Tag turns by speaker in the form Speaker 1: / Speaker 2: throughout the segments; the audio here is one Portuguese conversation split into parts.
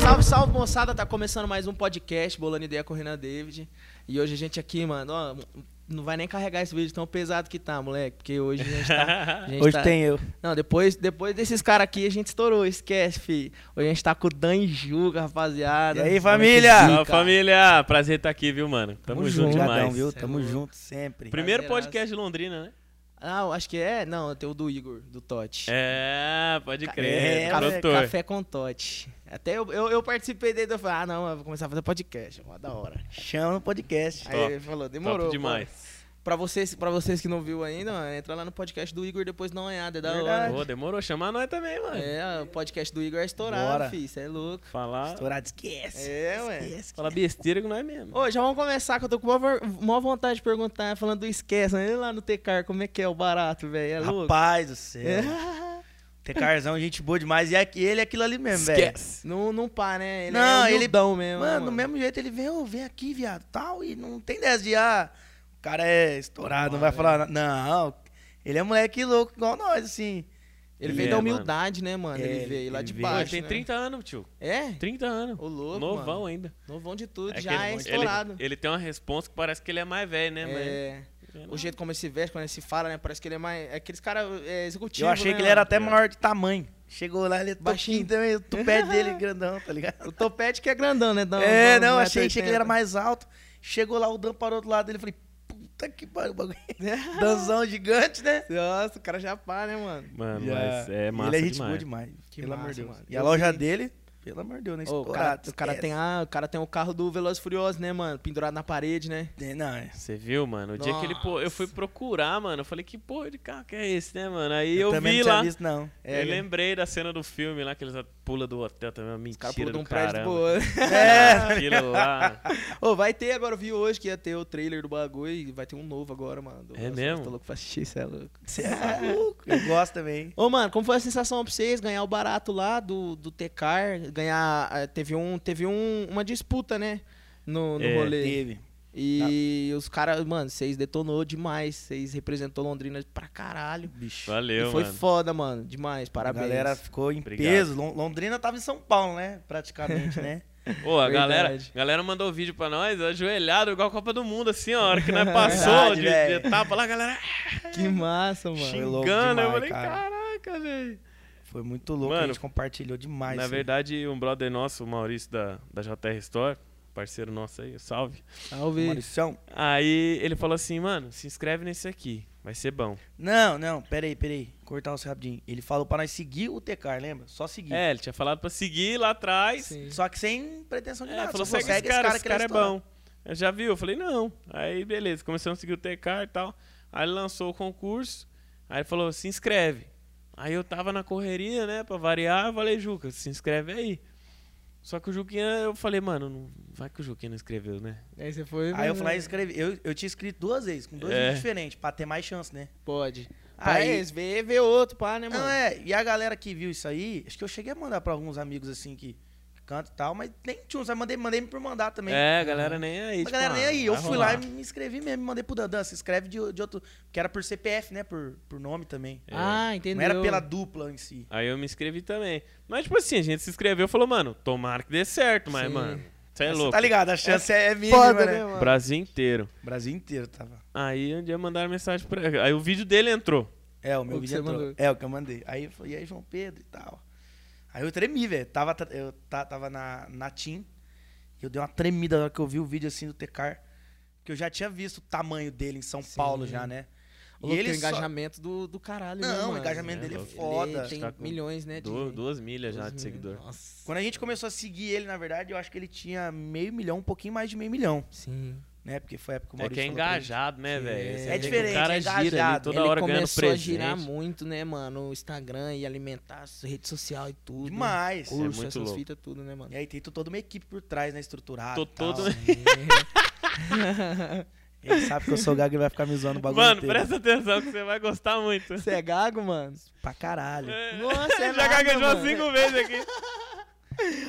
Speaker 1: Salve, salve, moçada. Tá começando mais um podcast, Bolando Ideia com o Renan David. E hoje a gente aqui, mano, ó, não vai nem carregar esse vídeo tão pesado que tá, moleque. Porque hoje a gente tá. a gente
Speaker 2: Hoje
Speaker 1: tá-
Speaker 2: tem eu.
Speaker 1: Não, depois, depois desses caras aqui a gente estourou, esquece, fi. Hoje a gente tá com o Dan Juga, rapaziada.
Speaker 2: E aí, família?
Speaker 1: Moleque zica.
Speaker 3: Fala, família! Prazer estar aqui, viu, mano? Tamo, junto
Speaker 2: Obrigadão,
Speaker 3: demais.
Speaker 2: viu? Tamo
Speaker 1: Cê é
Speaker 2: junto sempre.
Speaker 3: Primeiro
Speaker 1: Prazeiraço.
Speaker 3: podcast de Londrina, né?
Speaker 1: Ah, eu acho que é. Não, tem o do Igor, do Totti.
Speaker 3: É, pode
Speaker 2: é,
Speaker 3: crer.
Speaker 1: Café,
Speaker 3: produtor.
Speaker 1: café com Totti. Até eu, eu, eu participei dele, eu falei, ah, não, eu vou começar a fazer podcast, ó, da hora.
Speaker 2: Chama no podcast.
Speaker 1: Aí
Speaker 3: Top.
Speaker 1: ele falou, demorou.
Speaker 3: Top
Speaker 1: pô.
Speaker 3: demais.
Speaker 1: Pra vocês, pra vocês que não viu ainda, ó, entra lá no podcast do Igor depois não é nada, é da
Speaker 2: Verdade.
Speaker 3: Pô, demorou chamar nós também, mano.
Speaker 1: hora. É, o podcast do Igor é estourado,
Speaker 2: Bora.
Speaker 1: fi, isso é louco.
Speaker 3: Falar,
Speaker 2: Estourado, esquece.
Speaker 1: É, ué.
Speaker 2: Esquece.
Speaker 3: falar besteira com nós mesmo.
Speaker 1: Ô, já vamos começar, que eu tô com maior vontade de perguntar, falando do esquece, né? E lá no TCAR, como é que é o barato, velho? É louco?
Speaker 2: Rapaz do céu.
Speaker 1: É.
Speaker 2: Tecarzão, gente boa demais. E aqui- ele é aquilo ali mesmo, velho.
Speaker 3: Esquece.
Speaker 1: Não, não pá, né? Ele
Speaker 2: Não,
Speaker 1: é
Speaker 2: ele-
Speaker 1: humildão mesmo. né,
Speaker 2: Mano, do mesmo jeito ele vem, ô, vem aqui, viado, tal. E não tem 10 de ah, o cara é estourado, não vai falar nada. Não, ele é moleque louco, igual nós, assim.
Speaker 1: Ele
Speaker 3: Ele
Speaker 1: veio
Speaker 3: é,
Speaker 1: da
Speaker 3: mano.
Speaker 1: humildade, né, mano?
Speaker 2: É,
Speaker 1: ele veio lá
Speaker 2: ele
Speaker 1: de
Speaker 2: veio.
Speaker 3: Pô,
Speaker 1: baixo.
Speaker 3: ele tem
Speaker 1: né?
Speaker 3: 30 anos, tio.
Speaker 1: É?
Speaker 3: 30 anos.
Speaker 1: Ô, louco.
Speaker 3: Novão
Speaker 1: mano.
Speaker 3: ainda.
Speaker 1: Novão de tudo,
Speaker 3: É que
Speaker 1: já é
Speaker 3: ele-
Speaker 1: estourado.
Speaker 3: Ele, ele tem uma resposta que parece que ele é mais velho, né? mas-
Speaker 1: É,
Speaker 3: Sei lá.
Speaker 1: o jeito como ele se veste, quando ele se fala, né? Parece que ele é mais. é Aqueles caras é, executivos.
Speaker 2: Eu achei
Speaker 1: né,
Speaker 2: que ele era
Speaker 1: mano?
Speaker 2: até
Speaker 3: É.
Speaker 2: maior de tamanho. Chegou lá, ele é
Speaker 1: Baixinho.
Speaker 2: baixinho também, o tupé dele grandão, tá ligado?
Speaker 1: O topete que é grandão, né? Dão,
Speaker 2: é,
Speaker 1: dão
Speaker 2: não,
Speaker 1: um metro
Speaker 2: achei,
Speaker 1: e
Speaker 2: achei que ele era
Speaker 1: oitenta.
Speaker 2: mais alto. Chegou lá, o Dan parou do lado dele. Eu falei, puta que pariu, bagulho. é Danzão gigante, né?
Speaker 1: Nossa, o cara já pá, né, mano?
Speaker 3: Mano,
Speaker 2: Já.
Speaker 3: mas é massa
Speaker 2: Ele é gente
Speaker 3: demais.
Speaker 2: boa demais.
Speaker 1: Que
Speaker 2: pelo amor
Speaker 1: massa,
Speaker 2: de Deus.
Speaker 1: mano.
Speaker 2: E a
Speaker 1: Eu
Speaker 2: loja
Speaker 1: vi.
Speaker 2: dele, pelo amor de Deus, né?
Speaker 1: Ô, o, cara,
Speaker 2: Estourado,
Speaker 1: o cara tem
Speaker 2: esquece.
Speaker 1: a, o cara tem o carro do Velozes e Furiosos, né, mano? Pendurado na parede, né?
Speaker 2: Tem- Não, é.
Speaker 3: Você viu, mano? O dia que ele, pô, eu fui procurar, mano. Eu falei, que porra de carro que é esse, né, mano? Aí eu,
Speaker 2: também
Speaker 3: vi
Speaker 2: não tinha
Speaker 3: lá.
Speaker 2: visto, não.
Speaker 1: É,
Speaker 3: eu
Speaker 1: né?
Speaker 3: lembrei da cena do filme lá que eles pulam do hotel também, uma
Speaker 1: Os caras
Speaker 3: mentira
Speaker 1: pulam de
Speaker 3: do
Speaker 1: um prédio pro
Speaker 3: caramba.
Speaker 1: outro.
Speaker 3: É, aquilo lá.
Speaker 1: Ô, vai ter agora, eu vi hoje que ia ter o trailer do bagulho e vai ter um novo agora, mano.
Speaker 3: É mesmo?
Speaker 1: Tô louco pra assistir, isso é louco.
Speaker 2: Você é maluco. Eu gosto também.
Speaker 1: Ô, mano, como foi a sensação pra vocês ganhar o barato lá do, do Tecar? Ganhar. eh, Teve, um, teve um, uma disputa, né? No, no
Speaker 3: É,
Speaker 1: rolê.
Speaker 2: Teve.
Speaker 1: E os caras, mano, vocês detonou demais. Vocês representou Londrina pra caralho.
Speaker 2: Bicho.
Speaker 3: Valeu,
Speaker 1: e foi
Speaker 3: mano.
Speaker 1: foda, mano. Demais,
Speaker 2: A
Speaker 1: parabéns.
Speaker 2: galera ficou em
Speaker 3: Obrigado.
Speaker 2: peso. Lon- Londrina tava em São Paulo, né? Praticamente, né?
Speaker 3: Ô, a
Speaker 1: Verdade.
Speaker 3: galera, galera mandou vídeo pra nós, ajoelhado, igual a Copa do Mundo, assim, ó. A hora que nós passou
Speaker 2: Verdade,
Speaker 3: de,
Speaker 2: velho.
Speaker 3: de etapa lá, a galera
Speaker 1: Tá Que massa,
Speaker 2: Xing-
Speaker 1: mano.
Speaker 2: louco
Speaker 3: xingando. Eu
Speaker 2: demais,
Speaker 3: falei,
Speaker 2: cara.
Speaker 3: caraca, velho.
Speaker 2: Foi muito louco. a
Speaker 3: Mano,
Speaker 2: gente compartilhou demais.
Speaker 3: Na
Speaker 2: isso aí.
Speaker 3: verdade, um brother nosso, o Maurício da, da JR Store, parceiro nosso aí, salve.
Speaker 1: Salve.
Speaker 2: Mauricião.
Speaker 3: Aí ele falou assim, mano, se inscreve nesse aqui, vai ser bom.
Speaker 2: Não, não, peraí, peraí. Cortar você rapidinho. Ele falou pra nós seguir o TK, lembra? Só seguir.
Speaker 3: É, ele tinha falado pra seguir lá atrás.
Speaker 1: Sim.
Speaker 2: Só que sem pretensão de
Speaker 3: É,
Speaker 2: nada.
Speaker 3: falou,
Speaker 2: só
Speaker 3: segue esse
Speaker 2: esse
Speaker 3: cara, esse
Speaker 2: que ele
Speaker 3: cara é
Speaker 2: estourado.
Speaker 3: bom. Eu já viu? Eu falei, não. Aí, beleza, começamos a seguir o TK e tal. Aí ele lançou o concurso, aí ele falou, se inscreve. Aí eu tava na correria, né, pra variar, eu falei, Juca, se inscreve aí. Só que o Juquinha, eu falei, mano, não- vai que o Juquinha não escreveu, né?
Speaker 1: Aí você foi.
Speaker 2: Aí eu falei, escrevi. Eu, eu tinha escrito duas vezes, com dois
Speaker 3: É.
Speaker 2: vídeos diferentes, pra ter mais chance, né?
Speaker 1: Pode.
Speaker 2: Aí-
Speaker 1: Aí, vê, vê outro, pá, né, mano?
Speaker 2: Não, é, e a galera que viu isso aí, acho que eu cheguei a mandar pra alguns amigos assim que cantam e tal, mas nem tinha uns. Aí mandei, mandei pra mandar também.
Speaker 3: É, a galera nem aí.
Speaker 2: Mas
Speaker 3: tipo,
Speaker 2: galera, nem é
Speaker 3: ah,
Speaker 2: aí. Eu
Speaker 3: vai
Speaker 2: fui
Speaker 3: rolar.
Speaker 2: lá e me inscrevi mesmo, mandei pro Dandan, se inscreve de, de outro. Que era por CPF, né? Por, por nome também.
Speaker 3: É.
Speaker 1: Ah, entendeu.
Speaker 2: Não era pela dupla em si.
Speaker 3: Aí eu me inscrevi também. Mas, tipo assim, a gente se inscreveu e falou, mano, tomara que dê certo, mas,
Speaker 1: Sim.
Speaker 3: mano, você é
Speaker 2: Mas cê
Speaker 3: louco.
Speaker 2: Tá ligado? A chance é, é mínima,
Speaker 1: Foda,
Speaker 2: né?
Speaker 1: né, mano?
Speaker 3: Brasil inteiro.
Speaker 2: Brasil inteiro tava.
Speaker 3: Aí um dia mandaram mensagem pra. Aí o vídeo dele entrou.
Speaker 2: É, o
Speaker 1: O
Speaker 2: meu
Speaker 1: que
Speaker 2: vídeo
Speaker 1: você
Speaker 2: entrou.
Speaker 1: mandou.
Speaker 2: É, o que eu mandei. Aí eu falei, e aí, João Pedro e tal. Aí eu tremi, velho. Tava, tra- eu ta- tava na, na TIM. Eu dei uma tremida na hora que eu vi o vídeo assim do Tecar. Porque eu já tinha visto o tamanho dele em São
Speaker 1: Sim.
Speaker 2: Paulo já, né?
Speaker 1: O louco,
Speaker 2: e ele
Speaker 1: tem o
Speaker 2: só-
Speaker 1: engajamento do, do caralho, né,
Speaker 2: Não, o
Speaker 1: mano?
Speaker 2: engajamento dele é
Speaker 3: louco.
Speaker 2: foda.
Speaker 1: Ele tem
Speaker 3: Tá com
Speaker 1: milhões, né?
Speaker 3: Du- duas milhas É já de seguidor.
Speaker 1: Uhum. Nossa.
Speaker 2: Quando a gente começou a seguir ele, na verdade, eu acho que ele tinha meio milhão, um pouquinho mais de meio milhão,
Speaker 1: Sim.
Speaker 2: né? Porque foi a época que o
Speaker 3: É que é
Speaker 2: Maurício falou pra gente.
Speaker 3: engajado, né,
Speaker 1: Sim.
Speaker 3: velho?
Speaker 1: É
Speaker 3: Você vê que
Speaker 2: diferente,
Speaker 3: O cara
Speaker 2: é
Speaker 3: gira ali
Speaker 2: engajado.
Speaker 3: toda
Speaker 1: ele
Speaker 3: hora ganhando
Speaker 1: começou a girar
Speaker 3: presente.
Speaker 1: muito, né, mano? O Instagram e alimentar a rede social e tudo.
Speaker 3: É
Speaker 2: Demais.
Speaker 1: Curso,
Speaker 3: muito
Speaker 1: essas
Speaker 3: louco. É.
Speaker 1: fitas, tudo, né, mano?
Speaker 2: E aí tem toda uma equipe por trás, né? Estruturada.
Speaker 3: Tô
Speaker 2: e tal.
Speaker 3: todo-
Speaker 2: Ele sabe que eu sou gago e vai ficar me zoando o bagulho.
Speaker 3: Mano,
Speaker 2: inteiro.
Speaker 3: presta atenção que você vai gostar muito.
Speaker 1: Você é gago, mano?
Speaker 2: Pra caralho.
Speaker 1: Nossa, é
Speaker 3: já
Speaker 1: nada,
Speaker 3: gaguejou assim
Speaker 1: mano.
Speaker 3: cinco vezes aqui.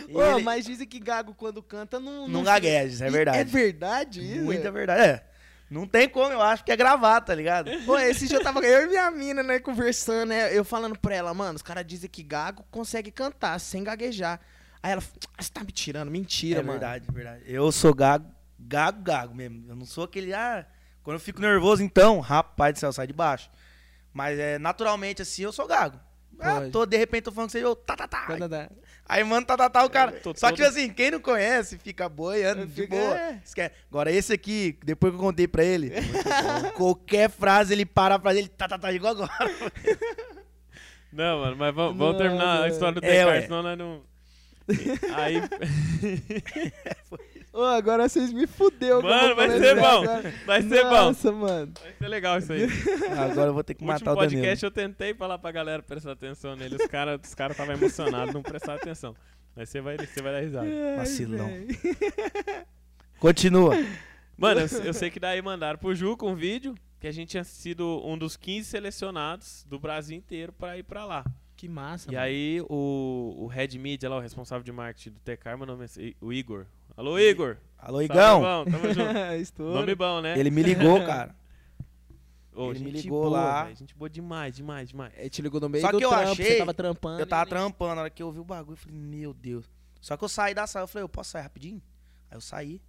Speaker 2: E
Speaker 1: Ô,
Speaker 2: ele-
Speaker 1: mas dizem que gago quando canta não...
Speaker 2: Não gagueja, isso é
Speaker 1: E-
Speaker 2: verdade.
Speaker 1: É verdade isso?
Speaker 2: Muita verdade. É. Não tem como, eu acho que é gravar, tá ligado?
Speaker 1: Pô, esse dia eu tava eu e minha mina, né, conversando, né? Eu falando pra ela, mano, os caras dizem que gago consegue cantar sem gaguejar. Aí ela, "Ah, você tá me tirando, mentira,
Speaker 2: é
Speaker 1: mano.
Speaker 2: verdade, verdade. Eu sou gago, gago, gago mesmo. Eu não sou aquele, ah, quando eu fico nervoso, então, rapaz do céu, sai de baixo. Mas é naturalmente assim, eu sou gago. Ah,
Speaker 1: Pode.
Speaker 2: tô, de repente tô falando com você, eu tá, tá, tá.
Speaker 1: Tá, tá, tá.
Speaker 2: Aí manda tá, tá, tá o cara.
Speaker 3: É, Eu tô
Speaker 2: Só
Speaker 3: todo-
Speaker 2: que tipo assim, quem não conhece fica boiando de
Speaker 1: Fica-
Speaker 2: boa.
Speaker 1: é.
Speaker 2: Esquece. Agora esse aqui, depois que eu contei pra ele, qualquer frase ele para a frase, ele tá, tá, tá, igual agora.
Speaker 3: Não, mano, mas vamos,
Speaker 1: Não,
Speaker 3: vamos terminar a
Speaker 1: mano.
Speaker 3: história do
Speaker 2: É,
Speaker 3: Descartes,
Speaker 2: ué.
Speaker 3: senão nós não. Aí.
Speaker 1: Ô, agora vocês me fudeu. que eu
Speaker 3: Mano,
Speaker 1: vou
Speaker 3: vai
Speaker 1: palestrar
Speaker 3: ser bom.
Speaker 1: agora.
Speaker 3: Vai ser bom.
Speaker 1: Nossa, mano.
Speaker 3: Vai ser legal isso aí.
Speaker 2: agora eu vou ter que
Speaker 3: No
Speaker 2: matar
Speaker 3: último
Speaker 2: o Danilo.
Speaker 3: podcast eu tentei falar pra galera prestar atenção nele. Os caras os cara estavam emocionados, não prestaram atenção. Mas você vai, você vai dar risada.
Speaker 1: Ai,
Speaker 2: Vacilão.
Speaker 1: velho.
Speaker 2: Continua.
Speaker 3: Mano, eu, eu sei que daí mandaram pro Juca um vídeo que a gente tinha sido um dos 15 selecionados do Brasil inteiro pra ir pra lá.
Speaker 1: Que massa,
Speaker 3: E
Speaker 2: Uhum.
Speaker 1: mano.
Speaker 3: aí o, o Head Media lá, o responsável de marketing do Tecar, mandou mensagem. é O Igor. Alô, Igor!
Speaker 2: Alô,
Speaker 3: Salve,
Speaker 2: Igão.
Speaker 3: irmão, Tamo junto.
Speaker 1: É Estouro.
Speaker 3: Nome bom, né?
Speaker 2: Ele me ligou, cara.
Speaker 3: Ô,
Speaker 2: ele me
Speaker 3: gente
Speaker 2: ligou
Speaker 3: boa,
Speaker 2: lá.
Speaker 3: velho, gente boa demais, demais, demais.
Speaker 1: É, te ligou no meio
Speaker 2: Só
Speaker 1: do
Speaker 2: que eu
Speaker 1: trampo,
Speaker 2: achei-
Speaker 1: você tava trampando.
Speaker 2: Eu tava
Speaker 1: e-
Speaker 2: trampando, na hora que eu vi o bagulho, eu falei, meu Deus. Só que eu saí da sala, eu falei, eu posso sair rapidinho? Aí eu saí.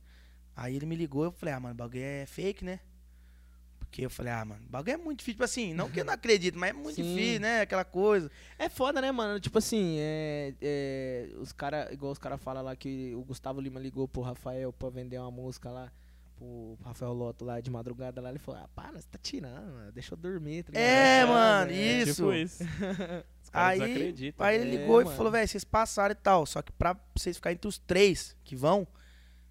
Speaker 2: Aí ele me ligou, eu falei, ah, mano, o bagulho é fake, né? Porque eu falei, ah, mano, o bagulho é muito difícil. Tipo assim, não que eu não acredito, mas é muito
Speaker 1: Sim.
Speaker 2: difícil, né? Aquela coisa.
Speaker 1: É foda, né, mano? Tipo assim, é, é, os cara, igual os caras falam lá que o Gustavo Lima ligou pro Rafael pra vender uma música lá, pro Rafael Lotto lá de madrugada lá, ele falou, ah, para, você tá tirando, mano. deixa eu dormir. tá ligado?
Speaker 2: É,
Speaker 1: Ah,
Speaker 2: mano,
Speaker 1: velho.
Speaker 2: e- Isso.
Speaker 3: Tipo isso. Os caras
Speaker 2: Aí,
Speaker 3: desacreditam.
Speaker 2: aí
Speaker 1: né?
Speaker 2: ele ligou
Speaker 1: É,
Speaker 2: e
Speaker 1: mano.
Speaker 2: falou, velho, vocês passaram e tal. Só que pra vocês ficarem entre os três que vão,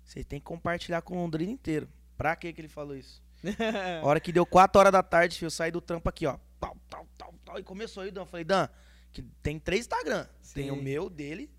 Speaker 2: vocês têm que compartilhar com o Londrina inteiro. Pra que que ele falou isso?
Speaker 1: né?
Speaker 2: A hora que deu 4 horas da tarde, filho, eu saí do trampo aqui, ó. Pau, tal, tal, tal. E começou aí o Dan. Eu Falei, Dan, que tem três Instagram. Tem
Speaker 1: Sim.
Speaker 2: o meu, o dele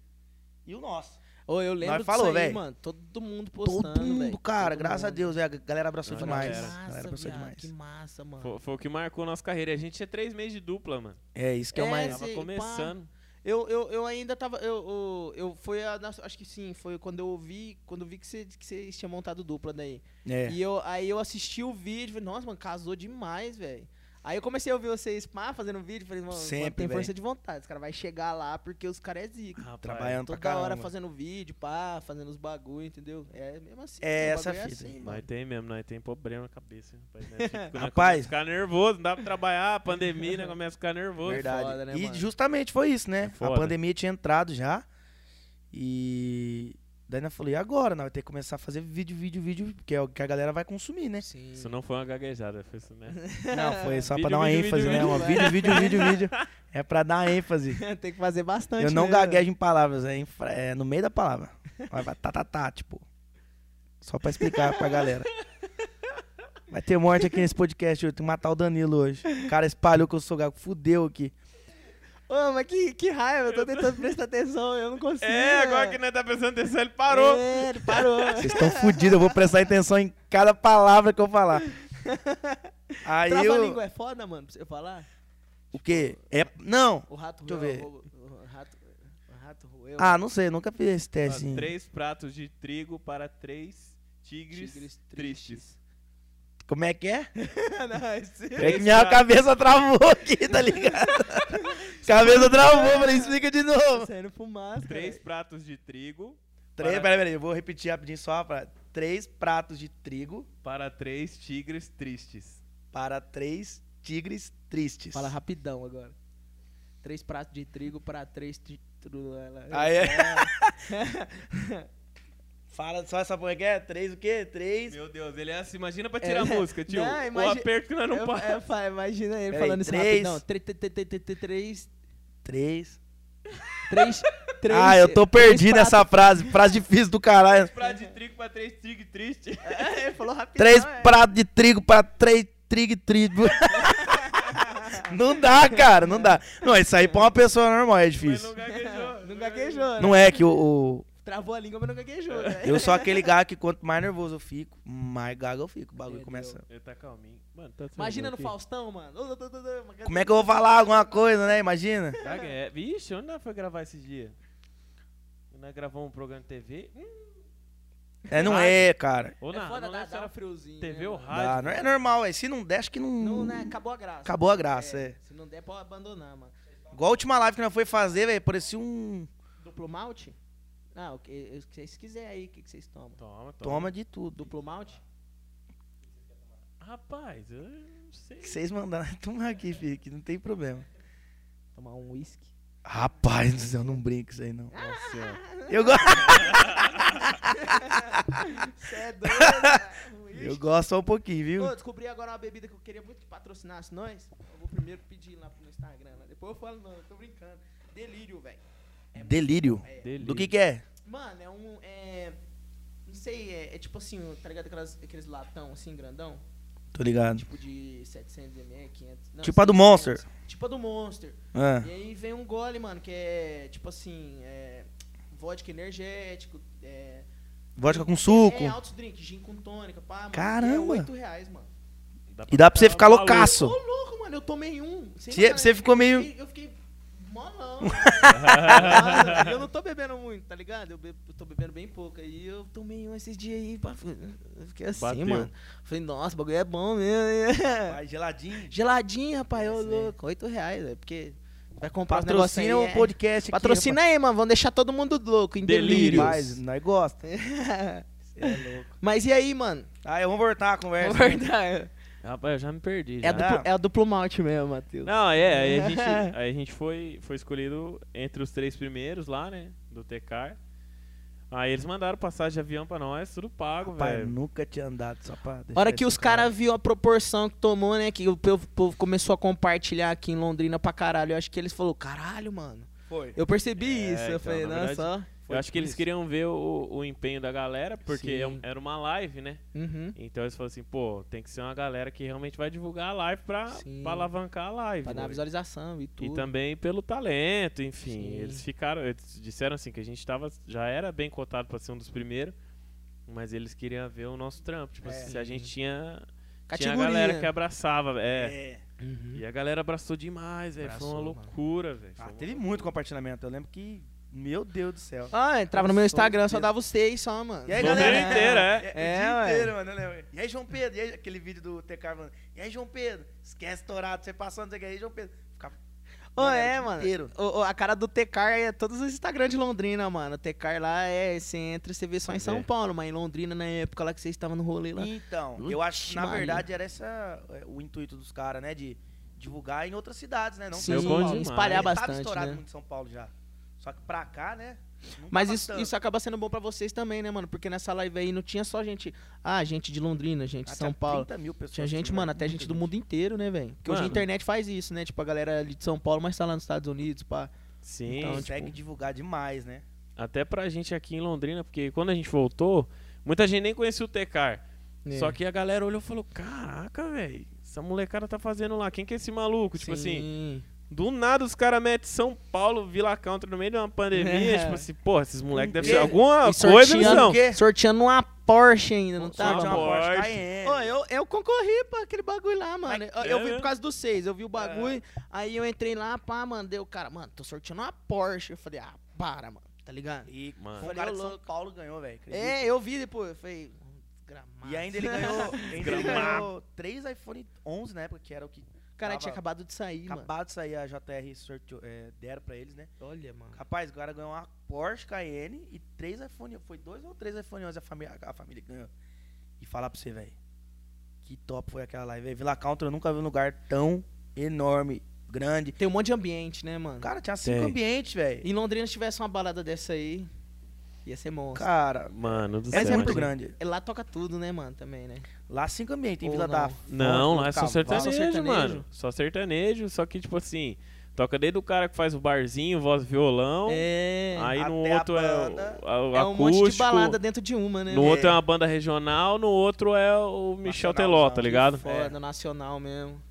Speaker 2: e o nosso.
Speaker 1: Ô, eu lembro
Speaker 2: Nós
Speaker 1: disso
Speaker 2: falou,
Speaker 1: aí,
Speaker 2: velho.
Speaker 1: mano. Todo mundo postando,
Speaker 2: Todo mundo,
Speaker 1: velho.
Speaker 2: cara.
Speaker 1: Todo
Speaker 2: graças a
Speaker 1: mundo.
Speaker 2: Deus, é. A galera abraçou
Speaker 3: Não,
Speaker 2: demais.
Speaker 3: galera.
Speaker 2: A galera abraçou
Speaker 1: viado,
Speaker 2: demais.
Speaker 1: Que massa, mano.
Speaker 3: Foi, foi o que marcou nossa carreira. A gente tinha três meses de dupla, mano.
Speaker 2: É, isso que é o
Speaker 1: É,
Speaker 2: mais...
Speaker 1: sim.
Speaker 3: Tava
Speaker 1: Sei,
Speaker 3: começando.
Speaker 1: Eu, eu, eu ainda tava. Eu, eu, eu foi a, na- acho que sim, foi quando eu vi, quando eu vi que você que vocês tinham montado dupla daí.
Speaker 2: É.
Speaker 1: E eu, aí eu assisti o vídeo, falei, nossa, mano, casou demais, velho. Aí eu comecei a ouvir vocês pá, fazendo vídeo, falei, mano,
Speaker 2: Sempre,
Speaker 1: tem
Speaker 2: véi.
Speaker 1: força de vontade, os caras vai chegar lá porque os caras é zica.
Speaker 3: Rapaz,
Speaker 2: Trabalhando pra
Speaker 1: Toda
Speaker 2: caramba.
Speaker 1: hora fazendo vídeo, pá, fazendo os bagulho, entendeu? É mesmo assim.
Speaker 2: É
Speaker 1: o
Speaker 2: essa
Speaker 1: bagulho
Speaker 2: fita.
Speaker 1: assim, mano.
Speaker 3: Nós tem mesmo, nós tem problema na cabeça. Rapaz, nós fica- nós
Speaker 2: Rapaz.
Speaker 3: começa a ficar nervoso, não dá pra trabalhar, pandemia, né? Começa a ficar nervoso.
Speaker 2: Verdade.
Speaker 1: foda, né,
Speaker 2: e
Speaker 1: mano?
Speaker 2: justamente foi isso,
Speaker 1: É
Speaker 2: né? a
Speaker 3: foda.
Speaker 2: pandemia tinha entrado já. E... Daí nós falou, e agora? Nós vai ter que começar a fazer vídeo, vídeo, vídeo, porque é o que a galera vai consumir, né?
Speaker 1: Sim.
Speaker 3: Isso não foi uma gaguejada, foi isso, né?
Speaker 2: Não, foi só
Speaker 3: Vídeo,
Speaker 2: pra dar uma
Speaker 3: vídeo,
Speaker 2: ênfase,
Speaker 3: vídeo,
Speaker 2: né?
Speaker 1: vídeo,
Speaker 2: Uma
Speaker 1: vai.
Speaker 2: vídeo, vídeo, vídeo, vídeo. É pra dar ênfase.
Speaker 1: Tem que fazer bastante.
Speaker 2: Eu não
Speaker 1: né,
Speaker 2: gaguejo em palavras, é, em fra- é no meio da palavra. Vai, vai, tá, tá, tá, tipo. Só pra explicar pra galera. Vai ter morte aqui nesse podcast, eu tenho que matar o Danilo hoje. O cara espalhou que eu sou gago, fudeu aqui.
Speaker 1: Ô, mas que, que raiva, eu tô tentando prestar atenção, eu não consigo.
Speaker 3: é, agora que
Speaker 1: velho.
Speaker 3: nós tá prestando atenção, ele parou.
Speaker 1: É, ele parou.
Speaker 2: Vocês estão fudidos, eu vou prestar atenção em cada palavra que eu falar. Aí eu...
Speaker 1: Trava-língua é foda, mano, pra você falar?
Speaker 2: O quê? É... Não.
Speaker 1: O rato
Speaker 2: Deixa eu
Speaker 1: roeu,
Speaker 2: ver.
Speaker 1: O, o rato, o rato roeu.
Speaker 2: Ah, não sei, nunca fiz esse
Speaker 1: É,
Speaker 3: Ó,
Speaker 2: teste. hein.
Speaker 3: Três pratos de trigo para três tigres,
Speaker 1: Tigres
Speaker 3: tristes.
Speaker 2: Como é que é?
Speaker 1: Não, assim. esse-
Speaker 2: É que minha cabeça travou aqui, tá ligado? cabeça travou, falei, explica de
Speaker 1: Tá
Speaker 2: novo.
Speaker 1: saindo fumaça.
Speaker 3: Três
Speaker 1: Três.
Speaker 3: pratos de trigo
Speaker 2: Três,
Speaker 3: Para-
Speaker 2: peraí, peraí, eu vou repetir rapidinho só pra. Três pratos de trigo
Speaker 3: para três tigres tristes.
Speaker 2: para três tigres tristes.
Speaker 1: Fala rapidão agora. Três pratos de trigo pra três. Tri... tru- ela-
Speaker 2: Aí é. Fala só essa porra que é? Três o quê? Três.
Speaker 3: Meu Deus, ele é assim, imagina pra tirar a
Speaker 1: É.
Speaker 3: música, tio.
Speaker 1: Não,
Speaker 3: O
Speaker 1: imagi-
Speaker 3: aperto que nós não
Speaker 1: Eu-
Speaker 3: passa.
Speaker 1: eu fa- imagina ele
Speaker 2: Peraí,
Speaker 1: falando isso
Speaker 2: três.
Speaker 1: rapidão. Tre- tre- tre- tre- tre- tre- Três.
Speaker 2: Três.
Speaker 1: Três. três
Speaker 2: ah, eu tô
Speaker 1: três
Speaker 2: perdido
Speaker 1: pratos-
Speaker 2: nessa frase. Frase difícil do caralho.
Speaker 3: prato de trigo pra três tigres tristes.
Speaker 1: É, ele falou rapidão.
Speaker 2: Três
Speaker 1: é.
Speaker 2: pratos de trigo para três trigo trigo. não dá, cara, não dá. Não, isso aí pra uma pessoa normal é
Speaker 3: Mas não
Speaker 2: difícil.
Speaker 3: gaguejou.
Speaker 1: Não gaguejou, né?
Speaker 2: Não é que o- o,
Speaker 1: Travou a língua, mas não gaguejou, né?
Speaker 2: Eu sou aquele gago que quanto mais nervoso eu fico, mais gago eu fico. O bagulho
Speaker 1: Entendeu.
Speaker 2: começa.
Speaker 3: Ele tá calminho. Mano, tá tudo
Speaker 1: Imagina no
Speaker 3: aqui.
Speaker 1: Faustão, mano.
Speaker 2: Como é que eu vou falar alguma coisa, né? Imagina.
Speaker 3: Gague- é. Vixe, onde nós foi gravar esse dia? Nós gravamos um programa de TV? Hum,
Speaker 2: É, não é, cara.
Speaker 3: ou
Speaker 1: É
Speaker 3: na,
Speaker 1: foda,
Speaker 3: não
Speaker 1: dá,
Speaker 3: lembro se
Speaker 1: dá um
Speaker 3: era
Speaker 1: friozinho.
Speaker 3: TV
Speaker 1: né,
Speaker 3: ou
Speaker 1: mano?
Speaker 2: Dá,
Speaker 3: rádio.
Speaker 2: não é normal, é. Se não der, acho que não.
Speaker 1: Não, né? Acabou a graça.
Speaker 2: Acabou a graça, é.
Speaker 1: Se não der, pode abandonar, mano.
Speaker 2: Igual a última live que nós foi fazer, velho, parecia um.
Speaker 1: Duplo malte? Não, o que o que vocês quiserem aí, o que que vocês tomam?
Speaker 3: Toma, toma.
Speaker 2: Toma de tudo.
Speaker 1: Duplo malte?
Speaker 3: Rapaz, eu não sei.
Speaker 2: O que vocês mandaram, toma aqui, filho, que não tem problema.
Speaker 1: Tomar um whisky?
Speaker 2: Rapaz do céu, não brinca isso aí, não.
Speaker 3: Nossa senhora.
Speaker 2: Eu, go-
Speaker 1: Você é doido, cara. Um
Speaker 2: eu
Speaker 1: whisky.
Speaker 2: gosto só um pouquinho, viu?
Speaker 1: Ô, descobri agora uma bebida que eu queria muito que patrocinasse nós. Eu vou primeiro pedir lá pro Instagram, lá. depois eu falo, não, eu tô brincando. Delírio, velho.
Speaker 2: Delírio.
Speaker 3: Delírio.
Speaker 2: Do que que é?
Speaker 1: Mano, é um. É, não sei, é, é tipo assim, tá ligado? Aquelas, aqueles latão assim, grandão.
Speaker 2: Tô ligado.
Speaker 1: Tipo de 700ml, 500. não,
Speaker 2: Tipo a do
Speaker 1: 700.
Speaker 2: Monster.
Speaker 1: Tipo a do Monster.
Speaker 2: Ah,
Speaker 1: E aí vem um gole, mano, que é tipo assim, é, vodka energético, é,
Speaker 2: vodka com suco.
Speaker 1: é altos drink, gin com tônica, pá, mano.
Speaker 2: Caramba.
Speaker 1: É 8 reais, mano.
Speaker 2: E dá pra você ficar
Speaker 3: maluco.
Speaker 1: Ô,
Speaker 2: loucaço.
Speaker 1: louco, mano, eu tomei um. sem
Speaker 2: Você- é-
Speaker 1: sacanagem.
Speaker 2: você ficou meio-
Speaker 1: Eu fiquei, eu fiquei molão. Mano, eu não tô bebendo muito, tá ligado? Eu, bebo- eu tô bebendo bem pouco. Aí eu tomei um esses dias aí, pá, fui- eu fiquei assim,
Speaker 3: Bateu.
Speaker 1: mano. Falei, nossa, o bagulho é bom mesmo. hein?
Speaker 2: Vai geladinho.
Speaker 1: Geladinho, rapaz, ô
Speaker 2: Esse daí.
Speaker 1: louco, 8 reais, é porque vai comprar um negócio aí,
Speaker 2: Patrocina o
Speaker 1: é.
Speaker 2: podcast aqui.
Speaker 1: Patrocina aí, mano, vamos deixar todo mundo louco, em
Speaker 3: Delírios.
Speaker 1: delírio.
Speaker 2: Mas nós gosta. É louco.
Speaker 1: Mas e aí, mano?
Speaker 2: Ah, eu vou voltar a
Speaker 3: É
Speaker 2: conversa.
Speaker 1: Verdade.
Speaker 3: Rapaz, eu já me perdi.
Speaker 1: É,
Speaker 3: Já.
Speaker 1: a duplo, é a duplo malte mesmo, Matheus.
Speaker 3: Não, é, aí a gente, aí a gente foi, foi escolhido entre os três primeiros lá, né? Do TCAR. Aí eles mandaram passagem de avião pra nós, tudo pago,
Speaker 2: Pai, eu
Speaker 3: velho.
Speaker 2: nunca tinha andado só pra deixar
Speaker 1: hora que
Speaker 2: isso
Speaker 1: os
Speaker 2: claro.
Speaker 1: caras viram a proporção que tomou, né? Que o povo, povo começou a compartilhar aqui em Londrina pra caralho. Eu acho que eles falaram, caralho, mano.
Speaker 2: Foi.
Speaker 1: Eu percebi
Speaker 3: É,
Speaker 1: isso. Eu
Speaker 3: então,
Speaker 1: falei,
Speaker 3: na
Speaker 1: nossa,
Speaker 3: Eu
Speaker 2: Foi
Speaker 3: acho que
Speaker 2: tipo
Speaker 3: eles
Speaker 2: isso.
Speaker 3: queriam ver o, o empenho da galera, porque
Speaker 1: Sim.
Speaker 3: é um- era uma live, né?
Speaker 1: ó. Uhum.
Speaker 3: Então eles falaram assim, pô, tem que ser uma galera que realmente vai divulgar a live pra,
Speaker 1: Sim.
Speaker 3: pra alavancar a live.
Speaker 1: Pra dar
Speaker 3: né?
Speaker 1: visualização e
Speaker 3: E
Speaker 1: tudo.
Speaker 3: também pelo talento, enfim.
Speaker 1: Sim.
Speaker 3: Eles ficaram, eles disseram assim que a gente tava, já era bem cotado pra ser um dos primeiros, mas eles queriam ver o nosso trampo. Tipo,
Speaker 2: É.
Speaker 3: se a gente tinha, tinha a
Speaker 1: Categoria.
Speaker 3: galera que abraçava, é.
Speaker 2: É.
Speaker 1: Uhum.
Speaker 3: E a galera abraçou demais, velho. Foi uma
Speaker 1: Abraçou, mano.
Speaker 3: loucura, velho. Foi
Speaker 2: Ah,
Speaker 3: uma
Speaker 2: teve
Speaker 3: loucura.
Speaker 2: muito compartilhamento. Eu lembro que. Meu Deus do céu.
Speaker 1: Ah, entrava no meu
Speaker 2: Só
Speaker 1: Instagram, só
Speaker 2: Pedro.
Speaker 1: dava os seis só, mano.
Speaker 2: E aí,
Speaker 3: Londrina
Speaker 2: galera?
Speaker 3: inteira, é.
Speaker 2: o
Speaker 1: É,
Speaker 2: dia
Speaker 1: ué.
Speaker 2: inteiro, mano. eu lembro. E aí, João Pedro? E aí, aquele vídeo do TK falando. E aí, João Pedro? Esquece Dourado, você passou, não sei o que. E aí, João Pedro? Ficava.
Speaker 1: Ô,
Speaker 2: Mano, era o
Speaker 1: é,
Speaker 2: dia
Speaker 1: mano.
Speaker 2: inteiro.
Speaker 1: Ô, ô, a cara do Tecar é todos os Instagram de Londrina, mano. O Tecar lá é, você entra e você vê só em
Speaker 3: Pois
Speaker 1: São
Speaker 3: é.
Speaker 1: Paulo, mas em Londrina, na época lá que vocês estavam no rolê lá.
Speaker 2: Então,
Speaker 1: Ui,
Speaker 2: eu acho que na
Speaker 1: Maria.
Speaker 2: verdade era essa é, o intuito dos caras, né? De divulgar em outras cidades, né? Não
Speaker 1: Sim,
Speaker 2: só em São Paulo.
Speaker 3: demais.
Speaker 1: espalhar
Speaker 2: Ele tava
Speaker 1: bastante,
Speaker 2: estourado
Speaker 1: né?
Speaker 2: muito em São Paulo já. Só que pra cá, né? não
Speaker 1: Mas
Speaker 2: tava
Speaker 1: isso,
Speaker 2: tanto.
Speaker 1: isso acaba sendo bom pra vocês também, né, mano? Porque nessa live aí não tinha só gente. Ah, gente de Londrina, gente de
Speaker 2: Ah,
Speaker 1: São
Speaker 2: tinha
Speaker 1: Paulo.
Speaker 2: 30 mil pessoas
Speaker 1: Tinha gente,
Speaker 2: assistindo,
Speaker 1: mano,
Speaker 2: era
Speaker 1: até
Speaker 2: muita
Speaker 1: gente do mundo inteiro, né, velho? Porque hoje a
Speaker 3: Mano.
Speaker 1: internet faz isso, né? Tipo, a galera ali de São Paulo, mas tá lá nos Estados Unidos, pá.
Speaker 3: Sim.
Speaker 1: Então, tipo-
Speaker 2: Consegue divulgar demais, né?
Speaker 3: Até pra gente aqui em Londrina, porque quando a gente voltou, muita gente nem conhecia o Tecar.
Speaker 1: É.
Speaker 3: Só que a galera olhou e falou: Caraca, velho, essa molecada tá fazendo lá. Quem que é esse maluco? Tipo assim,
Speaker 1: Sim.
Speaker 3: Do nada os caras metem São Paulo, Vila Country no meio de uma pandemia.
Speaker 1: É.
Speaker 3: Tipo assim, porra, esses moleques devem
Speaker 2: quê?
Speaker 3: ser alguma
Speaker 1: E
Speaker 3: coisa, eles
Speaker 1: sorteando
Speaker 3: são.
Speaker 2: o quê?
Speaker 1: Sorteando uma Porsche ainda, não
Speaker 2: Só
Speaker 1: tá?
Speaker 2: tinha Ah,
Speaker 1: mano?
Speaker 2: uma
Speaker 3: bom.
Speaker 2: Porsche
Speaker 3: Porsche.
Speaker 2: Cayenne.
Speaker 1: Ô, eu, eu concorri pra aquele bagulho lá, mano. Eu, eu vi
Speaker 3: é?
Speaker 1: por causa dos seis, eu vi o bagulho, aí eu entrei lá, pá, mandei o cara, mano, tô sorteando uma Porsche. Eu falei, ah, para, mano, tá ligado?
Speaker 2: E
Speaker 3: Mano.
Speaker 2: foi o
Speaker 1: Falei,
Speaker 2: cara
Speaker 1: ô,
Speaker 2: de São
Speaker 1: louco.
Speaker 2: Paulo ganhou, velho. acredita?
Speaker 1: É, eu vi depois, eu falei, desgramado.
Speaker 2: E ainda ele ganhou, ainda ele
Speaker 3: Gramado.
Speaker 2: ganhou três iPhone 11 na época, que era o que
Speaker 1: Cara,
Speaker 2: Tava-
Speaker 1: tinha acabado de sair, mano.
Speaker 2: acabado de sair a JR sorteou, é, deram pra eles, né?
Speaker 1: Olha, mano.
Speaker 2: Rapaz, o cara ganhou uma Porsche Cayenne e três iPhone. Foi dois ou três iPhone 11 a família, a família ganhou. E falar pra você, velho. Que top foi aquela live. velho. Vila Country eu nunca vi um lugar tão enorme, grande.
Speaker 1: Tem um monte de ambiente, né, mano?
Speaker 2: Cara, tinha cinco
Speaker 3: Tem.
Speaker 2: ambientes, velho.
Speaker 1: Em Londrina, se tivesse uma balada dessa aí, ia ser monstro.
Speaker 2: Cara,
Speaker 3: Mano do
Speaker 2: essa
Speaker 3: céu.
Speaker 2: é muito
Speaker 3: gente.
Speaker 2: grande.
Speaker 1: É, Lá toca tudo, né, mano, também, né?
Speaker 2: Lá cinco ambientes. Tem
Speaker 1: Ou
Speaker 2: Vila
Speaker 1: não.
Speaker 2: da
Speaker 3: Não, lá é só
Speaker 2: Fonte, do Cavalo.
Speaker 3: sertanejo,
Speaker 1: sertanejo?
Speaker 3: mano. Só sertanejo, só que tipo assim, toca desde o cara que faz o barzinho, voz e violão.
Speaker 1: É.
Speaker 3: Aí no
Speaker 2: Até a
Speaker 3: outro é o,
Speaker 2: banda.
Speaker 3: a- o
Speaker 1: é um monte de
Speaker 3: acústico,
Speaker 1: balada dentro de uma, né?
Speaker 3: No
Speaker 1: velho?
Speaker 3: outro é uma banda regional, no outro é o Michel
Speaker 2: Nacionalzão.
Speaker 3: Teló, tá
Speaker 2: Que
Speaker 3: ligado?
Speaker 1: Foda, nacional mesmo.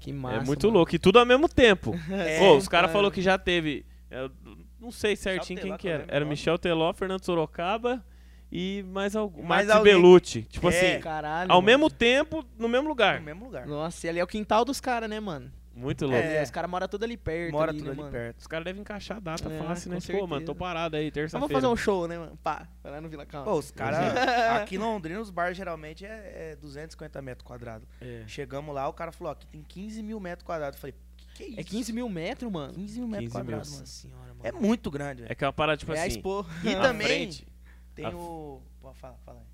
Speaker 1: Que massa.
Speaker 3: é muito
Speaker 1: mano.
Speaker 3: louco. E tudo ao mesmo tempo.
Speaker 1: É,
Speaker 3: Pô, os caras
Speaker 1: cara.
Speaker 3: falaram que já teve. eu não sei certinho quem
Speaker 2: Teló,
Speaker 3: que
Speaker 2: qual é
Speaker 3: era.
Speaker 2: o
Speaker 3: Era
Speaker 2: nome?
Speaker 3: Michel Teló, Fernando Sorocaba e mais algum.
Speaker 2: Mais
Speaker 3: Max
Speaker 2: alguém.
Speaker 3: Bellucci. Tipo
Speaker 2: É.
Speaker 3: assim,
Speaker 1: Caralho.
Speaker 3: ao
Speaker 1: mano.
Speaker 3: mesmo tempo, no mesmo lugar.
Speaker 2: No mesmo lugar.
Speaker 1: Nossa, e ali é o quintal dos caras, né, mano?
Speaker 3: Muito louco.
Speaker 2: É.
Speaker 1: Os caras moram tudo ali perto.
Speaker 2: Mora
Speaker 1: ali,
Speaker 2: tudo
Speaker 1: né,
Speaker 2: ali
Speaker 1: mano?
Speaker 2: perto.
Speaker 3: Os caras devem encaixar a data e
Speaker 1: É,
Speaker 3: falar assim, né?
Speaker 1: com
Speaker 3: Pô, mano, tô
Speaker 1: certeza.
Speaker 3: parado aí,
Speaker 1: Então
Speaker 3: terça-feira.
Speaker 1: vamos fazer um show, né, mano? Pá, vai lá no Vila Calma.
Speaker 2: Pô, os caras. Aqui em Londrina, os bares geralmente é, é 250 metros quadrados.
Speaker 3: É.
Speaker 2: Chegamos lá, o cara falou: ó, aqui tem 15 mil metros quadrados. Eu falei: que Que isso?
Speaker 1: É 15 mil metros, mano.
Speaker 2: 15 mil metros
Speaker 3: 15 mil.
Speaker 2: quadrados,
Speaker 1: Nossa
Speaker 2: mano.
Speaker 1: senhora, mano.
Speaker 2: É muito grande, velho.
Speaker 3: É que é uma parada, tipo
Speaker 1: É a
Speaker 3: assim.
Speaker 1: Expo.
Speaker 2: E
Speaker 3: a
Speaker 2: também
Speaker 3: frente,
Speaker 2: tem
Speaker 3: a-
Speaker 2: o. Pô, fala, fala aí.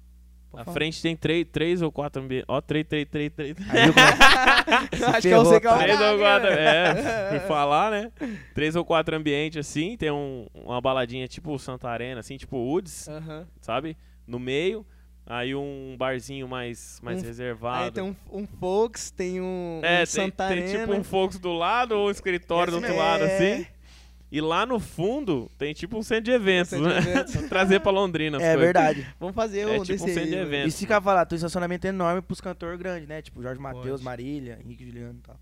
Speaker 2: Pode
Speaker 3: a
Speaker 2: falar.
Speaker 3: frente tem três, três ou quatro ambientes. Ó, três, três, três, três.
Speaker 2: Aí eu gosto.
Speaker 1: Acho que é você que é o
Speaker 3: Três ou
Speaker 1: caralho,
Speaker 3: quatro,
Speaker 2: né,
Speaker 1: velho.
Speaker 3: é, fui falar, né? Três ou quatro ambientes assim, tem um- uma baladinha tipo Santa Arena, assim, tipo Woods,
Speaker 1: Aham.
Speaker 3: sabe? No meio, aí um barzinho mais, mais
Speaker 1: Um-
Speaker 3: reservado.
Speaker 1: Aí tem um, um Fox, tem um,
Speaker 3: é,
Speaker 1: um
Speaker 3: tem- tem,
Speaker 1: Santarena.
Speaker 3: tipo um Fox do lado ou um escritório do
Speaker 2: Esse
Speaker 3: outro
Speaker 2: mesmo.
Speaker 3: lado,
Speaker 2: É.
Speaker 3: assim. E lá no fundo tem tipo um centro de eventos,
Speaker 1: centro de
Speaker 3: né?
Speaker 1: eventos.
Speaker 3: Trazer pra Londrina. as
Speaker 2: É
Speaker 3: coisas.
Speaker 2: verdade.
Speaker 1: Vamos fazer
Speaker 3: É
Speaker 1: um
Speaker 3: tipo um
Speaker 1: desse
Speaker 3: centro
Speaker 1: aí,
Speaker 3: de
Speaker 1: mano.
Speaker 3: evento.
Speaker 2: Isso fica falado, tem um estacionamento enorme pros cantores grandes, né? Tipo Jorge Matheus,
Speaker 1: Pode.
Speaker 2: Marília, Henrique Juliano e tal.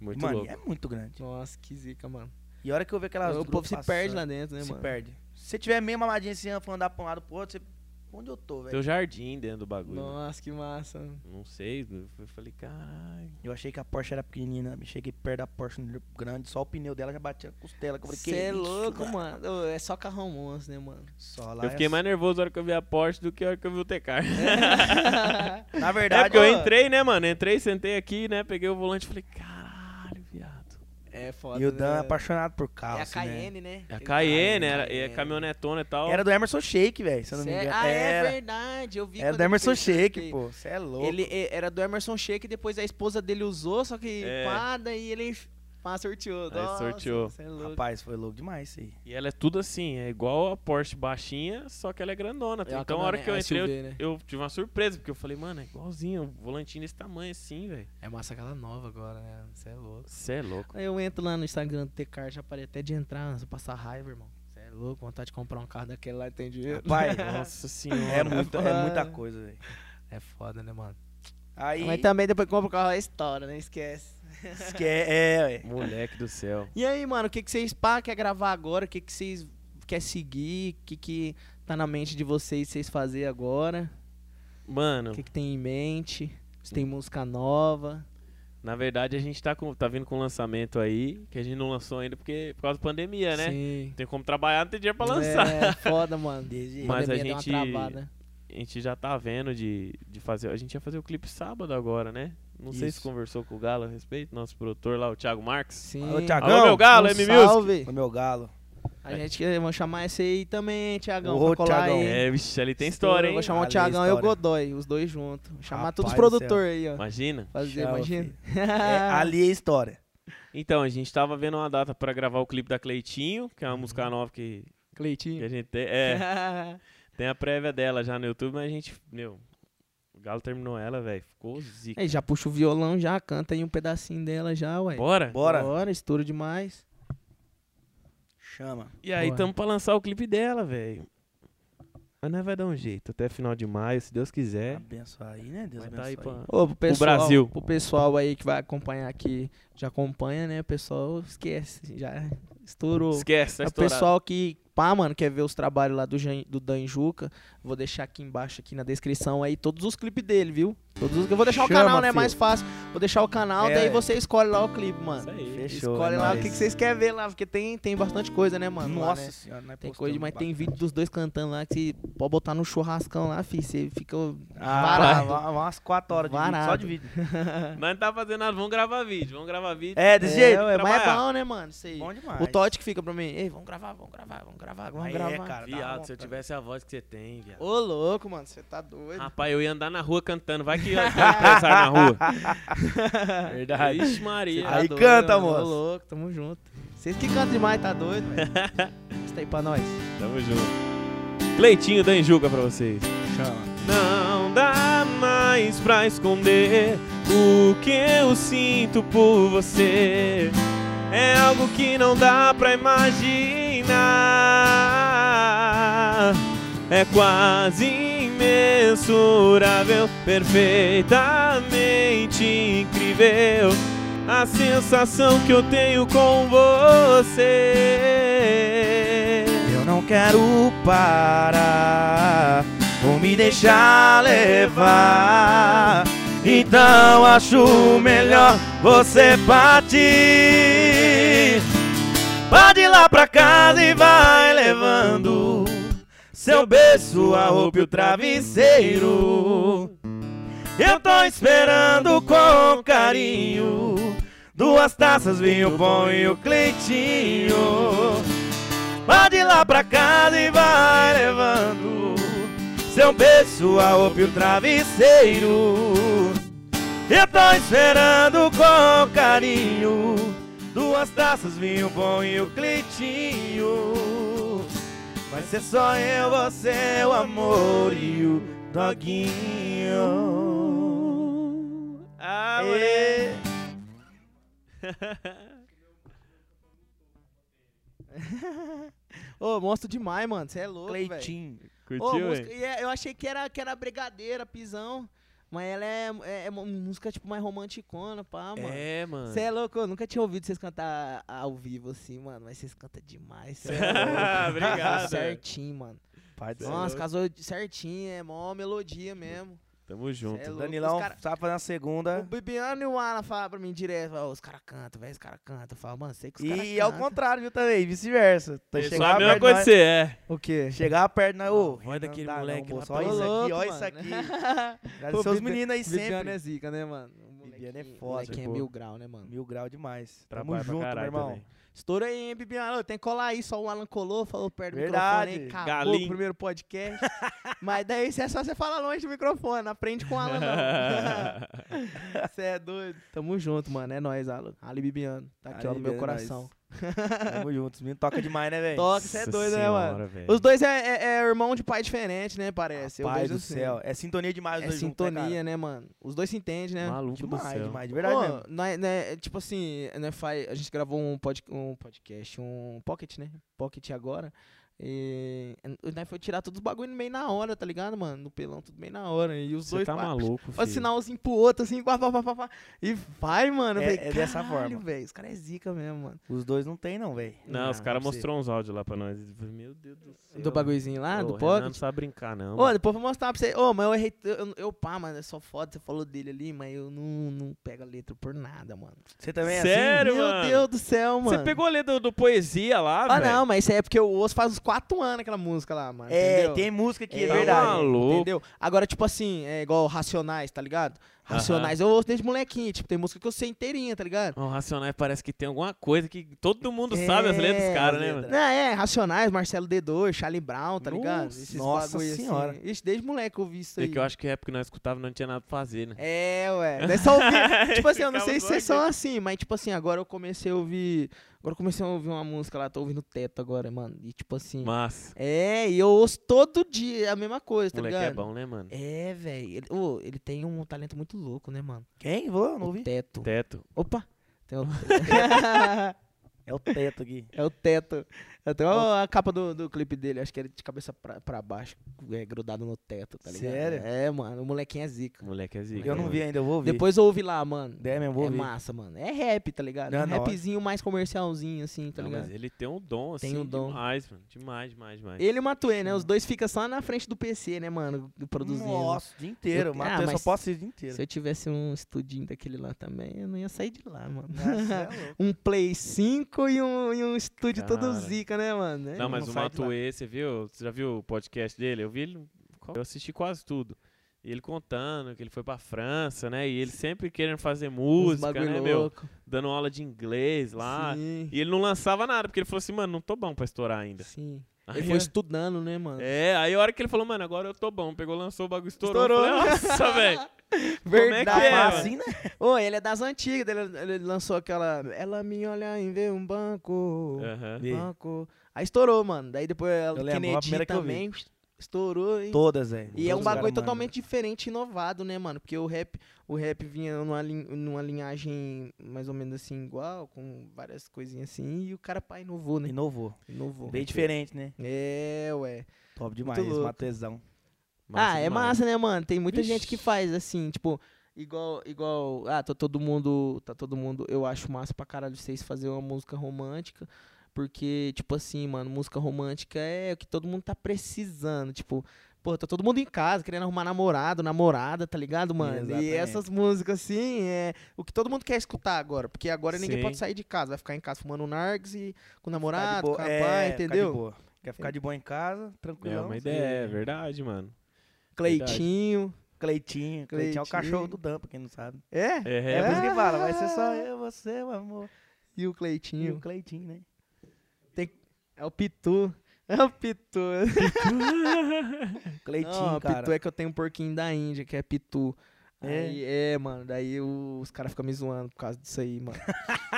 Speaker 3: Muito
Speaker 2: mano,
Speaker 3: louco.
Speaker 2: é muito grande.
Speaker 1: Nossa, que zica, mano.
Speaker 2: E a hora que eu ver aquelas.
Speaker 1: o povo
Speaker 2: duas
Speaker 1: se
Speaker 2: passando,
Speaker 1: perde lá dentro, né,
Speaker 2: Se
Speaker 1: mano?
Speaker 2: perde. Se você tiver meio mamadinha assim, for andar pra um lado pro outro, você. Onde eu tô,
Speaker 3: Tem
Speaker 2: velho?
Speaker 3: o jardim dentro do bagulho.
Speaker 1: Nossa, que massa. mano.
Speaker 3: Não sei, eu falei, caralho.
Speaker 2: Eu achei que a Porsche era pequenina, me cheguei perto da Porsche no olho grande, só o pneu dela já batia na costela. que eu falei, que
Speaker 1: Você é
Speaker 2: isso,
Speaker 1: louco,
Speaker 2: cara?
Speaker 1: mano. Ô, É só carrão monstro, né, mano?
Speaker 2: Só lá
Speaker 3: Eu fiquei
Speaker 2: é-
Speaker 3: mais nervoso na hora que eu vi a Porsche do que a hora que eu vi o Tecar.
Speaker 2: Na
Speaker 3: É
Speaker 2: verdade,
Speaker 3: porque eu
Speaker 2: ó,
Speaker 3: entrei, né, mano? Entrei, sentei aqui, né? Peguei o volante e falei, caralho, viado.
Speaker 1: é foda.
Speaker 2: E o Dan é
Speaker 1: né?
Speaker 2: apaixonado por carro.
Speaker 1: É a
Speaker 2: assim, né?
Speaker 1: Cayenne, né?
Speaker 3: É a
Speaker 1: Aquele
Speaker 3: Cayenne, era, é
Speaker 1: Cayenne.
Speaker 3: caminhonetona e tal.
Speaker 2: Era do Emerson Shake, velho, se eu não me
Speaker 1: Cê-
Speaker 2: engano.
Speaker 1: Ah, é
Speaker 2: era.
Speaker 1: verdade. Eu vi
Speaker 2: Era
Speaker 1: quando
Speaker 2: do
Speaker 1: ele
Speaker 2: Emerson
Speaker 1: fez isso, eu
Speaker 2: Shake,
Speaker 1: fiquei-
Speaker 2: pô. Você é louco.
Speaker 1: Ele e- era do Emerson Shake, depois a esposa dele usou, só que
Speaker 3: É.
Speaker 1: pá, daí ele pá, sorteou.
Speaker 3: Aí sorteou.
Speaker 1: Você é louco.
Speaker 2: Rapaz, foi louco demais isso aí.
Speaker 3: E ela é tudo assim, é igual a Porsche baixinha, só que ela é grandona.
Speaker 1: É uma
Speaker 3: então a hora que eu
Speaker 1: caminhonete,
Speaker 3: entrei, eu,
Speaker 1: SUV, né?
Speaker 3: eu tive uma surpresa, porque eu falei, mano, é igualzinho, um volantinho desse tamanho assim, velho.
Speaker 1: É massa aquela nova agora, né? Você é louco.
Speaker 3: Você é louco.
Speaker 1: Aí eu entro lá no Instagram do Tecar, já parei até de entrar, mas eu passar raiva, irmão. Você é louco, vontade de comprar um carro daquele lá, tem dinheiro.
Speaker 2: Rapaz,
Speaker 3: Nossa senhora.
Speaker 2: é, muito, é
Speaker 1: Rapaz.
Speaker 2: muita coisa, velho.
Speaker 1: É foda, né, mano?
Speaker 2: Aí,
Speaker 1: Mas também depois que compra o carro, é história, né? Esquece.
Speaker 2: esque- é, ué.
Speaker 3: Moleque do céu.
Speaker 1: E aí, mano, o que, que vocês pá, quer gravar agora? O que, que vocês quer seguir? O que, que tá na mente de vocês vocês fazer agora?
Speaker 3: Mano,
Speaker 1: O que, que tem em mente? Se tem música nova?
Speaker 3: na verdade a gente tá, com, tá vindo com um lançamento aí, que a gente não lançou ainda porque, por causa da pandemia, né?
Speaker 1: Sim.
Speaker 3: Não tem como trabalhar, não tem dinheiro pra lançar.
Speaker 1: É foda, mano.
Speaker 2: Desde-
Speaker 3: Mas a
Speaker 1: Pandemia deu uma
Speaker 3: gente-
Speaker 1: travada.
Speaker 3: A gente já tá vendo de, de fazer. A gente ia fazer o clipe sábado agora, né? Não sei se
Speaker 2: Isso.
Speaker 3: conversou com o Galo a respeito, nosso produtor lá, o Thiago Marques.
Speaker 1: Sim.
Speaker 2: Alô, Thiago.
Speaker 3: Alô, meu Galo,
Speaker 1: Um
Speaker 3: M Music.
Speaker 1: salve.
Speaker 2: O meu galo.
Speaker 1: A gente quer vamos chamar esse aí também, Thiagão.
Speaker 2: Ô,
Speaker 1: pra colar
Speaker 2: Thiagão.
Speaker 1: aí.
Speaker 3: É, vixe, ali tem história,
Speaker 1: Eu
Speaker 3: hein?
Speaker 1: Vou chamar
Speaker 2: Ali é
Speaker 1: o Thiagão e o
Speaker 2: história.
Speaker 1: Godoy, os dois juntos. Vou Chamar todos os
Speaker 2: Rapaz do
Speaker 1: produtores aí, ó.
Speaker 3: Imagina.
Speaker 1: Fazer,
Speaker 2: Chama,
Speaker 1: imagina.
Speaker 2: É, ali é história.
Speaker 3: Então, a gente tava vendo uma data pra gravar o clipe da Cleitinho, que é
Speaker 1: Uhum.
Speaker 3: uma música nova que, que
Speaker 1: Cleitinho.
Speaker 3: a gente tem. É, tem a prévia dela já no YouTube, mas a gente. Meu, o Galo terminou ela, velho. Ficou zica.
Speaker 1: Aí já puxa o violão, já canta aí um pedacinho dela já, ué.
Speaker 3: Bora?
Speaker 2: Bora.
Speaker 1: É, Bora, estouro demais.
Speaker 2: Chama.
Speaker 3: E aí,
Speaker 1: Bora.
Speaker 3: tamo pra lançar o clipe dela, velho. Mas nós vai dar um jeito, até final de maio, se Deus
Speaker 1: É.
Speaker 3: quiser.
Speaker 2: Abençoa aí, né? Deus
Speaker 3: Vai tá aí
Speaker 2: abençoe.
Speaker 3: pra.
Speaker 1: Ô, pro pessoal,
Speaker 3: Brasil.
Speaker 1: Pro pessoal aí que vai acompanhar aqui, já acompanha, né? O pessoal esquece, já estourou.
Speaker 3: Esquece, tá
Speaker 1: É o
Speaker 3: estourado.
Speaker 1: pessoal que, pá, mano, quer ver os trabalhos lá do, Jan, do Dan Juca, vou deixar aqui embaixo, aqui na descrição aí, todos os clipes dele, viu? Todos os... Eu vou deixar
Speaker 2: Chama,
Speaker 1: o canal, né?
Speaker 2: filho.
Speaker 1: Mais fácil. Vou deixar o canal,
Speaker 2: É,
Speaker 1: daí
Speaker 2: é.
Speaker 1: você escolhe lá o clipe,
Speaker 3: Isso
Speaker 1: mano.
Speaker 3: aí.
Speaker 2: Fechou.
Speaker 1: escolhe
Speaker 2: é
Speaker 1: lá o
Speaker 2: nóis.
Speaker 1: que, que vocês querem ver lá, porque tem, tem bastante coisa, né, mano? lá,
Speaker 2: Nossa
Speaker 1: né?
Speaker 2: senhora, nós
Speaker 1: Tem
Speaker 2: postamos
Speaker 1: coisa, mas tem
Speaker 2: bastante.
Speaker 1: vídeo dos dois cantando lá que você pode botar no churrascão lá, filho. Você fica.
Speaker 2: Ah,
Speaker 1: Varado.
Speaker 2: vai- vai umas 4 horas de vídeo, só
Speaker 1: Varado.
Speaker 2: de vídeo.
Speaker 3: Mas não tá fazendo nada, vamos gravar vídeo, vamos gravar vídeo.
Speaker 2: É, desse jeito.
Speaker 1: ué, mas é
Speaker 3: trabalhar.
Speaker 1: bom, né, mano? Isso aí.
Speaker 2: Bom demais.
Speaker 1: O Totti que fica pra mim, ei, vamos gravar, vamos gravar, vamos gravar, vamos
Speaker 2: Aí é,
Speaker 1: gravar.
Speaker 2: cara, dá
Speaker 3: viado,
Speaker 2: uma
Speaker 3: se eu
Speaker 2: pra-
Speaker 3: tivesse a voz que você tem, viado.
Speaker 1: Ô, louco, mano, você tá doido.
Speaker 3: Rapaz, eu ia andar na rua cantando, vai que eu um na rua. Verdade. Ixi Maria.
Speaker 2: Aí canta,
Speaker 1: mano.
Speaker 2: moço.
Speaker 1: tá Ô, louco, tamo junto. Vocês que cantam demais, tá doido, velho? Isso aí pra nós.
Speaker 3: Tamo junto. Leitinho da Enjuga pra vocês.
Speaker 2: Chama.
Speaker 3: Não dá mais pra esconder o que eu sinto por você. É algo que não dá pra imaginar. É quase imensurável, perfeitamente incrível. A sensação que eu tenho com você.
Speaker 2: Eu não quero parar ou me deixar levar. Então acho melhor você partir. Pode ir lá pra casa e vai levando seu beijo, a roupa e o travesseiro. Eu tô esperando com carinho
Speaker 4: Duas taças, vinho bom e o Cleitinho. Pode lá pra casa e vai levando seu beijo a ópio travesseiro. Eu tô esperando com carinho duas taças, vinho bom e o Cleitinho. Vai ser só eu, você, o amor e o doguinho.
Speaker 3: Ah, moleque.
Speaker 4: Ê.
Speaker 1: Ô, monstro demais, mano. Você é louco, velho.
Speaker 2: Cleitinho.
Speaker 1: Ô,
Speaker 3: Curtiu,
Speaker 1: música-
Speaker 3: hein?
Speaker 1: e é- eu achei que era, que era brigadeira, pisão. Mas ela é, é, é uma música, tipo, mais romanticona, pá, mano.
Speaker 3: É, mano.
Speaker 1: Você é louco, eu nunca tinha ouvido vocês cantar ao vivo assim, mano. Mas vocês cantam demais. Cê é louco.
Speaker 3: Obrigado.
Speaker 1: certinho, mano.
Speaker 2: Pai do céu.
Speaker 1: Nossa,
Speaker 3: louco.
Speaker 1: casou de- certinho, é mó melodia mesmo.
Speaker 3: Tamo junto.
Speaker 1: Cê é louco,
Speaker 2: Danilão,
Speaker 1: os cara-
Speaker 2: sabe fazer uma
Speaker 1: O
Speaker 2: segunda.
Speaker 1: Bibiano e o Alan falam pra mim direto, ó, os caras cantam, velho, os caras cantam. Eu falo, mano, sei que os caras
Speaker 2: E é ao contrário, viu, também, vice-versa. Tá
Speaker 3: Isso é
Speaker 2: chegava
Speaker 3: a mesma
Speaker 2: perto
Speaker 3: coisa
Speaker 2: nós-
Speaker 3: que você é.
Speaker 1: O quê?
Speaker 2: Chegava perto, nós, ô.
Speaker 3: Voz daquele
Speaker 2: não dá
Speaker 3: moleque lá
Speaker 2: não, moço,
Speaker 3: pra
Speaker 2: Olha isso
Speaker 1: Ô,
Speaker 2: aqui,
Speaker 1: louco,
Speaker 2: olha isso
Speaker 1: mano.
Speaker 2: aqui.
Speaker 1: Ô,
Speaker 2: Graças aos
Speaker 1: Bibi-
Speaker 2: meninos aí
Speaker 1: Bibiano
Speaker 2: sempre.
Speaker 1: é zica, né, mano? O
Speaker 2: Bibiano é
Speaker 1: molequinho-
Speaker 2: foda,
Speaker 1: molequinho é
Speaker 3: pô.
Speaker 1: mil grau, né, mano?
Speaker 2: Mil grau demais.
Speaker 3: Trabalha
Speaker 2: Tamo
Speaker 3: pra
Speaker 2: junto, meu
Speaker 3: caralho
Speaker 2: irmão.
Speaker 3: também.
Speaker 1: Estoura aí, hein, Bibiano? Tem que colar aí, só o Alan colou, falou perto
Speaker 2: Verdade.
Speaker 1: do microfone, aí, acabou
Speaker 3: Galinho.
Speaker 1: o primeiro podcast. Mas daí cê é só você falar longe do microfone, não aprende com o Alan não. Você é doido. Tamo junto, mano, é nóis, Alan. Ali Bibiano, tá aqui ó, no
Speaker 2: Ali
Speaker 1: meu
Speaker 2: Bibiano é
Speaker 1: coração.
Speaker 2: Tamo junto. Os meninos tocam demais, né, velho?
Speaker 1: Toca, você é
Speaker 3: Nossa
Speaker 1: doido, né,
Speaker 3: senhora,
Speaker 1: mano?
Speaker 3: velho. tá
Speaker 1: Os dois é, é- é irmão de pai diferente, né, parece. Eu
Speaker 2: Pai
Speaker 1: vejo
Speaker 2: do
Speaker 1: assim.
Speaker 2: céu. É sintonia demais,
Speaker 1: É
Speaker 2: os dois juntos, né, cara?
Speaker 1: sintonia, né, mano? Os dois se entendem, né?
Speaker 3: Maluco é um do
Speaker 2: Demais,
Speaker 3: céu.
Speaker 2: demais. De verdade
Speaker 1: Ô,
Speaker 2: mesmo.
Speaker 1: nós- né, é tipo assim, né, faz, a gente gravou um, pod, um podcast, um pocket, né? Pocket agora. E e nós foi tirar todos os bagulho meio na hora, tá ligado, mano? No pelão, tudo bem na hora. E os
Speaker 3: Você
Speaker 1: dois
Speaker 3: tá
Speaker 1: pá,
Speaker 3: maluco,
Speaker 1: faz
Speaker 3: filho.
Speaker 1: sinalzinho pro outro, assim, pá, pá, pá, pá, pá, e vai, mano. Eu
Speaker 2: É-
Speaker 1: falei,
Speaker 2: é dessa
Speaker 1: "Caralho,
Speaker 2: forma."
Speaker 1: velho, os caras é zica mesmo, mano.
Speaker 2: Os dois não tem, não, velho.
Speaker 3: Não, os
Speaker 1: Não,
Speaker 3: caras
Speaker 1: não sei.
Speaker 3: mostraram uns áudios lá pra nós. Meu Deus do céu.
Speaker 1: Do bagulhozinho lá,
Speaker 3: Ô,
Speaker 1: do
Speaker 3: o Renan tá Não
Speaker 1: pocket.
Speaker 3: precisa brincar, não.
Speaker 1: Ô, depois eu vou mostrar pra você. Ô, mas eu errei. t- Eu, eu pá, mano, é só foda. Você falou dele ali, mas eu não, não pego a letra por nada, mano.
Speaker 2: Você também é
Speaker 3: Sério?
Speaker 2: assim?
Speaker 1: Meu
Speaker 3: mano.
Speaker 1: Deus do céu, mano.
Speaker 3: Você pegou a letra do, do poesia lá,
Speaker 1: Ah,
Speaker 3: velho?
Speaker 1: não, mas isso aí é porque eu ouço faz uns 4 anos aquela música lá, mano.
Speaker 2: É,
Speaker 1: entendeu?
Speaker 2: tem música que é,
Speaker 3: Tá
Speaker 2: verdade.
Speaker 3: maluco.
Speaker 1: Entendeu? Agora, tipo assim, é igual Racionais, tá ligado? Racionais eu ouço desde molequinho. Tipo, tem música que eu sei inteirinha, tá ligado?
Speaker 3: O Racionais parece que tem alguma coisa que todo mundo
Speaker 1: É,
Speaker 3: sabe as letras dos caras,
Speaker 2: as
Speaker 3: né,
Speaker 2: letras.
Speaker 3: mano?
Speaker 1: Não, é, Racionais, Marcelo D2, Charlie Brown, tá ligado?
Speaker 2: Nossa, nossa
Speaker 1: bagulho
Speaker 2: senhora.
Speaker 1: Assim. Ixi, desde moleque eu ouvi isso
Speaker 3: É
Speaker 1: aí.
Speaker 3: que eu acho que é porque nós escutava e não tinha nada pra fazer, né?
Speaker 1: É, ué. Não é só ouvir. tipo assim, eu não
Speaker 3: Ficava
Speaker 1: sei se
Speaker 3: só
Speaker 1: vocês
Speaker 3: aqui.
Speaker 1: são assim, mas tipo assim, agora eu comecei a ouvir. Agora eu comecei a ouvir uma música lá, tô ouvindo teto agora, mano. E tipo assim.
Speaker 3: Mas,
Speaker 1: É, e eu ouço todo dia a mesma coisa,
Speaker 3: o
Speaker 1: tá
Speaker 3: moleque
Speaker 1: ligado?
Speaker 3: é bom, né, mano?
Speaker 1: É, velho. Ele, ô, ele tem um talento muito louco, né, mano?
Speaker 2: Quem? Vou, não
Speaker 1: o
Speaker 2: ouvi.
Speaker 1: teto.
Speaker 3: Teto.
Speaker 1: Opa! Tem o...
Speaker 2: É o teto aqui.
Speaker 1: é o teto. Eu tenho a, a capa do, do clipe dele, acho que era de cabeça pra, pra baixo, é, grudado no teto, tá ligado?
Speaker 2: Sério?
Speaker 1: É, mano. O molequinho é zica.
Speaker 3: O moleque é zica.
Speaker 2: Eu não
Speaker 3: mano.
Speaker 2: vi ainda, eu vou ouvir.
Speaker 1: Depois ouve lá, mano.
Speaker 2: É mesmo, vou
Speaker 1: é
Speaker 2: ouvir.
Speaker 1: massa, mano. É rap, tá ligado?
Speaker 2: Não,
Speaker 1: É um
Speaker 2: na hora.
Speaker 1: rapzinho mais comercialzinho, assim, tá
Speaker 3: Não,
Speaker 1: ligado?
Speaker 2: é
Speaker 3: mas ele tem um dom, assim,
Speaker 1: Tem um dom.
Speaker 3: demais, mano. Demais, demais, demais.
Speaker 1: Ele e o Matuê, né? Os dois ficam só na frente do PC, né, mano? Produzindo.
Speaker 2: Nossa, o dia inteiro.
Speaker 1: Eu-
Speaker 2: Eu,
Speaker 1: Ah,
Speaker 2: Matheus,
Speaker 1: mas-
Speaker 2: só posso ir o dia inteiro.
Speaker 1: Se eu tivesse um estudinho daquele lá também, eu não ia sair de lá, mano.
Speaker 2: Nossa, é louco.
Speaker 1: um Play 5 e um, e um estúdio todo
Speaker 3: Cara.
Speaker 1: zica, né, mano? É,
Speaker 3: Não, mas
Speaker 2: não
Speaker 3: o
Speaker 2: sai de lá.
Speaker 3: Matuê, você viu? Você já viu o podcast dele? Eu vi ele. Eu assisti quase tudo. E ele contando que ele foi pra França, né? E ele sempre querendo fazer
Speaker 1: uns
Speaker 3: música,
Speaker 1: bagulho
Speaker 3: né, meu?
Speaker 1: louco.
Speaker 3: Dando aula de inglês lá.
Speaker 1: Sim,
Speaker 3: E ele não lançava nada, porque ele falou assim, mano, não tô bom pra estourar ainda.
Speaker 1: sim.
Speaker 3: Aí
Speaker 1: Ele foi
Speaker 3: eu-
Speaker 1: estudando, né, mano?
Speaker 3: É, aí a hora que ele falou, mano, agora eu tô bom. Pegou, lançou o bagulho, estourou.
Speaker 1: Estourou.
Speaker 3: Eu falei, Nossa, velho. é que
Speaker 1: Verdade.
Speaker 2: Tá
Speaker 3: é,
Speaker 2: mas
Speaker 3: mano?
Speaker 2: assim, né?
Speaker 1: Ô, ele é das antigas, ele, ele lançou aquela... Ela me olha e vê um banco,
Speaker 3: Aham.
Speaker 2: E-
Speaker 1: banco. Aí estourou, mano. Daí depois ela,
Speaker 2: Eu lembro,
Speaker 1: Kennedy
Speaker 2: a primeira que eu vi.
Speaker 1: também estourou, hein?
Speaker 2: Todas, velho.
Speaker 1: E é um
Speaker 2: Todos os
Speaker 1: bagulho
Speaker 2: caras,
Speaker 1: totalmente diferente e inovado, né, mano? Porque o rap, o rap vinha numa, lin- numa linhagem mais ou menos assim, igual, com várias coisinhas assim, e o cara pá inovou,
Speaker 2: mano,
Speaker 1: né?
Speaker 2: Inovou.
Speaker 1: Inovou.
Speaker 2: Bem diferente, né?
Speaker 1: É, ué.
Speaker 2: Top demais,
Speaker 1: louco.
Speaker 2: Matheusão.
Speaker 1: ah, é
Speaker 3: demais.
Speaker 1: massa, né, mano? Tem muita gente
Speaker 3: Vixe.
Speaker 1: que faz assim, tipo, igual, igual, ah, tá todo mundo, tá todo mundo, eu acho massa pra caralho vocês fazer uma música romântica, porque, tipo assim, mano, música romântica é o que todo mundo tá precisando, tipo, pô, tá todo mundo em casa querendo arrumar namorado, namorada, tá ligado, mano? E
Speaker 2: Exatamente.
Speaker 1: essas músicas, assim, é o que todo mundo quer escutar agora, porque agora ninguém
Speaker 3: Sim.
Speaker 1: pode sair de casa, vai ficar em casa fumando um nargs e com o
Speaker 2: Ficar de
Speaker 1: namorado,
Speaker 2: boa-
Speaker 1: com a
Speaker 2: é,
Speaker 1: pai,
Speaker 2: ficar de
Speaker 1: entendeu?
Speaker 2: boa. Quer ficar de boa em casa, tranquilo.
Speaker 3: É uma ideia, é verdade, mano.
Speaker 1: Cleitinho,
Speaker 2: Cleitinho. Cleitinho é o
Speaker 1: Cleitinho.
Speaker 2: cachorro do Dan, pra quem não sabe.
Speaker 1: É?
Speaker 3: É,
Speaker 2: É, por isso
Speaker 1: Ah.
Speaker 2: que fala, vai ser só eu, você, o amor.
Speaker 1: E o
Speaker 2: E
Speaker 1: Cleitinho?
Speaker 2: o Cleitinho, né?
Speaker 1: É o Pitu. É o Pitu.
Speaker 2: Cleitinho,
Speaker 1: Não,
Speaker 2: cara.
Speaker 1: Pitu é que eu tenho um porquinho da Índia, que é Pitu. Aí, é, mano, daí o- os caras ficam me zoando por causa disso aí, mano.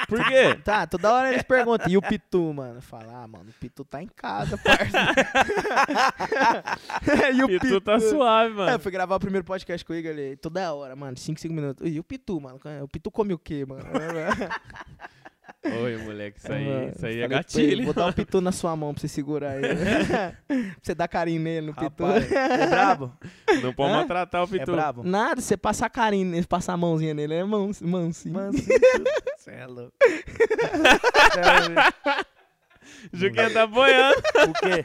Speaker 3: Por quê?
Speaker 1: Tá, toda hora eles perguntam, e o Pitu, mano? Fala, ah, mano, o Pitu tá em casa, parça. e o
Speaker 3: E tu tá suave,
Speaker 1: É, eu
Speaker 3: mano.
Speaker 1: fui gravar o primeiro podcast com o Igor ali, toda hora, mano, 5, 5 minutos. E o Pitu, mano? é? O Pitu come o quê, mano?
Speaker 3: Oi, moleque, isso aí,
Speaker 1: Mano,
Speaker 3: isso aí
Speaker 1: falei
Speaker 3: é
Speaker 1: pra ele,
Speaker 3: gatilho.
Speaker 1: Vou dar o pitu na sua mão pra você segurar aí. pra você dar carinho nele no pitu.
Speaker 2: Rapaz, é brabo.
Speaker 3: Não pode
Speaker 1: Hã?
Speaker 3: maltratar o
Speaker 2: É
Speaker 3: Pitu.
Speaker 2: brabo.
Speaker 1: Nada, você passar carinho nele, passar a mãozinha nele, ele é mão, mansinho.
Speaker 2: Mansinho. Você é louco.
Speaker 3: Juquinha tá boiando.
Speaker 2: O quê?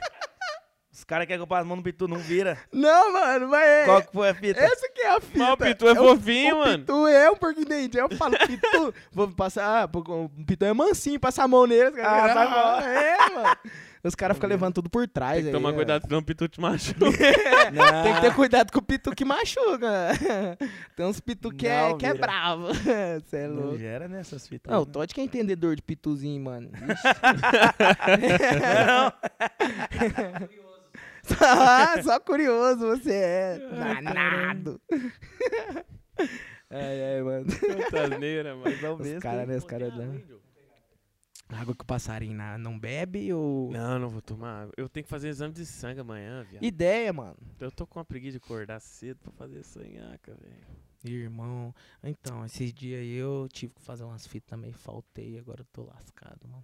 Speaker 2: Os caras querem que eu passe a mão no Pitu, não vira.
Speaker 1: Não, mano, mas é.
Speaker 2: Qual que foi a fita?
Speaker 1: Essa que é a fita.
Speaker 3: Mas o Pitu é
Speaker 1: Eu-
Speaker 3: fofinho,
Speaker 1: o
Speaker 3: mano.
Speaker 1: Pitu é um porquinho de índia. Eu falo, Pitu, vou passar. ah, pô, O Pitu é mansinho, passar a mão nele. Os caras
Speaker 2: Ah,
Speaker 1: vai
Speaker 2: tá
Speaker 1: embora. É, mano. Os caras ficam levando tudo por trás.
Speaker 3: Tem que
Speaker 1: aí,
Speaker 3: tomar
Speaker 1: ó.
Speaker 3: cuidado, senão o Pitu te machuca.
Speaker 2: Não.
Speaker 1: Tem que ter cuidado com o pitu que machuca. Tem uns pitu que, é,
Speaker 2: Não,
Speaker 1: que é
Speaker 2: vira.
Speaker 1: bravo. Você é
Speaker 2: Não
Speaker 1: louco.
Speaker 2: gera nessas fitas.
Speaker 1: Não, o
Speaker 2: né?
Speaker 1: Todd que é entendedor de pituzinho, mano. Ixi. só, só curioso você é. Danado. Ai, ai, mano.
Speaker 3: Fantasneira, Tá mano.
Speaker 2: Mas é o
Speaker 1: Os
Speaker 2: mesmo.
Speaker 1: caras, né? Os caras dão. Água que o passarinho na- não bebe ou.
Speaker 3: Não, não vou tomar água. Eu tenho que fazer exame de sangue amanhã, viado.
Speaker 1: Ideia, mano.
Speaker 3: Eu tô com uma preguiça de acordar cedo pra fazer sanhaca, velho.
Speaker 1: Irmão, então, esses dias aí eu tive que fazer umas fitas também, faltei, agora eu tô lascado, mano.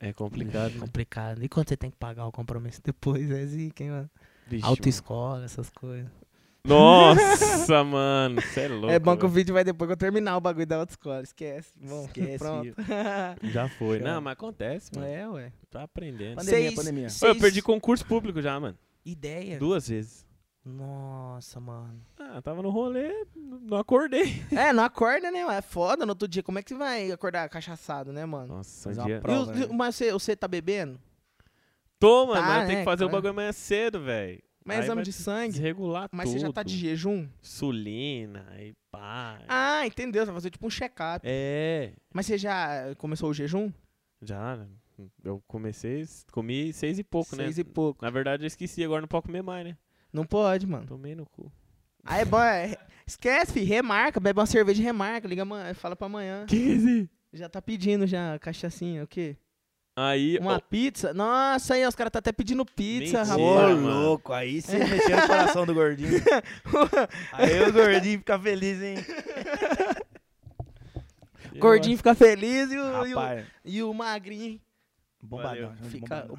Speaker 3: É complicado,
Speaker 1: Ixi,
Speaker 3: né?
Speaker 1: Complicado. E quando você tem que pagar o compromisso depois, é zica, hein, mano?
Speaker 3: Vixe,
Speaker 1: Autoescola, essas coisas.
Speaker 3: mano. Nossa, mano. Você é louco.
Speaker 1: é bom que o
Speaker 3: velho.
Speaker 1: vídeo vai depois que eu terminar o bagulho da autoescola, esquece. Bom,
Speaker 2: Esquece,
Speaker 1: pronto.
Speaker 3: Já foi. né?
Speaker 1: Chama.
Speaker 3: Não, mas acontece, mano.
Speaker 1: é, ué.
Speaker 3: Tá aprendendo.
Speaker 2: Pandemia, pandemia.
Speaker 3: Ô, Eu perdi concurso público já, mano.
Speaker 1: ideia.
Speaker 3: Duas vezes.
Speaker 1: Nossa, mano.
Speaker 3: Ah, tava no rolê, n- não acordei.
Speaker 1: é, não acorda, né? mano? É foda no outro dia. Como é que você vai acordar cachaçado, né, mano?
Speaker 3: Nossa,
Speaker 2: Mas
Speaker 3: um
Speaker 2: é uma
Speaker 3: dia...
Speaker 1: E
Speaker 2: prova,
Speaker 1: os-
Speaker 2: né?
Speaker 1: Mas você, você tá bebendo?
Speaker 3: Tô, mano,
Speaker 1: Tá,
Speaker 3: mas eu tenho
Speaker 1: né,
Speaker 3: que fazer o
Speaker 1: claro.
Speaker 3: bagulho amanhã cedo, velho.
Speaker 1: Mas
Speaker 3: Aí
Speaker 1: exame
Speaker 3: vai
Speaker 1: de sangue?
Speaker 3: Desregular
Speaker 1: Mas você já tá de
Speaker 3: tudo.
Speaker 1: jejum?
Speaker 3: Sulina e pá.
Speaker 1: Ah, entendeu? Você vai fazer tipo um check-up.
Speaker 3: É,
Speaker 1: Mas você já começou o jejum?
Speaker 3: já. né? Eu comecei, comi seis e pouco, né?
Speaker 1: Seis e pouco.
Speaker 3: Na verdade, eu esqueci, agora não pode comer mais, né?
Speaker 1: Não pode, mano.
Speaker 3: Tomei no cu.
Speaker 1: Aí, boy, esquece, fi, remarca, bebe uma cerveja e remarca, liga, amanhã, fala pra amanhã.
Speaker 3: 15!
Speaker 1: Já tá pedindo já cachaçinha, o quê?
Speaker 3: Aí,
Speaker 1: Uma
Speaker 3: ó,
Speaker 1: pizza? Nossa, aí, ó, os caras tá até pedindo pizza,
Speaker 3: Mentira.
Speaker 2: Ô,
Speaker 1: rapaz.
Speaker 3: Mano.
Speaker 2: louco, aí
Speaker 1: É.
Speaker 2: você mexeu no coração do gordinho. Aí o gordinho fica feliz, hein?
Speaker 3: eu
Speaker 1: Gordinho fica feliz e o, e o-
Speaker 2: Rapaz,
Speaker 1: e o magrinho
Speaker 2: bombadão.
Speaker 3: Valeu.
Speaker 1: fica
Speaker 2: bombadão.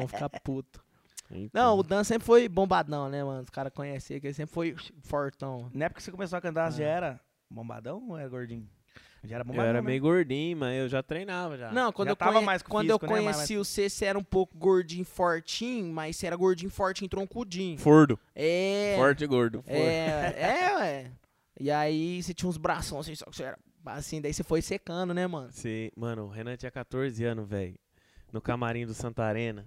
Speaker 1: bombadão, fica puto.
Speaker 3: acho- Então,
Speaker 1: Não, o Dan sempre foi bombadão, né, mano? Os caras conheciam que ele sempre foi fortão.
Speaker 2: Na época que é você começou a cantar,
Speaker 1: Ah.
Speaker 2: você já era bombadão ou era gordinho? Já era
Speaker 3: Eu
Speaker 2: bombadão,
Speaker 3: era
Speaker 2: né?
Speaker 3: meio gordinho, mas eu já treinava já.
Speaker 1: Não, quando
Speaker 2: já
Speaker 1: eu,
Speaker 2: tava
Speaker 1: conhe-
Speaker 2: mais com
Speaker 1: quando
Speaker 2: físico,
Speaker 1: eu
Speaker 2: né? Mais-
Speaker 1: conheci você, você era um pouco gordinho, fortinho, mas você era gordinho, fortinho, troncudinho.
Speaker 3: Fordo.
Speaker 1: É.
Speaker 3: Forte e gordo.
Speaker 1: É, é, ué. E aí você tinha uns braços assim, só que você era assim, daí você foi secando, né, mano?
Speaker 3: Sim, mano, o Renan tinha 14 anos, velho. No camarim do Santa Arena.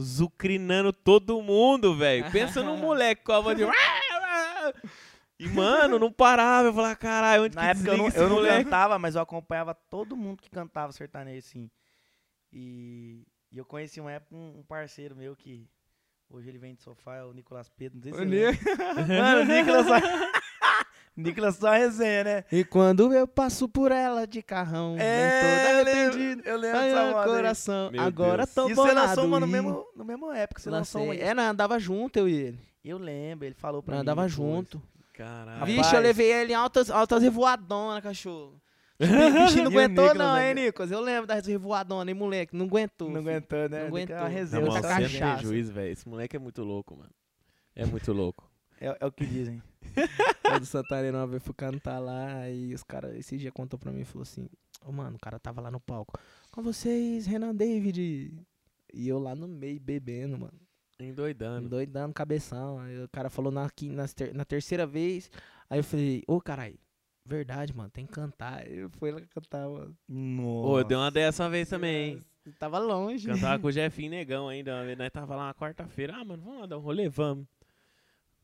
Speaker 3: Zucrinando todo mundo, velho. Pensa num moleque com a voz de. E, mano, não parava. Eu falava, caralho, onde
Speaker 2: Na
Speaker 3: que
Speaker 2: época eu
Speaker 3: desliga
Speaker 2: não,
Speaker 3: esse
Speaker 2: eu não
Speaker 3: moleque?
Speaker 2: cantava, mas eu acompanhava todo mundo que cantava sertanejo, assim. E, e eu conheci uma época um, um parceiro meu que hoje ele vem de sofá, é o Nicolas Pedro. Não sei se você lembra. Mano, o Nicolas só... Nicolas só resenha, né?
Speaker 1: E quando eu passo por ela de carrão,
Speaker 2: É, eu
Speaker 1: vem toda
Speaker 2: lembro, eu lembro
Speaker 1: né? Ai,
Speaker 2: dessa
Speaker 1: meu
Speaker 2: moda aí.
Speaker 1: coração,
Speaker 3: Meu
Speaker 1: agora
Speaker 3: Deus.
Speaker 1: tô
Speaker 2: E
Speaker 1: bolado.
Speaker 2: você lançou uma no
Speaker 1: ih.
Speaker 2: mesmo, no mesmo época, você lançou uma.
Speaker 1: Lancei. É, não, andava junto eu e ele.
Speaker 2: Eu lembro, ele falou pra
Speaker 1: Não,
Speaker 2: mim.
Speaker 1: andava
Speaker 2: depois.
Speaker 1: junto.
Speaker 3: Caralho.
Speaker 2: Rapaz.
Speaker 1: Vixe, eu levei ele em altas, altas revoadonas, cachorro. O bichinho não
Speaker 2: E o
Speaker 1: aguentou,
Speaker 2: Nicolas,
Speaker 1: não,
Speaker 2: né?
Speaker 1: hein, Nicolas? Eu lembro das revoadonas, hein, moleque? Não aguentou.
Speaker 2: Não
Speaker 1: fi.
Speaker 2: aguentou, né?
Speaker 1: Não
Speaker 2: Nicolas,
Speaker 1: aguentou.
Speaker 3: Na
Speaker 2: resenha,
Speaker 1: Não,
Speaker 3: mão,
Speaker 2: tá
Speaker 1: mas
Speaker 2: cachado.
Speaker 3: você não
Speaker 1: cachaça.
Speaker 3: tem juiz, velho. Esse moleque é muito louco, mano. É muito louco.
Speaker 2: É, é o que dizem.
Speaker 1: Aí do Santareno, uma vez fui cantar lá, e os caras, esse dia contou pra mim e falou assim: Ô mano, o cara tava lá no palco. Com vocês, Renan David. E eu lá no meio bebendo, mano.
Speaker 3: Endoidando.
Speaker 1: Doidando cabeção. Aí o cara falou na, quin- nas ter- na terceira vez. Aí eu falei, ô caralho, verdade, mano, tem que cantar. Aí Eu fui lá cantar, mano.
Speaker 2: Nossa.
Speaker 3: Ô, eu dei uma dessa uma vez também, hein?
Speaker 1: Eu Tava longe. né,
Speaker 3: Cantava com o Jefinho é Negão ainda. Uma vez nós tava lá na quarta-feira. Ah, mano, vamos lá dar um rolê, vamos.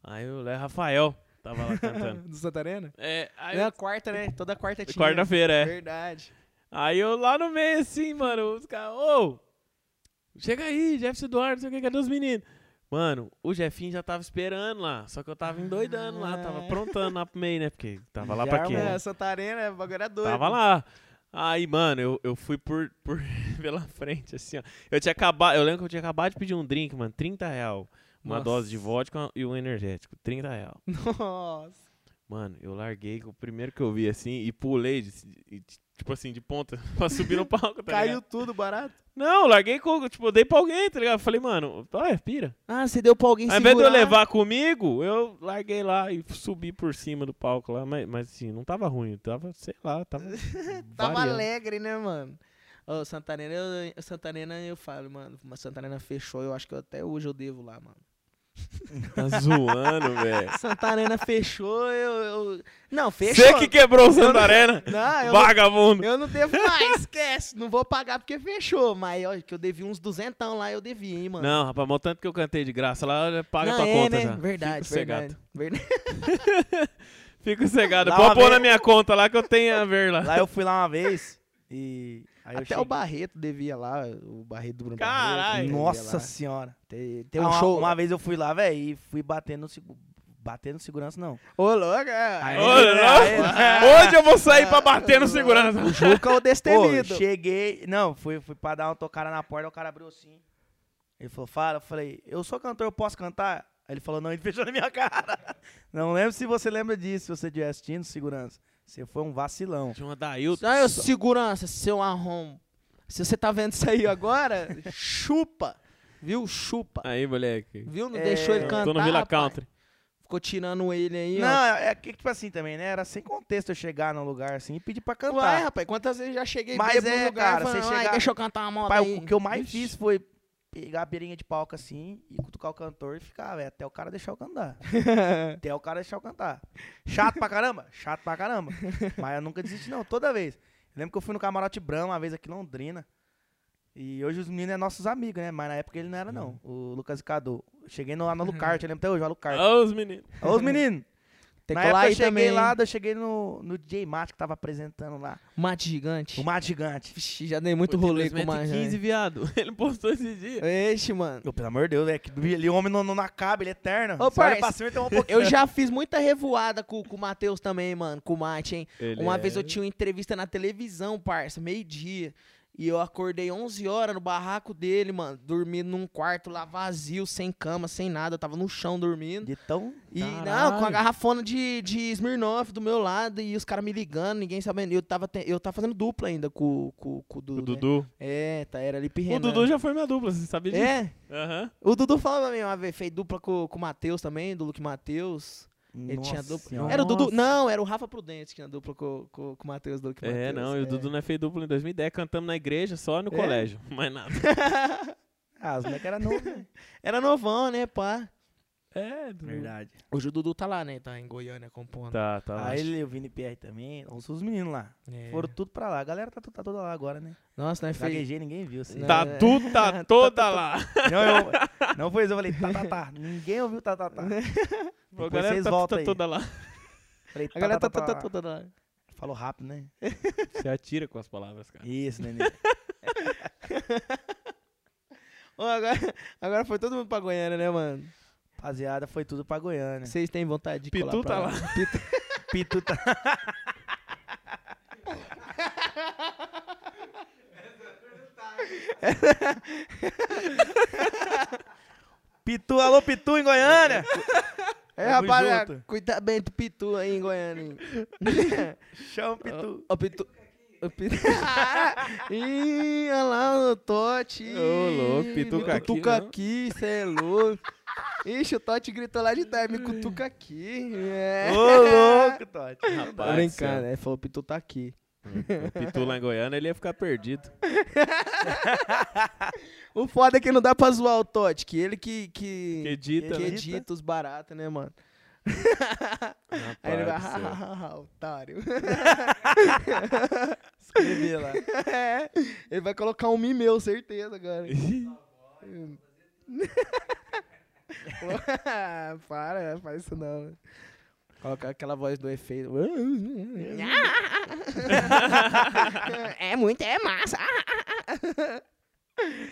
Speaker 3: Aí o Léo Rafael. Tava lá cantando.
Speaker 1: Do Santarena?
Speaker 3: É, aí,
Speaker 1: Não, quarta, né? Toda quarta tinha.
Speaker 3: quarta-feira, é.
Speaker 1: Verdade.
Speaker 3: Aí eu lá no meio assim, mano, os caras, ô, chega aí, Jefferson Eduardo, não sei o que, cadê os meninos? Mano, o Jefinho já tava esperando lá, só que eu tava endoidando lá, tava
Speaker 1: Ah.
Speaker 3: aprontando lá pro meio, né? Porque tava lá
Speaker 1: Já
Speaker 3: pra quê?
Speaker 1: arma
Speaker 3: né?
Speaker 1: é Santarena, é bagulho era doido.
Speaker 3: Tava lá. Aí, mano, eu, eu fui por, por pela frente, assim, ó. Eu tinha acabado, eu lembro que eu tinha acabado de pedir um drink, mano, 30 real. Uma
Speaker 1: Nossa.
Speaker 3: dose de vodka e um energético, 30 real.
Speaker 1: Nossa.
Speaker 3: Mano, eu larguei com o primeiro que eu vi, assim, e pulei, de- de- de- tipo assim, de ponta, pra subir no palco, tá ligado?
Speaker 1: Caiu tudo barato.
Speaker 3: Não, larguei com. Tipo, eu dei pra alguém, tá ligado? Falei, mano, olha, pira.
Speaker 1: Ah, você deu pra alguém
Speaker 3: Ao invés de eu levar comigo, eu larguei lá e subi por cima do palco lá. Mas, mas assim, não tava ruim, tava, sei lá, tava.
Speaker 1: Tava
Speaker 3: variando.
Speaker 1: alegre, né, mano? Ô, Santarena, eu, Santarena, eu falo, mano, mas Santarena fechou, eu acho que eu- até hoje eu devo lá, mano.
Speaker 3: Tá zoando, velho.
Speaker 1: Santarena fechou, eu, eu- Não, fechou.
Speaker 3: Você que quebrou o Santa Arena,
Speaker 1: Não, eu não,
Speaker 3: vagabundo.
Speaker 1: eu não devo mais, esquece. Não vou pagar porque fechou, mas ó, que eu devi uns duzentão lá, eu devi, hein, mano.
Speaker 3: Não, rapaz, mas o tanto que eu cantei de graça lá, olha, paga
Speaker 1: Não,
Speaker 3: tua
Speaker 1: é,
Speaker 3: conta
Speaker 1: né?
Speaker 3: já.
Speaker 1: Verdade,
Speaker 3: Fica
Speaker 1: verdade, verdade.
Speaker 3: Fica cegado.
Speaker 2: Lá
Speaker 3: Pode
Speaker 2: uma
Speaker 3: pôr na
Speaker 2: vez-
Speaker 3: minha conta lá que eu tenho a ver lá.
Speaker 2: Lá eu fui lá uma vez e. Aí eu
Speaker 1: Até o
Speaker 2: cheguei-
Speaker 1: Barreto devia lá, o Barreto do Bruno
Speaker 3: Caralho.
Speaker 1: Barreto. devia
Speaker 2: Nossa
Speaker 1: lá.
Speaker 2: senhora.
Speaker 1: Tem, tem um
Speaker 2: Ah, uma,
Speaker 1: show...
Speaker 2: Uma vez eu fui lá, velho, e fui batendo no segu- Batendo segurança, não.
Speaker 1: Ô, louco, é.
Speaker 2: Aí-
Speaker 3: Ô,
Speaker 2: é, é,
Speaker 3: louco, Hoje eu vou sair pra bater no segurança.
Speaker 1: O Juca é o
Speaker 2: Pô,
Speaker 1: destemido.
Speaker 2: cheguei. Não, fui, fui pra dar uma tocada na porta, o cara abriu assim. Ele falou, fala, eu falei, eu sou cantor, eu posso cantar? Aí ele falou, não, ele fechou na minha cara. Não lembro se você lembra disso, se você estiver assistindo, segurança. Você foi um vacilão.
Speaker 3: Tinha uma Dailton.
Speaker 1: Ah, eu, segurança, seu arrom. Se você tá vendo isso aí agora, chupa. Viu? Chupa.
Speaker 3: Aí, moleque.
Speaker 1: Viu? Não
Speaker 2: É,
Speaker 1: deixou ele
Speaker 2: eu
Speaker 1: cantar.
Speaker 3: Tô no Villa
Speaker 1: rapaz.
Speaker 3: Country.
Speaker 1: Ficou tirando ele aí, ó.
Speaker 2: Não, é que, tipo assim também, né? Era sem contexto eu chegar num lugar assim e pedir pra cantar.
Speaker 1: Vai, é, rapaz, quantas vezes eu já cheguei
Speaker 2: Mas
Speaker 1: bêbado
Speaker 2: é,
Speaker 1: num lugar,
Speaker 2: cara,
Speaker 1: falando,
Speaker 2: você
Speaker 1: "Ai,
Speaker 2: chegar-
Speaker 1: deixa eu cantar uma moda
Speaker 2: Pai,
Speaker 1: aí."
Speaker 2: o, o que eu mais
Speaker 1: Ixi.
Speaker 2: fiz foi pegar a beirinha de palco assim e cutucar o cantor e ficar, velho, até o cara deixar eu cantar. até o cara deixar eu cantar. Chato pra caramba? Chato pra caramba. Mas eu nunca desisti, não, toda vez. Eu lembro que eu fui no Camarote Brahma uma vez aqui em Londrina. E hoje os meninos é nossos amigos, né? Mas na época ele não era, não. O Lucas Cadu. Cheguei no, lá no Alucard, eu lembro até hoje, o Alucard.
Speaker 3: Ô, os meninos.
Speaker 2: Ô, os meninos.
Speaker 1: Tem
Speaker 2: na
Speaker 1: que
Speaker 2: época
Speaker 1: colar
Speaker 2: eu
Speaker 1: aí
Speaker 2: cheguei
Speaker 1: também.
Speaker 2: lá,
Speaker 1: hein?
Speaker 2: eu cheguei no, no DJ Mate que tava apresentando lá.
Speaker 1: Mate gigante.
Speaker 2: O Mate Gigante.
Speaker 1: Vixe, já dei muito
Speaker 3: Pô, tem
Speaker 1: rolê com né? o Mate.
Speaker 3: 2015, viado. Ele postou esse dia.
Speaker 1: Ixi, mano.
Speaker 2: Ô, pelo amor de Deus, velho. que Ele homem não, não acaba, ele é eterno.
Speaker 1: Ô,
Speaker 2: Você olha
Speaker 1: parça,
Speaker 2: pra cima, ele tem um pouquinho.
Speaker 1: Eu já fiz muita revoada com, com o Matheus também, mano, com o Mate, hein?
Speaker 3: Ele
Speaker 1: uma
Speaker 3: é-
Speaker 1: vez eu tinha uma entrevista na televisão, parça, meio-dia. E eu acordei 11 horas no barraco dele, mano, dormindo num quarto lá vazio, sem cama, sem nada. Eu tava no chão dormindo.
Speaker 2: De tão...
Speaker 1: E não, com a
Speaker 3: Caralho.
Speaker 1: garrafona de, de Smirnoff do meu lado e os caras me ligando, ninguém sabendo. E Eu tava, te- eu tava fazendo dupla ainda com, com, com o Dudu.
Speaker 3: O
Speaker 1: né?
Speaker 3: Dudu.
Speaker 1: É, tá, era Lipe
Speaker 3: O
Speaker 1: Renan.
Speaker 3: Dudu já foi minha dupla, você sabia disso?
Speaker 1: É,
Speaker 3: Aham.
Speaker 1: o Dudu falou pra mim uma vez, fez dupla com, com o Matheus também, do Luke Matheus. Ele tinha
Speaker 2: Nossa
Speaker 1: dupla.
Speaker 2: Senhora.
Speaker 1: Era o Dudu.
Speaker 3: Nossa.
Speaker 1: Não, era o Rafa Prudente que tinha dupla com, com, com o Matheus do Luke Matheus.
Speaker 3: É, não, e o Dudu não é feio duplo em 2010, cantamos na igreja, só no
Speaker 1: É?
Speaker 3: colégio, mais nada.
Speaker 2: Ah, os moleques eram novos.
Speaker 1: Era novão, né, pá?
Speaker 3: É, Dudu.
Speaker 2: Verdade.
Speaker 1: Hoje o Dudu tá lá, né? Tá em Goiânia compondo.
Speaker 3: Tá, tá. lá.
Speaker 2: Aí ele, o Vini Pierre também. Os, os meninos lá.
Speaker 1: É.
Speaker 2: Foram tudo pra lá. A galera tá, tu- tá toda lá agora, né?
Speaker 1: Nossa, nós fez.
Speaker 2: Gaguejei, ninguém viu. Assim.
Speaker 1: Não.
Speaker 3: Tá
Speaker 1: É.
Speaker 3: tu, tá toda lá.
Speaker 2: Não, eu, não foi isso. Eu falei, tá, tá, tá. Ninguém ouviu, tá, tá, tá.
Speaker 3: Pô, a
Speaker 2: Depois
Speaker 3: galera
Speaker 2: vocês
Speaker 3: tá,
Speaker 2: voltam
Speaker 3: tá
Speaker 2: aí.
Speaker 3: toda lá.
Speaker 2: Falei, tá,
Speaker 1: A galera tá, tá,
Speaker 2: tá.
Speaker 1: toda lá.
Speaker 2: Falou rápido, né?
Speaker 3: Você atira com as palavras, cara.
Speaker 2: Isso, né, neném.
Speaker 1: Ô, agora, agora foi todo mundo pra Goiânia, né, mano?
Speaker 2: Rapaziada, foi tudo pra Goiânia.
Speaker 1: Vocês têm vontade de
Speaker 3: Pitu
Speaker 1: colar pra
Speaker 3: tá
Speaker 1: Pitu-
Speaker 2: Pitu tá... Pitu, alô Pitu em Goiânia?
Speaker 1: É,
Speaker 2: Tamo
Speaker 1: rapaziada,
Speaker 2: junto.
Speaker 1: cuida bem do Pitu aí em Goiânia. hein?
Speaker 2: Chama o Pitu.
Speaker 1: Ó, Pitu. O Pitu. Ih, olha lá o Totti.
Speaker 3: Ô, louco, Pituca aqui, né?
Speaker 1: Pituca
Speaker 3: não.
Speaker 1: aqui, cê é louco. Ixi, o Totti gritou lá de trás, me cutuca aqui. É.
Speaker 2: Ô louco, Totti.
Speaker 1: Tô
Speaker 3: Rapaz,
Speaker 1: brincando, é, falou, o Pitu tá aqui.
Speaker 3: O Pitu lá em Goiânia, ele ia ficar perdido.
Speaker 1: O foda é que não dá pra zoar o Totti, que ele que, que,
Speaker 3: Que edita,
Speaker 1: que
Speaker 3: né?
Speaker 1: edita os baratos, né, mano?
Speaker 3: Rapaz,
Speaker 1: Aí ele vai, "Ah,
Speaker 3: do céu.
Speaker 1: hahaha, otário.
Speaker 2: Escrevi lá.
Speaker 1: É, ele vai colocar um mimeu, certeza, agora. Ah, Para, faz isso não. Coloca aquela voz do efeito. é muito, é massa.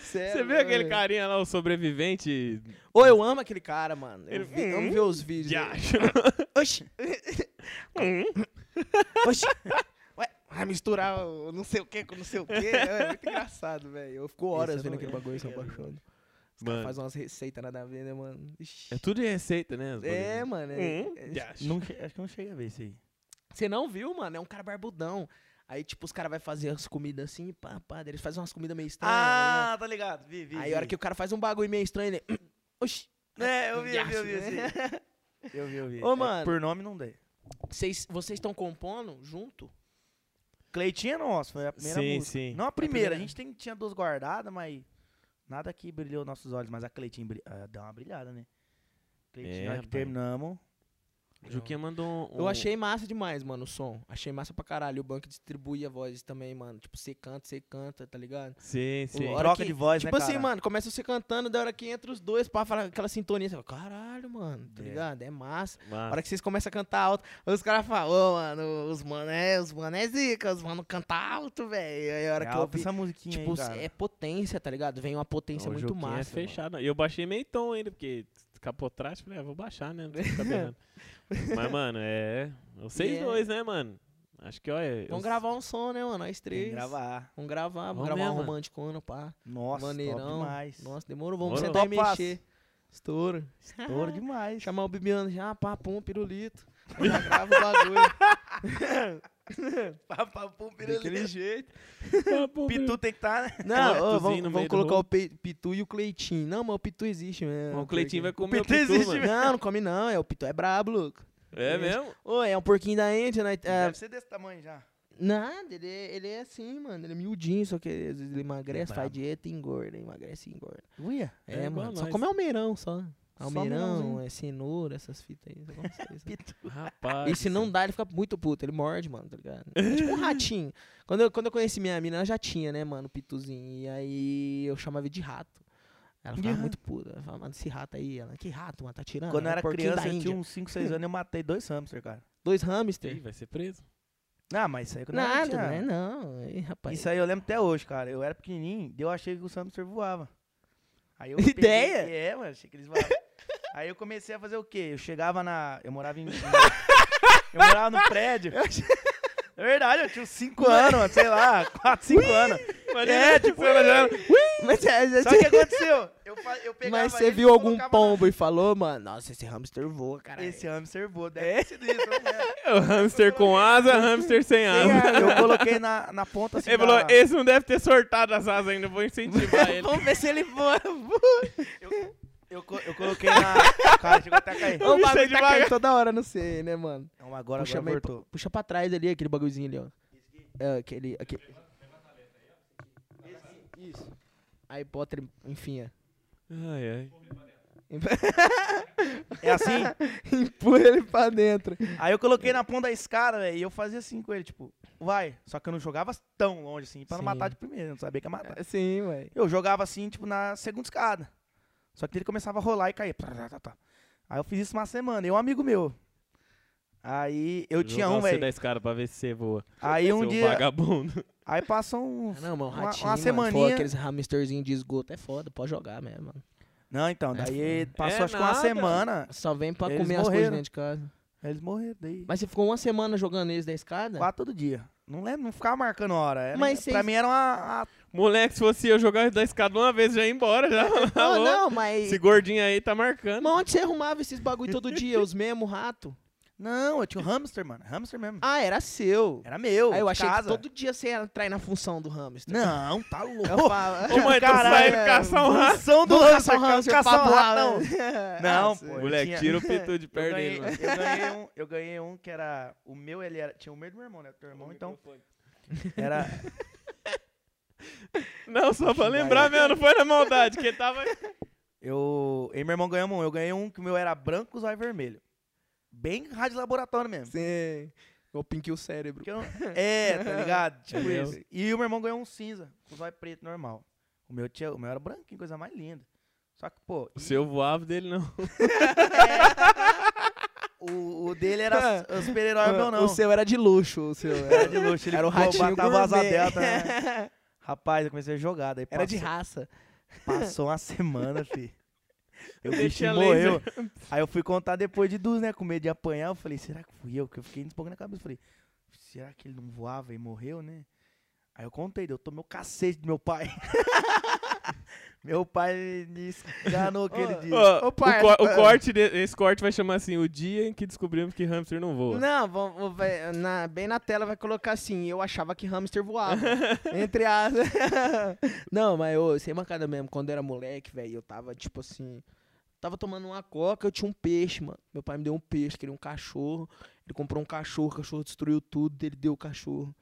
Speaker 3: Você viu aquele carinha lá, o sobrevivente?
Speaker 1: Ou eu amo aquele cara, mano. Eu vi,
Speaker 3: Hum?
Speaker 1: amo ver os vídeos.
Speaker 3: De
Speaker 1: dele.
Speaker 3: acho.
Speaker 1: Oxi. Oxi. Ué, vai misturar o não sei o que com não sei o que. É muito engraçado, velho. Eu fico horas
Speaker 3: Esse é eu
Speaker 1: vendo
Speaker 3: não-
Speaker 1: aquele bagulho só baixando. Os caras
Speaker 3: Mano.
Speaker 1: fazem umas receitas nada a ver, né, mano? Ixi.
Speaker 3: É tudo de receita, né? os
Speaker 1: É,
Speaker 3: bagulho.
Speaker 1: mano. é-
Speaker 3: Hum,
Speaker 1: é-
Speaker 3: de acho.
Speaker 2: Não che- acho que eu não cheguei a ver isso aí.
Speaker 1: Você não viu, mano? É um cara barbudão. Aí, tipo, os caras vão fazer as comidas assim, pá, pá. daí Eles fazem umas comidas meio estranhas. né?
Speaker 2: tá ligado. Vi, vi.
Speaker 1: Aí a hora que o cara faz um bagulho meio estranho, ele. Oxi.
Speaker 2: É, eu vi, eu vi, eu vi.
Speaker 1: Yes, né?
Speaker 2: esse aí. Eu vi, eu vi.
Speaker 1: Ô,
Speaker 2: É,
Speaker 1: mano.
Speaker 2: Por nome não dei.
Speaker 1: Vocês vocês estão compondo junto?
Speaker 2: Cleitinha nossa, foi a primeira
Speaker 3: Sim,
Speaker 2: música.
Speaker 3: sim.
Speaker 2: Não a primeira,
Speaker 1: É primeira.
Speaker 2: a gente tem, tinha duas guardadas, mas nada que brilhou nossos olhos, mas a Cleitinha bri- ah, deu uma brilhada, né? Cleitinha,
Speaker 3: É,
Speaker 2: na hora que
Speaker 3: rapaz.
Speaker 2: terminamos.
Speaker 3: Juquinha mandou um.
Speaker 1: Eu achei massa demais, mano, o som. Achei massa pra caralho. O banco distribui a voz também, mano. Tipo, você canta, você canta, tá ligado?
Speaker 3: Sim, sim.
Speaker 1: hora
Speaker 2: Troca
Speaker 1: que-
Speaker 2: de voz,
Speaker 1: tipo
Speaker 2: né,
Speaker 1: assim,
Speaker 2: cara?
Speaker 1: mano, começa você cantando, da hora que entra os dois pra falar aquela sintonia. Você fala, caralho, mano, tá
Speaker 2: É. Ah.
Speaker 1: ligado? É massa. A
Speaker 3: Massa.
Speaker 1: hora que vocês começam a cantar alto, os caras falam, ô, mano, os mano é, os mano é zica, os mano canta alto, velho. Aí a hora
Speaker 2: É
Speaker 1: que eu
Speaker 2: alta
Speaker 1: ouvi,
Speaker 2: essa musiquinha
Speaker 1: tipo,
Speaker 2: aí, cara.
Speaker 1: é potência, tá ligado? Vem uma potência
Speaker 3: Não, o
Speaker 1: muito
Speaker 3: Juquinha
Speaker 1: massa.
Speaker 3: É
Speaker 1: mano.
Speaker 3: fechado. E eu baixei meio tom ainda, porque capou atrás, falei, ah, vou baixar, né? Não sei ficar berrando. Mas, mano, é. Vocês
Speaker 1: É.
Speaker 3: dois, né, mano? Acho que, olha.
Speaker 1: Vamos
Speaker 3: eu-
Speaker 1: gravar um som, né, mano? Nós
Speaker 2: Tem
Speaker 1: três.
Speaker 2: que gravar.
Speaker 1: Vamos gravar, vamos
Speaker 3: Vamos
Speaker 1: gravar um
Speaker 3: mesmo, mano.
Speaker 1: romântico ano, pá.
Speaker 2: Nossa, top
Speaker 1: Maneirão.
Speaker 2: demais.
Speaker 1: Nossa, demorou, vamos
Speaker 3: Demorou.
Speaker 1: sentar e
Speaker 2: Top,
Speaker 1: mexer. Estouro.
Speaker 2: Touro demais.
Speaker 1: Chamar o Bibiano já, pá, pum, pirulito. Já grava o bagulho.
Speaker 2: Papapum,
Speaker 1: Daquele
Speaker 2: pirulito.
Speaker 1: jeito.
Speaker 3: Ah, pô,
Speaker 2: Pitu tem que
Speaker 1: tá,
Speaker 2: estar, né?
Speaker 1: Não,
Speaker 3: Cortozinho
Speaker 1: ô,
Speaker 3: no
Speaker 1: vamos,
Speaker 3: meio
Speaker 1: vamos
Speaker 3: do
Speaker 1: colocar
Speaker 3: rolo.
Speaker 1: o Pe- Pitu e o Cleitinho. Não, mas o Pitu existe mesmo.
Speaker 3: o Cleitinho vai comer o
Speaker 2: Pitu
Speaker 3: Pitu,
Speaker 2: existe
Speaker 3: mano.
Speaker 1: Não, não come não, é o Pitu é brabo, louco.
Speaker 3: É mesmo?
Speaker 1: Ô, é um porquinho da Índia, né? É,
Speaker 2: Deve ser desse tamanho já.
Speaker 1: nada, ele, é- ele é assim, mano. Ele é miudinho, só que às vezes ele emagrece,
Speaker 2: É brabo.
Speaker 1: faz dieta e engorda, emagrece e engorda.
Speaker 2: Uia.
Speaker 1: É,
Speaker 3: É igual
Speaker 1: mano, só
Speaker 3: nós.
Speaker 1: come almeirão, só.
Speaker 2: Só
Speaker 1: Almeirão,
Speaker 2: almeirãozinho.
Speaker 1: é cenoura, essas fitas aí. só come isso aí, só.
Speaker 2: Pitu.
Speaker 3: Rapaz.
Speaker 1: E se não dá, ele fica muito puto, ele morde, mano, tá ligado? É tipo um ratinho. Quando eu, quando eu conheci minha mina, ela já tinha, né, mano, o pituzinho. E aí eu chamava ele de rato. Ela ficava
Speaker 2: Uhum.
Speaker 1: muito puta. Ela falava, mano, esse rato aí, ela, que rato, mano, tá tirando?
Speaker 2: Quando
Speaker 1: É um
Speaker 2: eu era
Speaker 1: porquinho da
Speaker 2: criança, eu tinha
Speaker 1: Índia."
Speaker 2: uns 5, 6 anos, eu matei dois hamsters, cara.
Speaker 1: Dois
Speaker 3: Ih,
Speaker 1: hamster.
Speaker 3: vai ser preso.
Speaker 2: Ah, mas isso aí quando eu era
Speaker 1: Nada,
Speaker 2: tinha...
Speaker 1: né? Não, Ih, rapaz.
Speaker 2: Isso aí eu lembro até hoje, cara. Eu era pequenininho e eu achei que o hamster voava. Aí eu
Speaker 1: Ideia?
Speaker 2: peguei- É, mano, achei que eles voavam. aí eu comecei a fazer o quê? Eu chegava na... Eu morava em... eu morava no prédio. É verdade, eu tinha uns 5 anos, mano, sei lá, 4, 5 anos. É, tipo, eu olhando.
Speaker 1: Mas, é-
Speaker 2: Só que o que aconteceu? Eu, fa- eu pegava
Speaker 1: mas
Speaker 2: ele
Speaker 1: você
Speaker 2: e
Speaker 1: viu algum
Speaker 2: colocava na-
Speaker 1: pombo e falou, mano, nossa, esse hamster voa, caralho.
Speaker 2: Esse hamster voou, deve ter sido isso, vamos ver.
Speaker 3: É o hamster com asa, hamster sem asa.
Speaker 2: Eu coloquei na, na ponta assim.
Speaker 3: Ele falou,
Speaker 2: da-
Speaker 3: esse não deve ter sortado as asas ainda, vou incentivar ele.
Speaker 1: Vamos ver se ele voa.
Speaker 2: eu, co- eu coloquei na. Cara, chegou até a cair.
Speaker 1: o
Speaker 3: vi isso aí
Speaker 1: bagulho tá
Speaker 3: devagar.
Speaker 1: caindo toda hora, não sei, né, mano?
Speaker 2: Então agora,
Speaker 1: puxa,
Speaker 2: agora
Speaker 1: meio-
Speaker 2: voltou.
Speaker 1: puxa pra trás ali, aquele bagulhozinho ali, ó. É, aquele. aquele... Isso. Aí bota, ele- enfim, é. ó.
Speaker 3: Ai, ai.
Speaker 2: É assim?
Speaker 1: Empurra ele pra dentro.
Speaker 2: Aí eu coloquei na ponta da escada, velho, e eu fazia assim com ele, tipo, vai. Só que eu não jogava tão longe assim, pra não
Speaker 1: Sim. É, assim.
Speaker 2: matar de primeira, eu não sabia que ia matar.
Speaker 1: Sim, ué.
Speaker 2: Eu jogava assim, tipo, na segunda escada. Só que ele começava a rolar e cair. Tá, tá, tá, tá. Aí eu fiz isso uma semana, e um amigo meu. Aí eu tinha um,
Speaker 3: Você
Speaker 2: velho.
Speaker 3: dá esse cara pra ver se você voa.
Speaker 2: Aí um
Speaker 3: Seu
Speaker 2: dia.
Speaker 3: vagabundo.
Speaker 2: Aí passam uns.
Speaker 1: Ah, não, mano,
Speaker 2: uma-
Speaker 1: um ratinho.
Speaker 2: uma
Speaker 1: mano.
Speaker 2: semaninha.
Speaker 1: Pô, aqueles hamsterzinhos de esgoto é foda, pode jogar mesmo, mano.
Speaker 2: Não, então, daí passou
Speaker 3: É
Speaker 2: acho que uma
Speaker 3: nada.
Speaker 2: semana.
Speaker 1: Só vem pra
Speaker 2: Eles
Speaker 1: comer as coisas
Speaker 2: morreram.
Speaker 1: dentro de casa.
Speaker 2: Eles morreram daí.
Speaker 1: Mas você ficou uma semana jogando eles da escada?
Speaker 2: Quase todo dia. Não lembro, não ficava marcando hora. Era,
Speaker 1: Mas
Speaker 2: pra
Speaker 1: vocês-
Speaker 2: mim era uma. a-
Speaker 3: Moleque, se fosse eu jogar da escada uma vez, já ia embora, já.
Speaker 1: Ah, Não,
Speaker 3: Alô?
Speaker 1: não, mas.
Speaker 3: Esse gordinho aí tá marcando.
Speaker 1: Mas onde você arrumava esses bagulho todo dia? Os mesmos rato?
Speaker 2: Não, eu tinha um hamster, mano. Hamster mesmo.
Speaker 1: Ah, era seu.
Speaker 2: Era meu.
Speaker 1: Aí Ah, eu
Speaker 2: de
Speaker 1: achei
Speaker 2: casa.
Speaker 1: que todo dia você ia entrar na função do hamster.
Speaker 2: Não, tá louco.
Speaker 1: Eu falo.
Speaker 3: Ô, mãe, tu
Speaker 2: Caralho,
Speaker 3: saiu
Speaker 1: é.
Speaker 3: caçar um rato.
Speaker 2: Função do hamster, caçar um rato,
Speaker 1: não.
Speaker 2: não.
Speaker 1: Ah,
Speaker 2: Não, pô. Eu
Speaker 3: Moleque,
Speaker 2: tinha-
Speaker 3: tira o pitu de
Speaker 2: Eu
Speaker 3: perto
Speaker 2: ganhei,
Speaker 3: dele, mano.
Speaker 2: eu, ganhei um, eu ganhei um que era. O meu, ele era. Tinha o meu e do meu irmão, né? O teu irmão, então. Era.
Speaker 3: Não, só pra lembrar mesmo, não foi na maldade, que tava...
Speaker 2: Eu. Eu e meu irmão ganhamos um. Eu ganhei um que o meu era branco, zóio vermelho. Bem rádio laboratório mesmo.
Speaker 1: Sim. Eu pinquei o cérebro.
Speaker 2: Porque eu- é, tá ligado? Tipo
Speaker 3: É
Speaker 2: isso. E o meu irmão ganhou um cinza, com zóio preto normal. O meu, tinha, o meu era branquinho, coisa mais linda. Só que, pô,
Speaker 3: O seu voava dele, não.
Speaker 2: o, o dele era os super-herói, o meu não.
Speaker 1: Ah, O seu era de luxo, o seu. Era,
Speaker 2: de luxo, ele
Speaker 1: era o ratinho
Speaker 2: matava asa
Speaker 1: gourmet.
Speaker 2: delta, né? Rapaz, eu comecei a jogar, daí
Speaker 1: Era de
Speaker 2: passou-
Speaker 1: raça.
Speaker 2: Passou uma semana, fi. O
Speaker 3: Eu
Speaker 2: bicho
Speaker 3: deixei a
Speaker 2: morreu.
Speaker 1: né?
Speaker 2: Aí eu fui contar depois de duas, né? Com medo de apanhar. Eu falei, será que fui eu? Porque eu fiquei um pouco na cabeça. Eu falei, será que ele não voava e morreu, né? Aí eu contei, eu tomei o cacete do meu pai. meu pai me esganou aquele dia.
Speaker 3: Ó,
Speaker 1: Ô,
Speaker 3: o,
Speaker 1: pai,
Speaker 3: co- o
Speaker 1: ah.
Speaker 3: corte, de- esse corte vai chamar assim, o dia em que descobrimos que hamster não voa.
Speaker 1: Não, vamos- vamos- vai- na- bem na tela vai colocar assim, eu achava que hamster voava. entre as. Não, mas eu, sem mancada mesmo, quando eu era moleque, velho, eu tava tipo assim. Tava tomando uma coca, eu tinha um peixe, mano. Meu pai me deu um peixe, queria um cachorro. Ele comprou um cachorro, o cachorro destruiu tudo, ele deu o cachorro.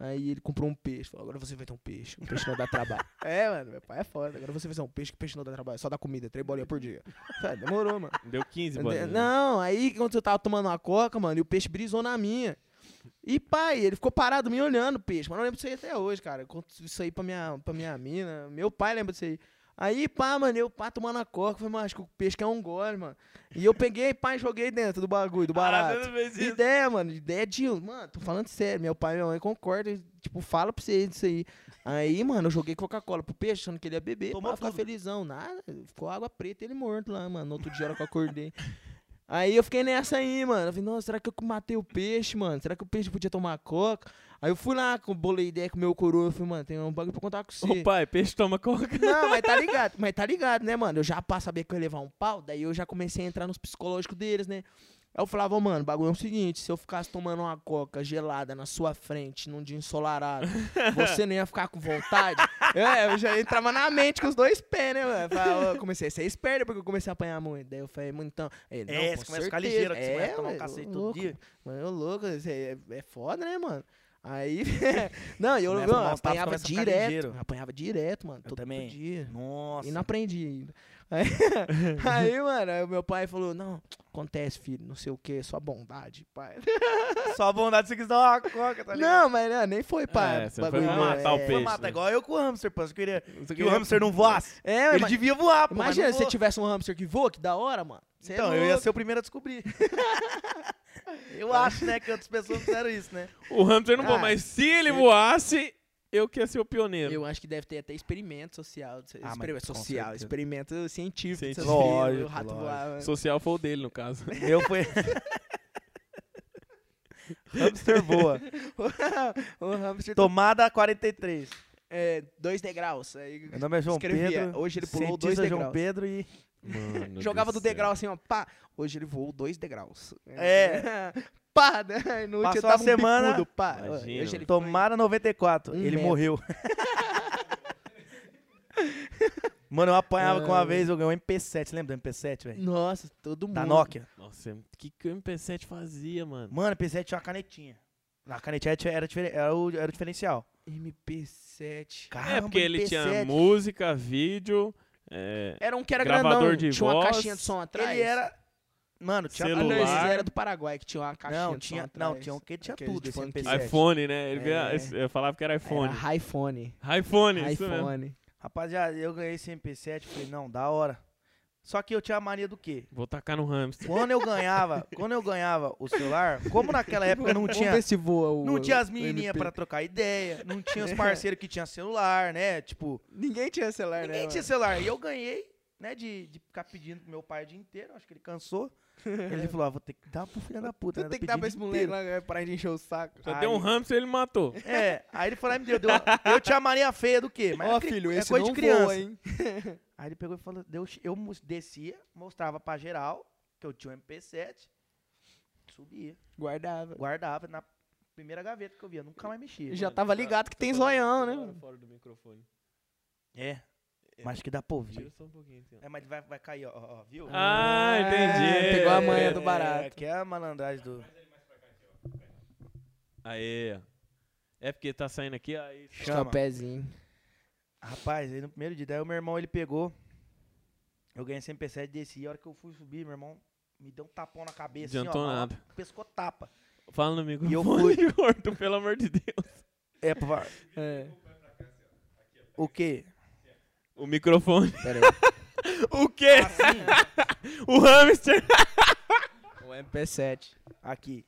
Speaker 1: Aí ele comprou um peixe, falou, agora você vai ter um peixe, um peixe não dá trabalho. é, mano, meu pai é foda, agora você vai ser um peixe, que peixe não dá trabalho, só dá comida, três bolinhas por dia. Sabe, demorou, mano.
Speaker 3: Deu 15
Speaker 1: Ente-
Speaker 3: bolinhas.
Speaker 1: Não, aí quando eu tava tomando uma coca, mano, e o peixe brisou na minha. E pai, ele ficou parado me olhando, o peixe. Mas eu lembro disso aí até hoje, cara. Eu conto isso aí pra minha, pra minha mina. Meu pai lembra disso aí. Aí, pá, mano, eu pá tomando a coca. Falei, mano, acho que o peixe quer um gole, mano. E eu peguei, pá, e joguei dentro do bagulho, do barato.
Speaker 3: Ah, você não fez isso.
Speaker 1: ideia, mano, ideia de. Mano, tô falando sério. Meu pai e minha mãe concordam. e, Tipo, fala pra vocês disso aí. Aí, mano, eu joguei Coca-Cola pro peixe, achando que ele ia beber.
Speaker 2: Tomou
Speaker 1: Pra ficar
Speaker 2: tudo.
Speaker 1: felizão. Nada, ficou água preta e ele morto lá, mano. No outro dia, a hora que eu acordei. Aí eu fiquei nessa aí, mano. Eu falei, nossa, será que eu matei o peixe, mano? Será que o peixe podia tomar coca? Aí eu fui lá, co- bolei ideia com o meu coroa. Eu falei, mano, tem um bagulho pra contar com você.
Speaker 3: Ô pai, peixe toma coca.
Speaker 1: Não, mas tá ligado, mas tá ligado, né, mano? Eu já pá, sabia que eu ia levar um pau, daí eu já comecei a entrar nos psicológicos deles, né? Aí eu falava, "Ô, mano, o bagulho é o seguinte, se eu ficasse tomando uma coca gelada na sua frente num dia ensolarado, você não ia ficar com vontade? é, eu já entrava na mente com os dois pés, né, mano? Eu falava, "Ô, Eu comecei a ser esperto porque eu comecei a apanhar muito. Daí eu falei, mano, então... Ele, não,
Speaker 2: É,
Speaker 1: com
Speaker 2: você começa a ficar
Speaker 1: certeza.
Speaker 2: ligeiro, que você começa a tomar um
Speaker 1: ué,
Speaker 2: cacete
Speaker 1: ô,
Speaker 2: todo
Speaker 1: louco,
Speaker 2: dia.
Speaker 1: Mano, ô, louco, isso é, é foda, né, mano? Aí, não, eu, mano,
Speaker 2: Começa a tomar uns tapas,
Speaker 1: apanhava
Speaker 2: começa a ficar
Speaker 1: direto,
Speaker 2: ligeiro.
Speaker 1: apanhava direto, mano, todo
Speaker 2: também.
Speaker 1: dia.
Speaker 2: Nossa.
Speaker 1: E não aprendi ainda. Aí, aí, mano, aí o meu pai falou, não, acontece, filho, não sei o que, sua bondade, pai.
Speaker 2: Só a bondade se você quis dar uma coca, tá ligado?
Speaker 1: não, mas né, nem foi, pai.
Speaker 3: É, você
Speaker 1: bagulho
Speaker 3: foi
Speaker 1: meu,
Speaker 3: matar o
Speaker 1: é.
Speaker 2: Foi
Speaker 3: peixe,
Speaker 2: mata,
Speaker 3: né?
Speaker 2: igual eu com o hamster, pô. Eu queria
Speaker 3: Você
Speaker 2: que
Speaker 3: queria-
Speaker 2: o hamster não voasse.
Speaker 1: É,
Speaker 2: Ele
Speaker 1: mas-
Speaker 2: devia voar, pô. mas tipo,
Speaker 1: imagina
Speaker 2: não
Speaker 1: se
Speaker 2: voa.
Speaker 1: você tivesse um hamster que voa, que da hora, mano. Cê é
Speaker 2: Então, eu ia
Speaker 1: louco.
Speaker 2: ser o primeiro a descobrir. eu acho, né, que outras pessoas fizeram isso, né?
Speaker 3: O hamster não voa,
Speaker 1: Ah,
Speaker 3: mas se ele voasse, eu que ia ser o pioneiro.
Speaker 1: Eu acho que deve ter até experimento social.
Speaker 2: Ah, mas
Speaker 1: experimento
Speaker 2: com
Speaker 1: social,
Speaker 2: certeza.
Speaker 1: experimento científico.
Speaker 3: Científico.
Speaker 1: essas filas,
Speaker 2: Lógico,
Speaker 1: o rato
Speaker 2: lógico.
Speaker 1: voava.
Speaker 3: Social foi o dele, no caso.
Speaker 2: Eu fui. Hamster boa.
Speaker 1: o hamster
Speaker 2: Tomada 43.
Speaker 1: é, dois degraus. Aí,
Speaker 2: Meu nome é João
Speaker 1: Escrevia.
Speaker 2: Pedro.
Speaker 1: Hoje ele pulou dois
Speaker 2: cientista João
Speaker 1: degraus.
Speaker 2: Pedro e.
Speaker 3: Mano
Speaker 1: Jogava do
Speaker 3: céu.
Speaker 1: degrau assim, ó, pá. Hoje ele voou dois degraus.
Speaker 2: É.
Speaker 1: pá, né? No último
Speaker 2: Passou
Speaker 1: tava
Speaker 2: a semana.
Speaker 1: um bicudo, pá.
Speaker 3: Imagina.
Speaker 1: Hoje ele
Speaker 2: Tomada 94.
Speaker 1: Um
Speaker 2: ele
Speaker 1: metro.
Speaker 2: morreu. Mano, eu apanhava
Speaker 1: Ai.
Speaker 2: com uma vez, eu ganhei um MP7. Lembra do MP7,
Speaker 1: foi-
Speaker 2: velho?
Speaker 1: Nossa, todo mundo.
Speaker 2: Da Tá Nokia.
Speaker 3: Nossa, o que, que o MP7 fazia, mano?
Speaker 2: Mano, MP7 tinha uma canetinha. A canetinha era, difer- era, o, era o diferencial.
Speaker 1: MP7.
Speaker 2: Caramba, um
Speaker 3: É, porque ele tinha
Speaker 2: MP7.
Speaker 3: música, vídeo. É...
Speaker 1: Era um que era
Speaker 3: Gravador
Speaker 1: grandão.
Speaker 3: de
Speaker 1: tinha uma
Speaker 3: voz.
Speaker 1: caixinha de som atrás.
Speaker 2: Ele era. Mano, tinha
Speaker 1: Ah, não,
Speaker 3: Celular.
Speaker 1: esse era do Paraguai, que tinha uma caixinha
Speaker 2: Não,
Speaker 1: de som
Speaker 2: tinha-
Speaker 1: atrás.
Speaker 2: não, tinha um que tinha
Speaker 1: Aquele
Speaker 2: tudo,
Speaker 1: de
Speaker 2: esse
Speaker 1: funk.
Speaker 2: MP7.
Speaker 3: iPhone, né? Ele
Speaker 1: É.
Speaker 3: via- Eu falava que era iPhone.
Speaker 1: Era iPhone.
Speaker 3: iPhone, isso mesmo.
Speaker 1: iPhone.
Speaker 2: Rapaziada, eu ganhei esse MP7, falei, não, da hora. Só que eu tinha a mania do quê?
Speaker 3: Vou tacar no hamster.
Speaker 2: Quando eu ganhava, quando eu ganhava o celular, como naquela época não
Speaker 1: Vamos ver
Speaker 2: tinha,
Speaker 1: se voa o.
Speaker 2: não tinha as
Speaker 1: o
Speaker 2: menininhas
Speaker 1: MP.
Speaker 2: pra trocar ideia, não tinha os parceiros que tinham celular, né? Tipo,
Speaker 1: Ninguém tinha celular, né?
Speaker 2: ninguém
Speaker 1: mano?
Speaker 2: tinha celular. E eu ganhei, né, de, de ficar pedindo pro meu pai o dia inteiro, acho que ele cansou. Ele falou, ah, vou ter que dar pro filho da puta.
Speaker 1: Tu
Speaker 2: né,
Speaker 1: tem que
Speaker 2: pedi
Speaker 1: dar
Speaker 2: o
Speaker 1: pra
Speaker 2: dia
Speaker 1: esse moleque
Speaker 2: inteiro.
Speaker 1: lá né, parar de encher o saco.
Speaker 3: Já
Speaker 2: Aí-
Speaker 3: deu um hamster, ele matou.
Speaker 2: É, aí ele foi lá e me deu. deu eu tinha a mania feia do quê? Mas
Speaker 1: Ó,
Speaker 2: é cri-
Speaker 1: filho,
Speaker 2: é
Speaker 1: esse
Speaker 2: coisa
Speaker 1: não
Speaker 2: de criança.
Speaker 1: voa, hein?
Speaker 2: Aí ele pegou e falou, deu, eu mos- descia, mostrava pra geral que eu tinha um MP7, subia,
Speaker 1: Guardava.
Speaker 2: guardava na primeira gaveta que eu via, nunca mais mexia.
Speaker 1: Já tava ligado que tem zoião, né? mano?
Speaker 3: Fora do microfone.
Speaker 2: É, mas acho que dá pra ouvir.
Speaker 3: só um pouquinho. Assim,
Speaker 2: É, mas vai, vai cair, ó, ó, ó, viu?
Speaker 3: Ah, entendi.
Speaker 1: pegou a manha do
Speaker 2: É,
Speaker 1: barato.
Speaker 2: que é a malandragem do...
Speaker 3: Aê. É porque tá saindo aqui, aí...
Speaker 1: assim,
Speaker 2: Chama.
Speaker 1: pezinho.
Speaker 2: Rapaz, aí no primeiro dia, daí o meu irmão, ele pegou, eu ganhei esse MP7, desci, e a hora que eu fui subir, meu irmão me deu um tapão na cabeça,
Speaker 3: Adiantou
Speaker 2: assim, ó,
Speaker 3: nada.
Speaker 2: pescou tapa.
Speaker 3: Fala no microfone,
Speaker 2: E eu fui.
Speaker 3: Gordo, pelo amor de Deus.
Speaker 2: É, pra...
Speaker 1: É.
Speaker 2: o quê?
Speaker 3: O microfone.
Speaker 1: Pera
Speaker 2: Assim,
Speaker 3: O quê? O hamster.
Speaker 1: aí.
Speaker 2: Um
Speaker 1: MP7.
Speaker 2: Aqui.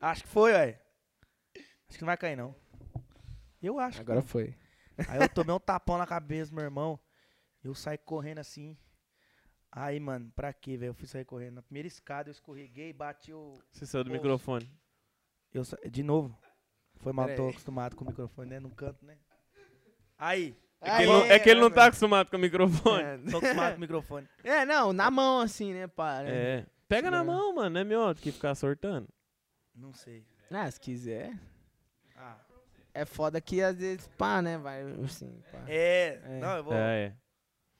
Speaker 2: acho que foi, velho. Acho que não vai cair, não. Eu acho. que
Speaker 1: Agora foi.
Speaker 2: Aí eu tomei um tapão na cabeça do meu irmão. Eu saí correndo assim. Aí, mano, pra quê, velho? Eu fui sair correndo. Na primeira escada eu escorreguei, bati o.
Speaker 3: Você saiu do
Speaker 2: Poxa.
Speaker 3: microfone.
Speaker 2: Eu sa- De novo. Foi mal,
Speaker 1: Pera
Speaker 2: tô
Speaker 1: aí.
Speaker 2: acostumado com o microfone, né? Num canto, né? Aí.
Speaker 3: É que, ele
Speaker 1: Ah,
Speaker 3: não, é que ele não tá acostumado com o microfone.
Speaker 2: Tô acostumado com o microfone.
Speaker 1: É, não, na mão assim, né, pá? né?
Speaker 3: É. Pega na
Speaker 1: Senão-
Speaker 3: mão, mano, né, meu? Do que ficar sortando.
Speaker 2: Não sei.
Speaker 1: Ah, se quiser.
Speaker 2: Ah.
Speaker 1: É foda que às vezes, pá, né, vai assim, pá.
Speaker 2: É.
Speaker 1: É.
Speaker 2: Não, eu vou.
Speaker 3: É, é.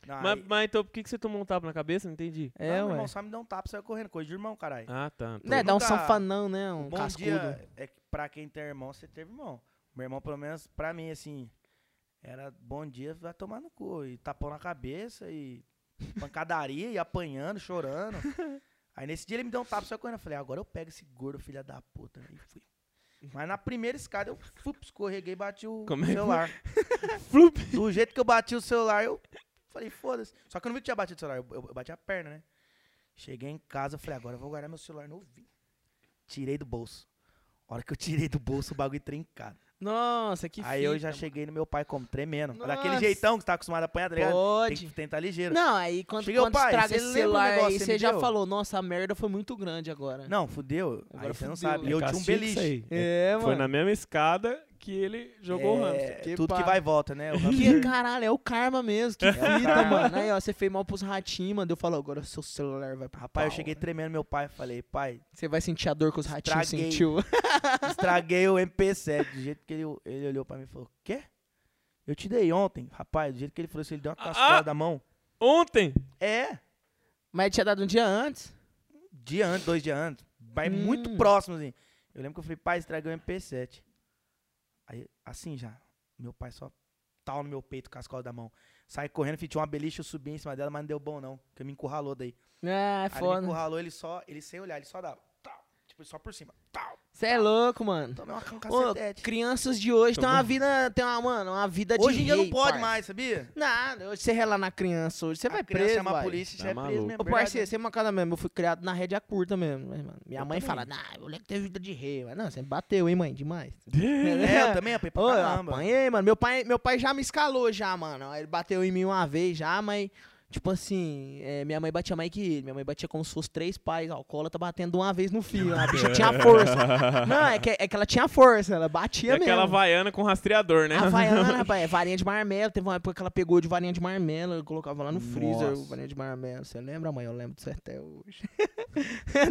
Speaker 2: Não,
Speaker 3: Mas,
Speaker 2: aí-
Speaker 3: mas então por que, que você tomou um tapa na cabeça? Não entendi.
Speaker 2: não,
Speaker 1: É,
Speaker 2: meu
Speaker 1: ué.
Speaker 2: irmão, só me dá um tapa, saiu correndo. Coisa de irmão, caralho.
Speaker 3: Ah, tá. Então-
Speaker 1: né, dá um
Speaker 2: nunca-
Speaker 1: sanfanão, né, um
Speaker 2: bom
Speaker 1: cascudo.
Speaker 2: dia é que pra quem tem irmão, você teve irmão. Meu irmão, pelo menos pra mim, assim, era bom dia, vai tomar no cu. E tapão na cabeça, e pancadaria, e apanhando, chorando. Aí nesse dia ele me deu um tapa, só correndo. Eu falei, agora eu pego esse gordo, filha da puta. E fui. Mas na primeira escada eu fup, escorreguei e bati o
Speaker 3: Como é que-
Speaker 2: celular.
Speaker 3: Flup.
Speaker 2: Do jeito que eu bati o celular, eu falei, foda-se. Só que eu não vi que tinha batido o celular, eu, eu- eu bati a perna, né? Cheguei em casa, falei, agora eu vou guardar meu celular novinho. Tirei do bolso. A hora que eu tirei do bolso, o bagulho trincado.
Speaker 1: Nossa, que
Speaker 2: Aí eu
Speaker 1: fita,
Speaker 2: já
Speaker 1: mano.
Speaker 2: cheguei no meu pai como tremendo.
Speaker 1: Nossa.
Speaker 2: Daquele jeitão que você tá acostumado a apanhar, tá ligado? Tem
Speaker 1: Pode.
Speaker 2: que tentar ligeiro.
Speaker 1: Não, aí quando,
Speaker 2: Cheguei, ô,
Speaker 1: quando
Speaker 2: pai,
Speaker 1: estraga
Speaker 2: você
Speaker 1: esse
Speaker 2: lembra o
Speaker 1: celular
Speaker 2: negócio
Speaker 1: aí,
Speaker 2: que você
Speaker 1: você
Speaker 2: me
Speaker 1: já
Speaker 2: deu?
Speaker 1: falou, nossa, a merda foi muito grande agora.
Speaker 2: Não, fudeu.
Speaker 1: Agora
Speaker 2: aí você não
Speaker 1: fudeu.
Speaker 2: sabe. E
Speaker 1: É
Speaker 2: eu tinha um
Speaker 3: castigo isso
Speaker 2: beliche.
Speaker 3: aí.
Speaker 1: É,
Speaker 3: Foi na mesma escada que ele jogou o hamster.
Speaker 2: É,
Speaker 1: que
Speaker 2: tudo que
Speaker 1: pá.
Speaker 2: vai e volta, né? O
Speaker 1: Que caralho, é o karma mesmo, que
Speaker 2: o
Speaker 1: fita,
Speaker 2: karma.
Speaker 1: mano. Aí, ó, você fez mal pros ratinhos, mano. Eu falo, agora seu celular vai pro
Speaker 2: Rapaz, eu
Speaker 1: pau,
Speaker 2: cheguei
Speaker 1: né?
Speaker 2: tremendo meu pai. Falei, pai,
Speaker 1: Você vai sentir a dor que os ratinhos
Speaker 2: Estraguei.
Speaker 1: sentiu.
Speaker 2: Estraguei o MP7, do jeito que ele, ele olhou pra mim e falou, quê? Eu te dei ontem, rapaz, do jeito que ele falou assim, ele deu uma
Speaker 3: Ah!
Speaker 2: cascada da mão.
Speaker 3: Ontem?
Speaker 2: É,
Speaker 1: Mas tinha dado um dia antes.
Speaker 2: dia antes, dois dias antes, mas
Speaker 1: Hum.
Speaker 2: muito próximo, assim. Eu lembro que eu falei, pai, estraguei o MP7. Aí, assim já, meu pai só tal no meu peito com a escola da mão. Saí correndo, fiz tinha uma beliche, eu subi em cima dela, mas não deu bom não, porque me encurralou daí.
Speaker 1: Ah, é
Speaker 2: Aí ele me
Speaker 1: foda.
Speaker 2: encurralou, ele só, ele sem olhar, ele só dava, tal, tipo, só por cima, tal.
Speaker 1: Você é louco, mano.
Speaker 2: Tomei uma
Speaker 1: Ô,
Speaker 2: cacetete.
Speaker 1: crianças de hoje tem uma vida, tem uma, mano, uma vida de
Speaker 2: Hoje em dia não
Speaker 1: rei,
Speaker 2: pode
Speaker 1: parça.
Speaker 2: mais, sabia?
Speaker 1: Nada, hoje você rela na criança, hoje você
Speaker 2: A
Speaker 1: vai
Speaker 2: criança
Speaker 1: preso,
Speaker 2: chama a
Speaker 1: vai.
Speaker 2: polícia,
Speaker 3: Tá
Speaker 2: já é preso
Speaker 3: maluco.
Speaker 2: mesmo.
Speaker 1: Ô, parceiro, você é uma cara mesmo, eu fui criado na rédea curta mesmo, né, mano. Minha
Speaker 2: Eu
Speaker 1: mãe
Speaker 2: também.
Speaker 1: fala, nah, o moleque teve vida de rei, mas não, você bateu, hein, mãe, demais.
Speaker 2: É, eu também apanhei pra
Speaker 1: Ô, eu
Speaker 2: caramba.
Speaker 1: apanhei, mano. Meu pai, meu pai já me escalou já, mano. Ele bateu em mim uma vez já, mas, tipo assim, é, minha mãe batia mais que ele. Minha mãe batia como se fosse três pais. A alcoólatra batendo uma vez no filho. A bicha tinha força. Não, é que, é que ela tinha força, ela
Speaker 3: É
Speaker 1: batia mesmo.
Speaker 3: aquela vaiana com rastreador, né?
Speaker 1: Havaiana, rapaz, é varinha de marmelo. Teve uma época que ela pegou de varinha de marmelo, eu colocava lá no freezer,
Speaker 2: Nossa.
Speaker 1: varinha de marmelo. Você lembra, mãe? Eu lembro disso até hoje.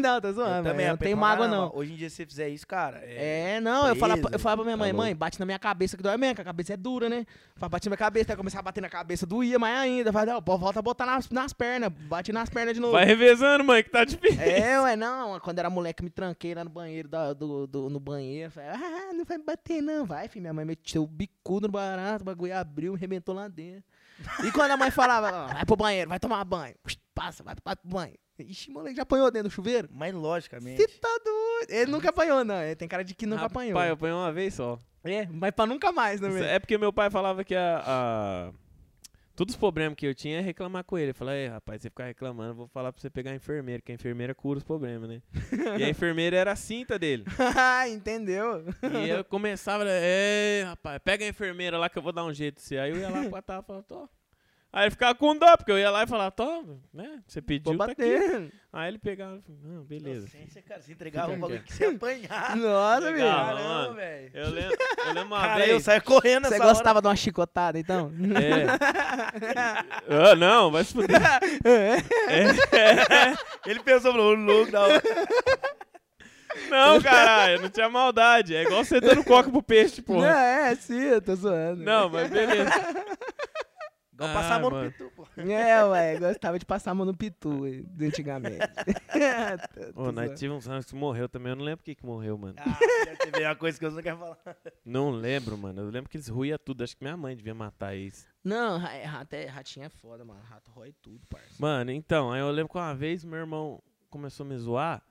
Speaker 1: não, tô zoando, mãe.
Speaker 2: também
Speaker 1: Eu não
Speaker 2: apanhei
Speaker 1: tenho
Speaker 2: pra
Speaker 1: mágoa,
Speaker 2: caramba.
Speaker 1: não.
Speaker 2: Hoje em dia, se você fizer isso, cara. É.
Speaker 1: É, não, eu falava, pra- eu
Speaker 2: Preso.
Speaker 1: falava pra minha mãe,
Speaker 3: Tá
Speaker 1: mãe, bate na minha cabeça que dói mesmo, que a cabeça é dura, né? Fala, bate na minha cabeça, aí começar a bater na cabeça, doía mais ainda. Fala, não, pô, volta a botar nas, nas pernas, bate nas pernas de novo.
Speaker 3: Vai revezando, mãe, que tá difícil.
Speaker 1: É, ué, não. Quando era moleque, me tranquei lá no banheiro, da- do, do- no banheiro. Falei, ah, não vai me bater, não. Vai, filho. Minha mãe meteu o bicudo no barato, o bagulho abriu, me arrebentou lá dentro. E quando a mãe falava, "Ó, vai pro banheiro, vai tomar banho. Passa, vai, vai pro banheiro. Ixi, moleque, já apanhou dentro do chuveiro?
Speaker 2: Mas
Speaker 1: Você
Speaker 2: logicamente.
Speaker 1: tá doido. Ele nunca apanhou, não. Ele tem cara de que nunca apanhou.
Speaker 3: Pai, eu apanhei uma vez só.
Speaker 1: É, mas pra nunca mais, né,
Speaker 3: Isso
Speaker 1: velho?
Speaker 3: É porque meu pai falava que a, a- Todos os problemas que eu tinha é reclamar com ele. Eu falava, ei, rapaz, você ficar reclamando, eu vou falar pra você pegar a enfermeira, que a enfermeira cura os problemas, né? e a enfermeira era a cinta dele.
Speaker 1: Ah, Entendeu?
Speaker 3: E eu começava, ei, rapaz, pega a enfermeira lá que eu vou dar um jeito. Assim. Aí eu ia lá com a tava e falava, tô. Aí ele ficava com dó, porque eu ia lá e falava, tô, né? Você pediu,
Speaker 1: Vou
Speaker 3: tá aqui.
Speaker 1: bater.
Speaker 3: Aí ele pegava, não, beleza.
Speaker 2: Inocência, cara, você entregava um
Speaker 3: Fica
Speaker 2: bagulho que você ia apanhar.
Speaker 1: Nossa,
Speaker 3: Legal.
Speaker 1: velho.
Speaker 2: Caramba,
Speaker 3: mano.
Speaker 2: velho.
Speaker 3: Eu lembro, eu lembro uma
Speaker 2: Cara, eu
Speaker 3: vez...
Speaker 2: saio correndo
Speaker 1: Você
Speaker 2: essa hora.
Speaker 1: gostava de uma chicotada, então?
Speaker 3: É. ah, não, vai se fuder. É.
Speaker 2: Ele pensou, falou, "Ô, louco, da hora.
Speaker 3: Não, caralho, não tinha maldade. É igual você dando coca pro peixe,
Speaker 1: Não,
Speaker 3: porra.
Speaker 1: é, sim, eu tô zoando.
Speaker 3: Não, mas beleza.
Speaker 2: Igual
Speaker 3: Ah,
Speaker 2: passar a mão no
Speaker 3: mano.
Speaker 2: pitu, pô.
Speaker 1: É, ué, gostava de passar a mão no pitu eh, de antigamente. Tô- tô
Speaker 3: Ô, nós
Speaker 1: zoando.
Speaker 3: tivemos uns anos que morreu também. Eu não lembro o que que morreu, mano.
Speaker 2: Ah, já teve uma coisa que eu não quero falar.
Speaker 3: Não lembro, mano. Eu lembro que eles ruíam tudo. Acho que minha mãe devia matar eles.
Speaker 1: Não, ra- é, rato é- ratinho é foda, mano. Rato rói tudo, parça.
Speaker 3: Mano, então, aí eu lembro que uma vez meu irmão começou a me zoar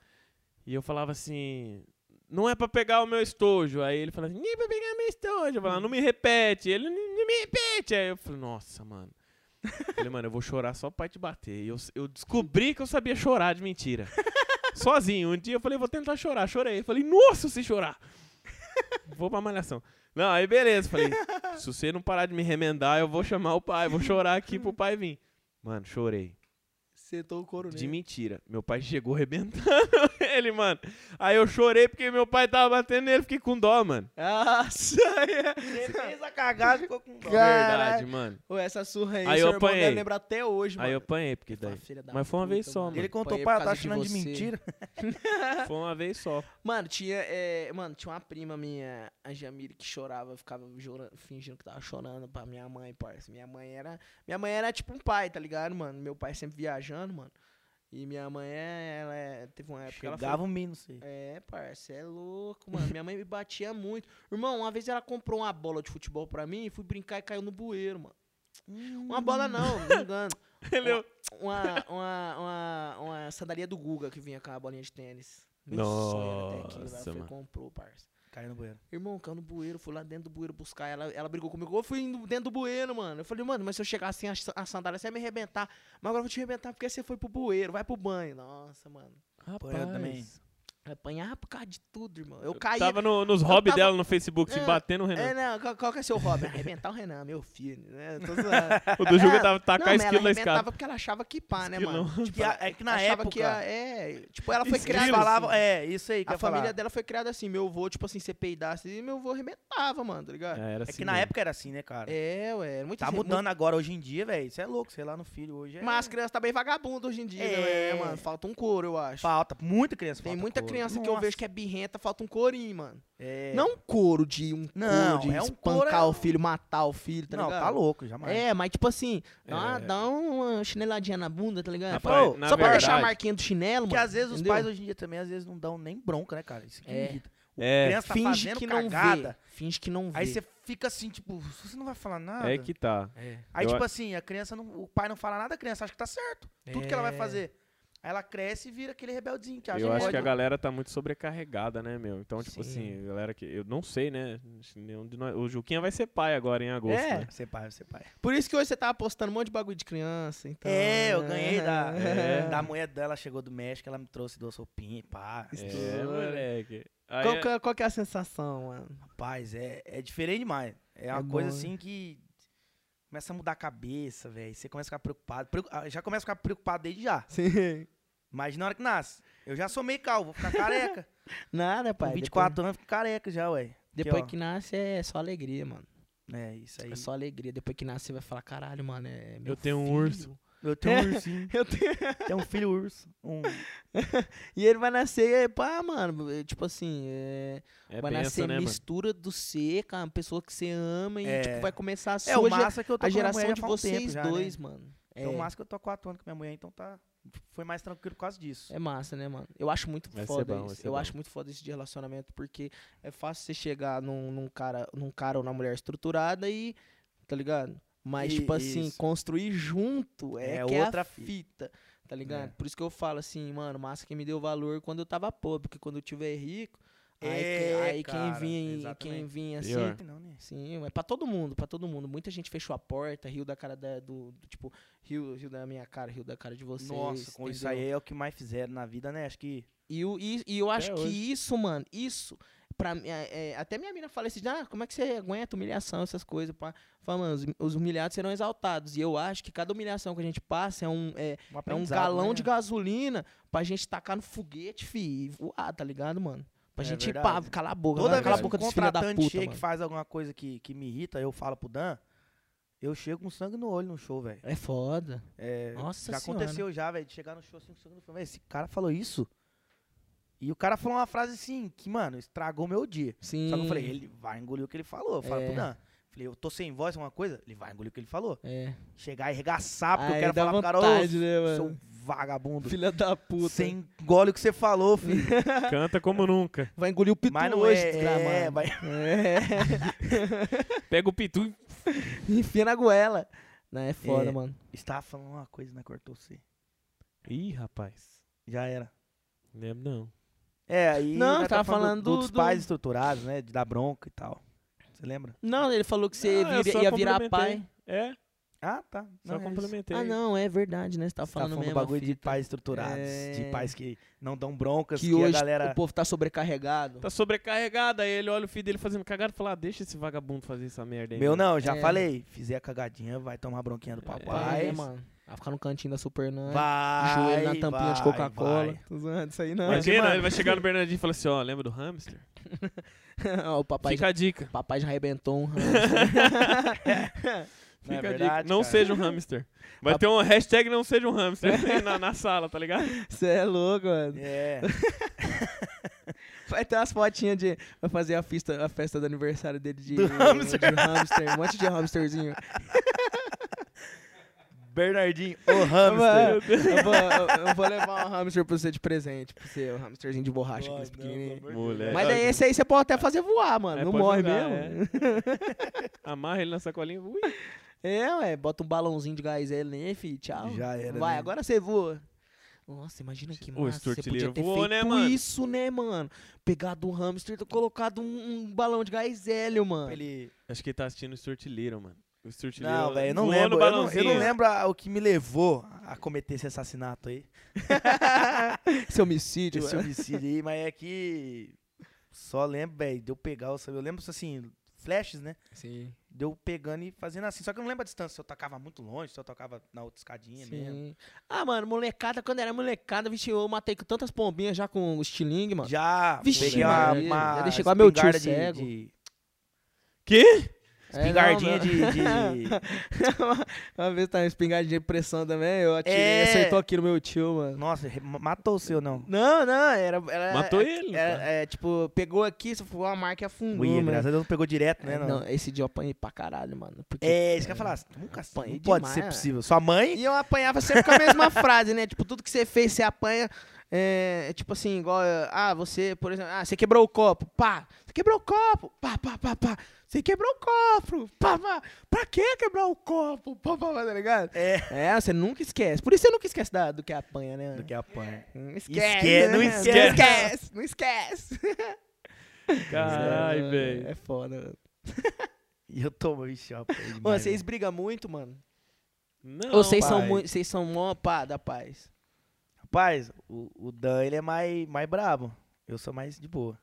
Speaker 3: e eu falava assim. Não é pra pegar o meu estojo. Aí ele falava assim, nem pra pegar meu estojo. Eu falava, não me repete. Ele, não não me repete. Aí eu falei, nossa, mano. Eu falei, mano, eu vou chorar só pra te bater. E eu, eu descobri que eu sabia chorar de mentira. sozinho. Um dia eu falei, vou tentar chorar. Chorei. Falei, nossa, se chorar. Vou pra malhação. Não, aí beleza. Falei, se você não parar de me remendar, eu vou chamar o pai. Vou chorar aqui pro pai vir. Mano, chorei.
Speaker 1: Sentou o couro
Speaker 3: De
Speaker 1: nele.
Speaker 3: mentira. Meu pai chegou arrebentando ele, mano. Aí eu chorei porque meu pai tava batendo nele. Fiquei com dó, mano.
Speaker 1: Ah,
Speaker 2: Você fez a cagada e ficou com dó.
Speaker 1: tá Cara,
Speaker 3: Verdade, mano.
Speaker 1: Ô, essa surra aí,
Speaker 3: Aí
Speaker 1: seu
Speaker 3: eu
Speaker 1: irmão
Speaker 3: apanhei.
Speaker 1: deve lembrar até hoje, mano.
Speaker 3: Aí eu apanhei, porque
Speaker 1: Fala,
Speaker 3: daí.
Speaker 1: filha da
Speaker 3: Mas foi uma vez
Speaker 1: puta,
Speaker 3: só,
Speaker 2: Ele
Speaker 3: mano.
Speaker 2: contou,
Speaker 1: Apanhei
Speaker 2: pai,
Speaker 1: por
Speaker 2: eu tava
Speaker 1: causa tá de
Speaker 2: achando de
Speaker 1: você.
Speaker 2: mentira.
Speaker 3: Foi uma vez só.
Speaker 1: Mano, tinha, é, mano, tinha uma prima minha, a Jamile, que chorava, ficava jora- fingindo que tava chorando pra minha mãe, parça. Minha mãe era. Minha mãe era tipo um pai, tá ligado, mano? Meu pai sempre viajando, mano. E minha mãe, é- ela é- teve uma época que ela foi
Speaker 2: Chegava um mim, não sei.
Speaker 1: É, parça, é louco, mano. Minha mãe me batia muito. Irmão, uma vez ela comprou uma bola de futebol pra mim e fui brincar e caiu no bueiro, mano. Uma bola não, me engano.
Speaker 3: Ele é-
Speaker 1: Uma, uma, uma, uma sandalia do Guga que vinha com a bolinha de tênis. Meu sonho era ter aquilo. Ela
Speaker 3: Nossa,
Speaker 1: foi e
Speaker 3: mano.
Speaker 1: comprou, parça.
Speaker 2: Caiu no banheiro.
Speaker 1: Irmão, caiu no bueiro, fui lá dentro do bueiro buscar ela. Ela brigou comigo. Eu fui indo dentro do bueiro, mano. Eu falei, mano, mas se eu chegar assim, a, sa- a sandália, você ia me arrebentar. Mas agora eu vou te arrebentar porque você foi pro bueiro, vai pro banho. Nossa, mano.
Speaker 2: eu também.
Speaker 3: Rapaz.
Speaker 1: Apanhar por causa de tudo, irmão. Eu caí.
Speaker 3: Tava no- nos
Speaker 1: eu
Speaker 3: hobbies
Speaker 1: tava-
Speaker 3: dela no Facebook, se
Speaker 1: É,
Speaker 3: batendo o Renan.
Speaker 1: É, não, qual, qual que é seu hobby? Arrebentar o Renan, meu filho. Né? Eu tô zoando.
Speaker 3: O do Juca
Speaker 1: É,
Speaker 3: tava tá tacar
Speaker 1: não, mas
Speaker 3: esquilo
Speaker 1: ela
Speaker 3: na
Speaker 1: arrebentava
Speaker 3: escada.
Speaker 1: porque ela achava que pá, né,
Speaker 3: Esquilão.
Speaker 1: mano?
Speaker 2: Que a- é que na
Speaker 1: achava
Speaker 2: época.
Speaker 1: que a- é, tipo, ela foi
Speaker 2: eles
Speaker 1: criada
Speaker 2: falavam,
Speaker 1: assim.
Speaker 2: é, isso aí que eu
Speaker 1: a
Speaker 2: ia falar.
Speaker 1: família dela foi criada assim, meu avô, tipo assim, você peidasse e meu avô arrebentava, mano, tá ligado?
Speaker 3: era
Speaker 2: É
Speaker 3: assim
Speaker 2: que na
Speaker 3: mesmo.
Speaker 2: época era assim, né, cara?
Speaker 1: É, ué, era muito
Speaker 2: Tá
Speaker 1: assim,
Speaker 2: mudando agora hoje em dia, velho. Isso é louco, sei lá no filho hoje. É...
Speaker 1: Muito... Mas as crianças tá bem vagabundas hoje em dia,
Speaker 2: É.
Speaker 1: né, mano? Falta um couro, eu acho.
Speaker 2: falta, muita criança
Speaker 1: Tem
Speaker 2: falta
Speaker 1: muita
Speaker 2: couro.
Speaker 1: criança que eu
Speaker 2: Nossa,
Speaker 1: vejo que é birrenta, falta um courinho, mano.
Speaker 2: É.
Speaker 1: Não um couro de um
Speaker 2: Não,
Speaker 1: couro de
Speaker 2: é um
Speaker 1: espancar
Speaker 2: couro, é um-
Speaker 1: o filho, matar o filho, tá
Speaker 2: não,
Speaker 1: ligado?
Speaker 2: tá louco, jamais.
Speaker 1: É, mas tipo assim, dá, uma,
Speaker 3: É.
Speaker 1: dá uma chineladinha na bunda, tá ligado?
Speaker 3: Rapaz,
Speaker 1: Pô,
Speaker 3: na
Speaker 1: só pra deixar a
Speaker 3: verdade-
Speaker 1: marquinha do chinelo, mano.
Speaker 2: Porque às vezes
Speaker 1: entendeu?
Speaker 2: os pais hoje em dia também, às vezes, não dão nem bronca, né, cara? Isso que
Speaker 1: É.
Speaker 2: me irrita.
Speaker 3: É,
Speaker 2: criança tá
Speaker 1: finge
Speaker 2: fazendo
Speaker 1: que não
Speaker 2: cagada.
Speaker 1: vê. Finge que não vê.
Speaker 2: Aí você fica assim, tipo, você não vai falar nada.
Speaker 3: é que tá.
Speaker 2: Aí,
Speaker 3: Eu
Speaker 2: tipo
Speaker 3: a-
Speaker 2: assim, a criança, não, o pai não fala nada, a criança acha que tá certo. Tudo que ela vai
Speaker 1: É.
Speaker 2: fazer. Aí ela cresce e vira aquele rebeldinho que acha
Speaker 3: eu
Speaker 2: que
Speaker 3: acho
Speaker 2: pode-
Speaker 3: que a galera tá muito sobrecarregada, né, meu? Então, tipo
Speaker 1: Sim.
Speaker 3: assim, a galera que. Eu não sei, né? se nenhum de nós- O Juquinha vai ser pai agora em agosto.
Speaker 1: É.
Speaker 3: né?
Speaker 2: Você pai, você pai.
Speaker 1: Por isso que hoje você tá apostando um monte de bagulho de criança, então...
Speaker 2: É, eu ganhei da,
Speaker 1: É.
Speaker 2: da mulher dela, chegou do México, ela me trouxe duas roupinhas, pá.
Speaker 3: É, moleque. Aí
Speaker 1: Qual,
Speaker 3: é-
Speaker 1: que, qual que é a sensação, mano?
Speaker 2: Rapaz, é, é diferente demais. É uma
Speaker 1: É
Speaker 2: coisa
Speaker 1: bom, né?
Speaker 2: assim que começa a mudar a cabeça, velho. Você começa a ficar preocupado. Preocu- ah, Já começa a ficar preocupado desde já.
Speaker 1: Sim.
Speaker 2: Mas na hora que nasce, eu já sou meio calvo, vou ficar careca.
Speaker 1: Nada,
Speaker 2: Com
Speaker 1: pai.
Speaker 2: 24 anos, eu fico careca já, ué.
Speaker 1: Depois, depois
Speaker 2: ó.
Speaker 1: que nasce é só alegria, mano.
Speaker 2: É, isso aí.
Speaker 1: É só alegria. Depois que nasce você vai falar, caralho, mano, é meu
Speaker 3: Eu tenho um
Speaker 1: filho."
Speaker 3: urso.
Speaker 2: Eu tenho
Speaker 1: É.
Speaker 2: um ursinho,
Speaker 1: Eu tenho...
Speaker 2: tenho um filho urso. Um...
Speaker 1: E ele vai nascer, e aí, pá, mano, é, tipo assim, é...
Speaker 3: É
Speaker 1: vai
Speaker 3: pensa,
Speaker 1: nascer
Speaker 3: né, mano?
Speaker 1: mistura do ser com a pessoa que você ama e
Speaker 2: É.
Speaker 1: tipo, vai começar a sua
Speaker 2: É, o
Speaker 1: ge-
Speaker 2: massa que eu tô
Speaker 1: a
Speaker 2: com minha mulher
Speaker 1: geração
Speaker 2: já
Speaker 1: de
Speaker 2: faz um
Speaker 1: vocês
Speaker 2: tempo já, né?
Speaker 1: dois, mano. É,
Speaker 2: Então, o massa que eu tô há quatro anos com minha mulher, então tá. Foi mais tranquilo por causa disso.
Speaker 1: é massa, né, mano? Eu acho muito
Speaker 3: Vai ser
Speaker 1: foda
Speaker 3: bom, vai
Speaker 1: isso.
Speaker 3: ser
Speaker 1: Eu
Speaker 3: bom.
Speaker 1: acho muito foda isso de relacionamento, porque é fácil você chegar num, num cara, num cara ou numa mulher estruturada e. Tá ligado? Mas,
Speaker 2: E-
Speaker 1: tipo assim,
Speaker 2: isso.
Speaker 1: construir junto é,
Speaker 2: É
Speaker 1: que é a
Speaker 2: outra É. fita.
Speaker 1: fita. Tá ligado? Por isso que eu falo assim, mano, massa que me deu valor quando eu tava pobre, porque quando eu tiver rico, aí, que-
Speaker 2: É,
Speaker 1: aí
Speaker 2: cara,
Speaker 1: quem vinha, quem
Speaker 2: exatamente.
Speaker 1: vinha assim,
Speaker 3: Pior.
Speaker 2: Não, né?
Speaker 1: Sim, é pra todo mundo, pra todo mundo. Muita gente fechou a porta, riu da cara da, do, do tipo, riu, riu da minha cara, riu da cara de vocês.
Speaker 2: Nossa, com isso
Speaker 1: entendeu?
Speaker 2: aí é o que mais fizeram na vida, né? Acho que.
Speaker 1: E, eu- e, e eu acho
Speaker 3: Até
Speaker 1: que
Speaker 3: hoje.
Speaker 1: isso, mano, isso, pra mim, é, é, até minha mina fala assim, ah, como é que você aguenta humilhação, essas coisas, pá. Fala, mano, os, os humilhados serão exaltados. E eu acho que cada humilhação que a gente passa é um, é, é um
Speaker 2: aprendizado,
Speaker 1: galão
Speaker 2: né?
Speaker 1: de gasolina pra gente tacar no foguete, fi, e voar, tá ligado, mano? Pra
Speaker 2: É
Speaker 1: gente, pá,
Speaker 2: verdade.
Speaker 1: calar a boca,
Speaker 2: Toda
Speaker 1: mano, cala
Speaker 2: vez
Speaker 1: a
Speaker 2: que um
Speaker 1: boca dos filhos da
Speaker 2: contratante
Speaker 1: puta,
Speaker 2: chega
Speaker 1: mano.
Speaker 2: e faz alguma coisa que, que me irrita, eu falo pro Dan, eu chego com sangue no olho no show, velho.
Speaker 1: É foda.
Speaker 2: É,
Speaker 1: Nossa
Speaker 2: já
Speaker 1: senhora.
Speaker 2: aconteceu já, velho, de chegar no show assim com sangue no olho. Véi, esse cara falou isso? E o cara falou uma frase assim, que, mano, estragou meu dia.
Speaker 1: Sim.
Speaker 2: Só que eu falei, ele vai engolir o que ele falou. Eu falo
Speaker 1: É.
Speaker 2: pro Dan. Falei, eu tô sem voz, alguma coisa? Ele vai engolir o que ele falou.
Speaker 1: É.
Speaker 2: Chegar e arregaçar, porque
Speaker 1: Aí
Speaker 2: eu quero
Speaker 1: dá
Speaker 2: falar pro cara,
Speaker 1: vontade,
Speaker 2: ô,
Speaker 1: né,
Speaker 2: seu
Speaker 1: mano?
Speaker 2: vagabundo.
Speaker 1: Filha da puta.
Speaker 2: Você engole o que você falou, filho.
Speaker 3: Canta como nunca.
Speaker 1: Vai engolir o pitu
Speaker 2: Mas não
Speaker 1: hoje,
Speaker 2: é,
Speaker 1: desgramado.
Speaker 2: é, vai-
Speaker 1: É.
Speaker 3: Pega o pitu e
Speaker 1: Enfia na goela. Não, é foda,
Speaker 2: É.
Speaker 1: mano.
Speaker 2: Estava falando uma coisa, né? Cortou você.
Speaker 3: Ih, rapaz.
Speaker 2: Já era.
Speaker 3: Lembro não.
Speaker 2: É, aí.
Speaker 1: Não,
Speaker 2: nós
Speaker 1: eu tava
Speaker 2: tá
Speaker 1: falando do-
Speaker 2: dos
Speaker 1: do-
Speaker 2: pais estruturados, né? De dar bronca e tal. Você lembra?
Speaker 1: Não, ele falou que você
Speaker 3: Ah, eu
Speaker 1: vira-
Speaker 3: só
Speaker 1: ia virar
Speaker 3: complementei.
Speaker 1: pai.
Speaker 3: É?
Speaker 2: Ah, tá.
Speaker 3: Só
Speaker 2: Não, é isso.
Speaker 3: complementei.
Speaker 1: Ah, não, é verdade, né? Você tá
Speaker 2: Você tá
Speaker 1: falando
Speaker 2: falando
Speaker 1: mesmo. a
Speaker 2: bagulho de
Speaker 1: fita.
Speaker 2: pais estruturados,
Speaker 1: É.
Speaker 2: de pais que não dão broncas, que,
Speaker 1: que hoje
Speaker 2: a galera...
Speaker 1: o povo tá sobrecarregado.
Speaker 3: Tá sobrecarregado, aí ele olha o filho dele fazendo cagada e fala, ah, deixa esse vagabundo fazer essa merda aí.
Speaker 2: Meu
Speaker 3: mano."
Speaker 2: não, já
Speaker 1: É.
Speaker 2: falei. Fizer a cagadinha, vai tomar bronquinha do
Speaker 1: Pai,
Speaker 2: papai.
Speaker 1: né, mano? Vai ficar no cantinho da Super Nan.
Speaker 2: Vai,
Speaker 1: Joelho na tampinha de
Speaker 2: vai,
Speaker 1: Coca-Cola.
Speaker 2: vai.
Speaker 1: Tô zoando isso aí, não.
Speaker 2: Mas,
Speaker 3: Imagina,
Speaker 2: mano-
Speaker 3: ele vai chegar no Bernardinho e falar assim, ó, lembra do hamster?
Speaker 1: o papai
Speaker 3: Fica a dica.
Speaker 1: já, papai já arrebentou um ramo.
Speaker 2: Não é
Speaker 3: Fica a dica.
Speaker 2: verdade,
Speaker 3: Não
Speaker 2: cara? Tá
Speaker 3: seja um hamster. Vai ter uma hashtag não seja um hamster na, na sala, tá ligado?
Speaker 1: Você é louco, mano.
Speaker 2: É.
Speaker 1: Vai ter umas fotinhas de. Vai fazer a festa, a festa do aniversário dele de,
Speaker 2: Do hamster.
Speaker 1: de hamster. Um monte de hamsterzinho.
Speaker 2: Bernardinho, o
Speaker 1: Mano,
Speaker 2: hamster.
Speaker 1: eu, vou, eu- eu vou levar um hamster pra você de presente. Pra você, um hamsterzinho de borracha. aqueles pequenininhos.
Speaker 3: Moleque.
Speaker 1: Mas daí esse aí você pode até fazer voar, mano.
Speaker 3: É,
Speaker 1: não
Speaker 3: pode
Speaker 1: morre
Speaker 3: jogar, é.
Speaker 1: mesmo.
Speaker 3: Amarra ele na sacolinha. Ui.
Speaker 1: É. ué. Bota um balãozinho de gás aí, né, fi? Tchau.
Speaker 2: Já era,
Speaker 1: Vai,
Speaker 2: né?
Speaker 1: agora você voa. Nossa, imagina que
Speaker 3: O
Speaker 1: massa. Você podia
Speaker 3: esturtilheiro
Speaker 1: ter
Speaker 3: voou,
Speaker 1: feito
Speaker 3: né, mano?
Speaker 1: isso, né, mano? Pegado um hamster e colocado um, um balão de gás hélio, mano.
Speaker 2: Ele...
Speaker 3: Acho que ele tá assistindo o Sturtileiro, mano. O Sturtileiro
Speaker 2: Não, velho, eu não
Speaker 3: voou no
Speaker 2: lembro. Eu não, eu
Speaker 3: balãozinho.
Speaker 2: não lembro a- o que me levou a cometer esse assassinato aí.
Speaker 1: Esse homicídio.
Speaker 2: Esse
Speaker 1: ué.
Speaker 2: homicídio aí, mas é que. Só lembro, velho, de eu pegar, o- eu lembro assim, flashes, né?
Speaker 1: Sim.
Speaker 2: De eu pegando e fazendo assim. Só que eu não lembro a distância, se eu tocava muito longe, se eu tocava na outra escadinha mesmo.
Speaker 1: Sim. Ah, mano, molecada, quando era molecada, vixe, eu matei com tantas pombinhas já com o estilingue, mano.
Speaker 2: Já
Speaker 1: Vixe,
Speaker 2: peguei uma,
Speaker 1: Maria,
Speaker 2: uma
Speaker 1: já deixei igual meu tio
Speaker 2: espingarda
Speaker 1: cego.
Speaker 2: de,
Speaker 3: Que?
Speaker 1: É,
Speaker 2: espingardinha
Speaker 1: não, não.
Speaker 2: de, de-
Speaker 1: uma, uma vez tava espingardinha de pressão também, eu atirei
Speaker 2: É.
Speaker 1: acertou aqui no meu tio, mano.
Speaker 2: Nossa, re- matou o seu, não.
Speaker 1: Não, não, era. era
Speaker 3: Matou
Speaker 1: é-
Speaker 3: ele,
Speaker 1: é-
Speaker 3: cara.
Speaker 1: é, tipo, pegou aqui, só foi uma marca e afundou.
Speaker 2: Ui,
Speaker 1: mano.
Speaker 2: graças a Deus não pegou direto,
Speaker 1: É,
Speaker 2: né? Não.
Speaker 1: não, esse dia eu apanhei pra caralho, mano. Porque
Speaker 2: É, isso que eu ia falar. Nunca
Speaker 1: Apanhei
Speaker 2: não pode
Speaker 1: demais,
Speaker 2: ser
Speaker 1: né?
Speaker 2: possível. Sua mãe.
Speaker 1: E eu apanhava sempre com a mesma frase, né? Tipo, tudo que você fez, você apanha. É, é tipo assim, igual. é, Ah, você, por exemplo, ah, você quebrou o copo, pá! Você quebrou o copo, pá, pá, pá, pá! Você quebrou o copo, pá, pá! Pra que quebrar o copo, pá, pá, pá, tá ligado?
Speaker 2: É.
Speaker 1: É, você nunca esquece. Por isso você nunca esquece da- do que apanha, né?
Speaker 2: Do que apanha.
Speaker 1: Não
Speaker 2: Esque-
Speaker 1: esquece.
Speaker 2: não
Speaker 1: né?
Speaker 2: esquece.
Speaker 1: Não esquece, não esquece.
Speaker 3: Caralho,
Speaker 1: É,
Speaker 3: velho.
Speaker 1: É foda.
Speaker 2: E eu tomo, vixe, ó. apanhei
Speaker 1: Mano,
Speaker 2: demais,
Speaker 1: vocês
Speaker 2: né?
Speaker 1: brigam muito, mano?
Speaker 3: Não,
Speaker 1: Ou vocês
Speaker 2: pai.
Speaker 1: são muito. Vocês são mó pá da paz.
Speaker 2: Rapaz, o, o Dan, ele é mais, mais brabo. Eu sou mais de boa.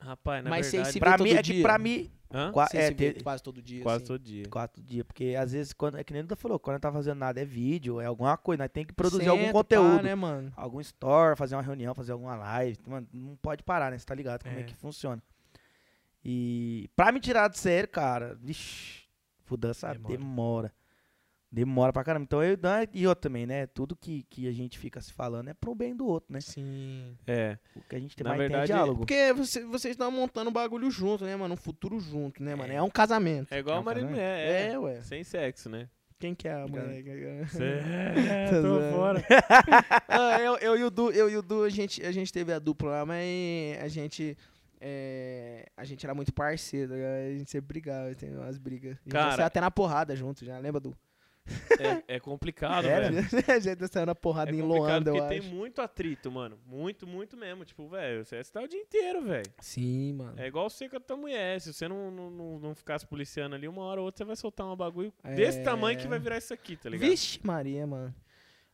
Speaker 3: Rapaz, na
Speaker 1: Mas vocês
Speaker 3: verdade...
Speaker 1: se-
Speaker 2: Pra
Speaker 1: vê
Speaker 2: mim,
Speaker 1: todo
Speaker 2: é que
Speaker 1: dia? né?
Speaker 2: pra mim.
Speaker 3: Hã?
Speaker 2: qua-
Speaker 1: Vocês
Speaker 2: é,
Speaker 1: se vê
Speaker 2: ter-
Speaker 1: quase todo dia.
Speaker 3: Quase
Speaker 1: assim.
Speaker 3: todo dia.
Speaker 2: quatro dias. Porque às vezes, quando, é que nem o Dan falou, quando nós tá fazendo nada, é vídeo, é alguma coisa. Nós tem que produzir algum
Speaker 1: Senta, pá,
Speaker 2: conteúdo.
Speaker 1: né, mano?
Speaker 2: Algum store, fazer uma reunião, fazer alguma live. Mano, não pode parar, né? Você tá ligado como é,
Speaker 3: É.
Speaker 2: que funciona. E pra me tirar do sério, cara, vixi, o Dan sabe,
Speaker 3: Demora.
Speaker 2: demora. demora. pra caramba. Então eu e o Dan e eu também, né? Tudo que, que a gente fica se falando é pro bem do outro, né?
Speaker 1: Sim.
Speaker 3: É.
Speaker 2: O que a gente tem
Speaker 3: Na
Speaker 2: mais tem é
Speaker 3: verdade,
Speaker 2: diálogo.
Speaker 1: Porque você- vocês estão montando um bagulho junto, né, mano? Um futuro junto, né, mano? É um casamento.
Speaker 3: É igual
Speaker 2: É
Speaker 3: o
Speaker 2: um
Speaker 3: marido...
Speaker 2: casamento?
Speaker 3: É, é.
Speaker 1: ué.
Speaker 3: Sem sexo, né?
Speaker 1: Quem que é a
Speaker 2: Obrigado.
Speaker 1: mulher?
Speaker 3: É,
Speaker 1: Tá
Speaker 3: tô
Speaker 1: zoando.
Speaker 3: fora.
Speaker 1: ah, eu, eu e o Du, eu e o Du, a gente, a gente teve a dupla lá, mas a gente. é, a gente era muito parceiro, tá a gente sempre brigava, tem umas brigas. A gente já
Speaker 3: Cara.
Speaker 1: saiu até na porrada junto, já lembra do.
Speaker 3: É, é complicado,
Speaker 2: Era?
Speaker 3: velho.
Speaker 1: a gente saiu na porrada
Speaker 3: É
Speaker 1: em
Speaker 3: complicado
Speaker 1: né? Luanda, eu
Speaker 3: porque
Speaker 1: acho.
Speaker 3: tem muito atrito, mano. Muito, muito mesmo. Tipo, velho, você está o dia inteiro, velho.
Speaker 1: Sim, mano.
Speaker 3: É igual você com a tua mulher. Se você não, não, não, não ficasse policiando ali, uma hora ou outra você vai soltar um bagulho
Speaker 1: É.
Speaker 3: desse tamanho que vai virar isso aqui, tá ligado?
Speaker 1: Vixe, Maria, mano.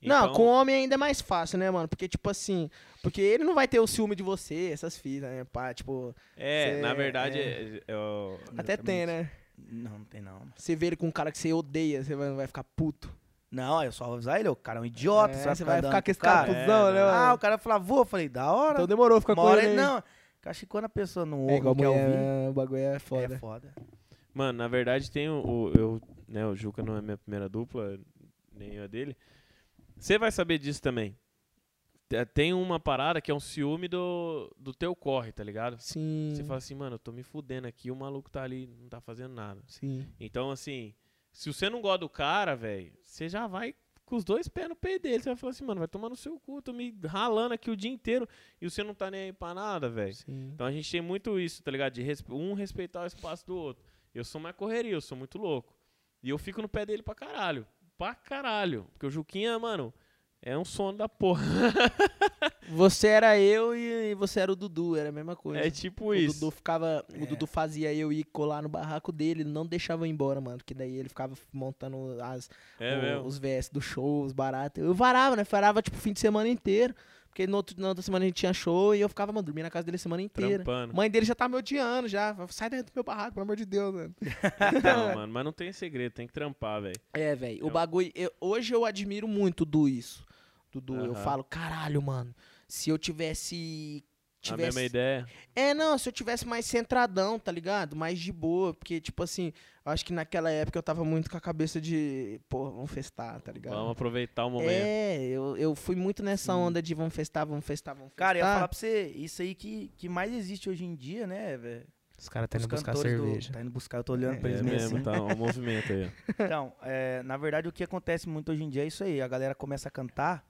Speaker 3: Então,
Speaker 1: Não, com homem ainda é mais fácil, né, mano? Porque, tipo assim, porque ele não vai ter o ciúme de você, essas fitas, né? Pá, tipo,
Speaker 3: É,
Speaker 1: Cê-
Speaker 3: na verdade,
Speaker 1: é.
Speaker 3: é- é o-
Speaker 1: até tem, né?
Speaker 2: Não, não tem não.
Speaker 1: Você vê ele com um cara que você odeia, você vai, vai ficar puto.
Speaker 2: Não, eu só vou avisar ele, o cara é um idiota,
Speaker 1: É,
Speaker 2: você vai
Speaker 1: você
Speaker 2: ficar,
Speaker 1: vai
Speaker 2: andando
Speaker 1: ficar com esse
Speaker 2: cara.
Speaker 1: cara cuzão,
Speaker 3: É,
Speaker 1: né,
Speaker 2: Ah, o
Speaker 1: mano?
Speaker 2: cara falava, vou, eu falei, da hora.
Speaker 1: Então demorou ficar com
Speaker 2: Uma hora
Speaker 1: ele.
Speaker 2: ele,
Speaker 1: aí.
Speaker 2: não. Eu acho que quando a pessoa não ouve,
Speaker 1: é igual
Speaker 2: não quer
Speaker 1: mulher,
Speaker 2: ouvir,
Speaker 1: né? o bagulho é foda.
Speaker 2: é foda.
Speaker 3: Mano, na verdade tem o, o- eu, né, o Juca não é minha primeira dupla, nem a dele. Você vai saber disso também. Te- Tem uma parada que é um ciúme do, do teu corre, tá ligado?
Speaker 1: Sim.
Speaker 3: Você fala assim, mano, eu tô me fudendo aqui, o maluco tá ali, não tá fazendo nada.
Speaker 1: Sim.
Speaker 3: Então, assim, se você não gosta do cara, velho, você já vai com os dois pés no peito dele. Você vai falar assim, mano, vai tomar no seu cu, tô me ralando aqui o dia inteiro e você não tá nem aí pra nada, velho.
Speaker 1: Sim.
Speaker 3: Então a gente tem muito isso, tá ligado? De respe- um respeitar o espaço do outro. Eu sou mais correria, eu sou muito louco. E eu fico no pé dele pra caralho. Pra caralho. Porque o Juquinha, mano, é um sono da porra.
Speaker 1: Você era eu e você era o Dudu, era a mesma coisa.
Speaker 3: É tipo
Speaker 1: o
Speaker 3: isso.
Speaker 1: Dudu ficava, o
Speaker 2: É.
Speaker 1: Dudu fazia eu ir colar no barraco dele, não deixava eu ir embora, mano, que daí ele ficava montando as
Speaker 3: É
Speaker 1: o-
Speaker 3: mesmo.
Speaker 1: os VS do show, os baratos. Eu varava, né? Varava tipo o fim de semana inteiro, porque no outro, na outra semana a gente tinha show e eu ficava, mano, dormia na casa dele a semana inteira.
Speaker 3: Trampando.
Speaker 1: Mãe dele já tá me odiando já. Fala, Sai daí do meu barraco, pelo amor de Deus, mano.
Speaker 3: Não, mano, mas não tem segredo, tem que trampar, velho.
Speaker 1: É, velho.
Speaker 3: Eu-
Speaker 1: O bagulho. eu- hoje eu admiro muito do isso. Dudu, eu
Speaker 3: Aham.
Speaker 1: falo, caralho, mano. Se eu tivesse.
Speaker 3: A mesma
Speaker 1: tivesse
Speaker 3: ideia.
Speaker 1: é, não, se eu tivesse mais centradão, tá ligado? Mais de boa, porque, tipo assim, eu acho que naquela época eu tava muito com a cabeça de, pô, vamos festar, tá ligado?
Speaker 3: Vamos aproveitar o momento.
Speaker 1: é, eu, eu fui muito nessa onda de vamos festar, vamos festar, vamos festar.
Speaker 2: Cara, eu ia falar pra você, isso aí que, que mais existe hoje em dia, né, velho?
Speaker 1: Os caras tá
Speaker 2: Os
Speaker 1: indo buscar
Speaker 2: cantores do-
Speaker 1: cerveja.
Speaker 2: Tá indo buscar, eu tô olhando pra
Speaker 3: É,
Speaker 2: eles meio
Speaker 3: mesmo,
Speaker 2: assim.
Speaker 3: tá? O movimento aí.
Speaker 2: Então, é, na verdade, o que acontece muito hoje em dia é isso aí. A galera começa a cantar,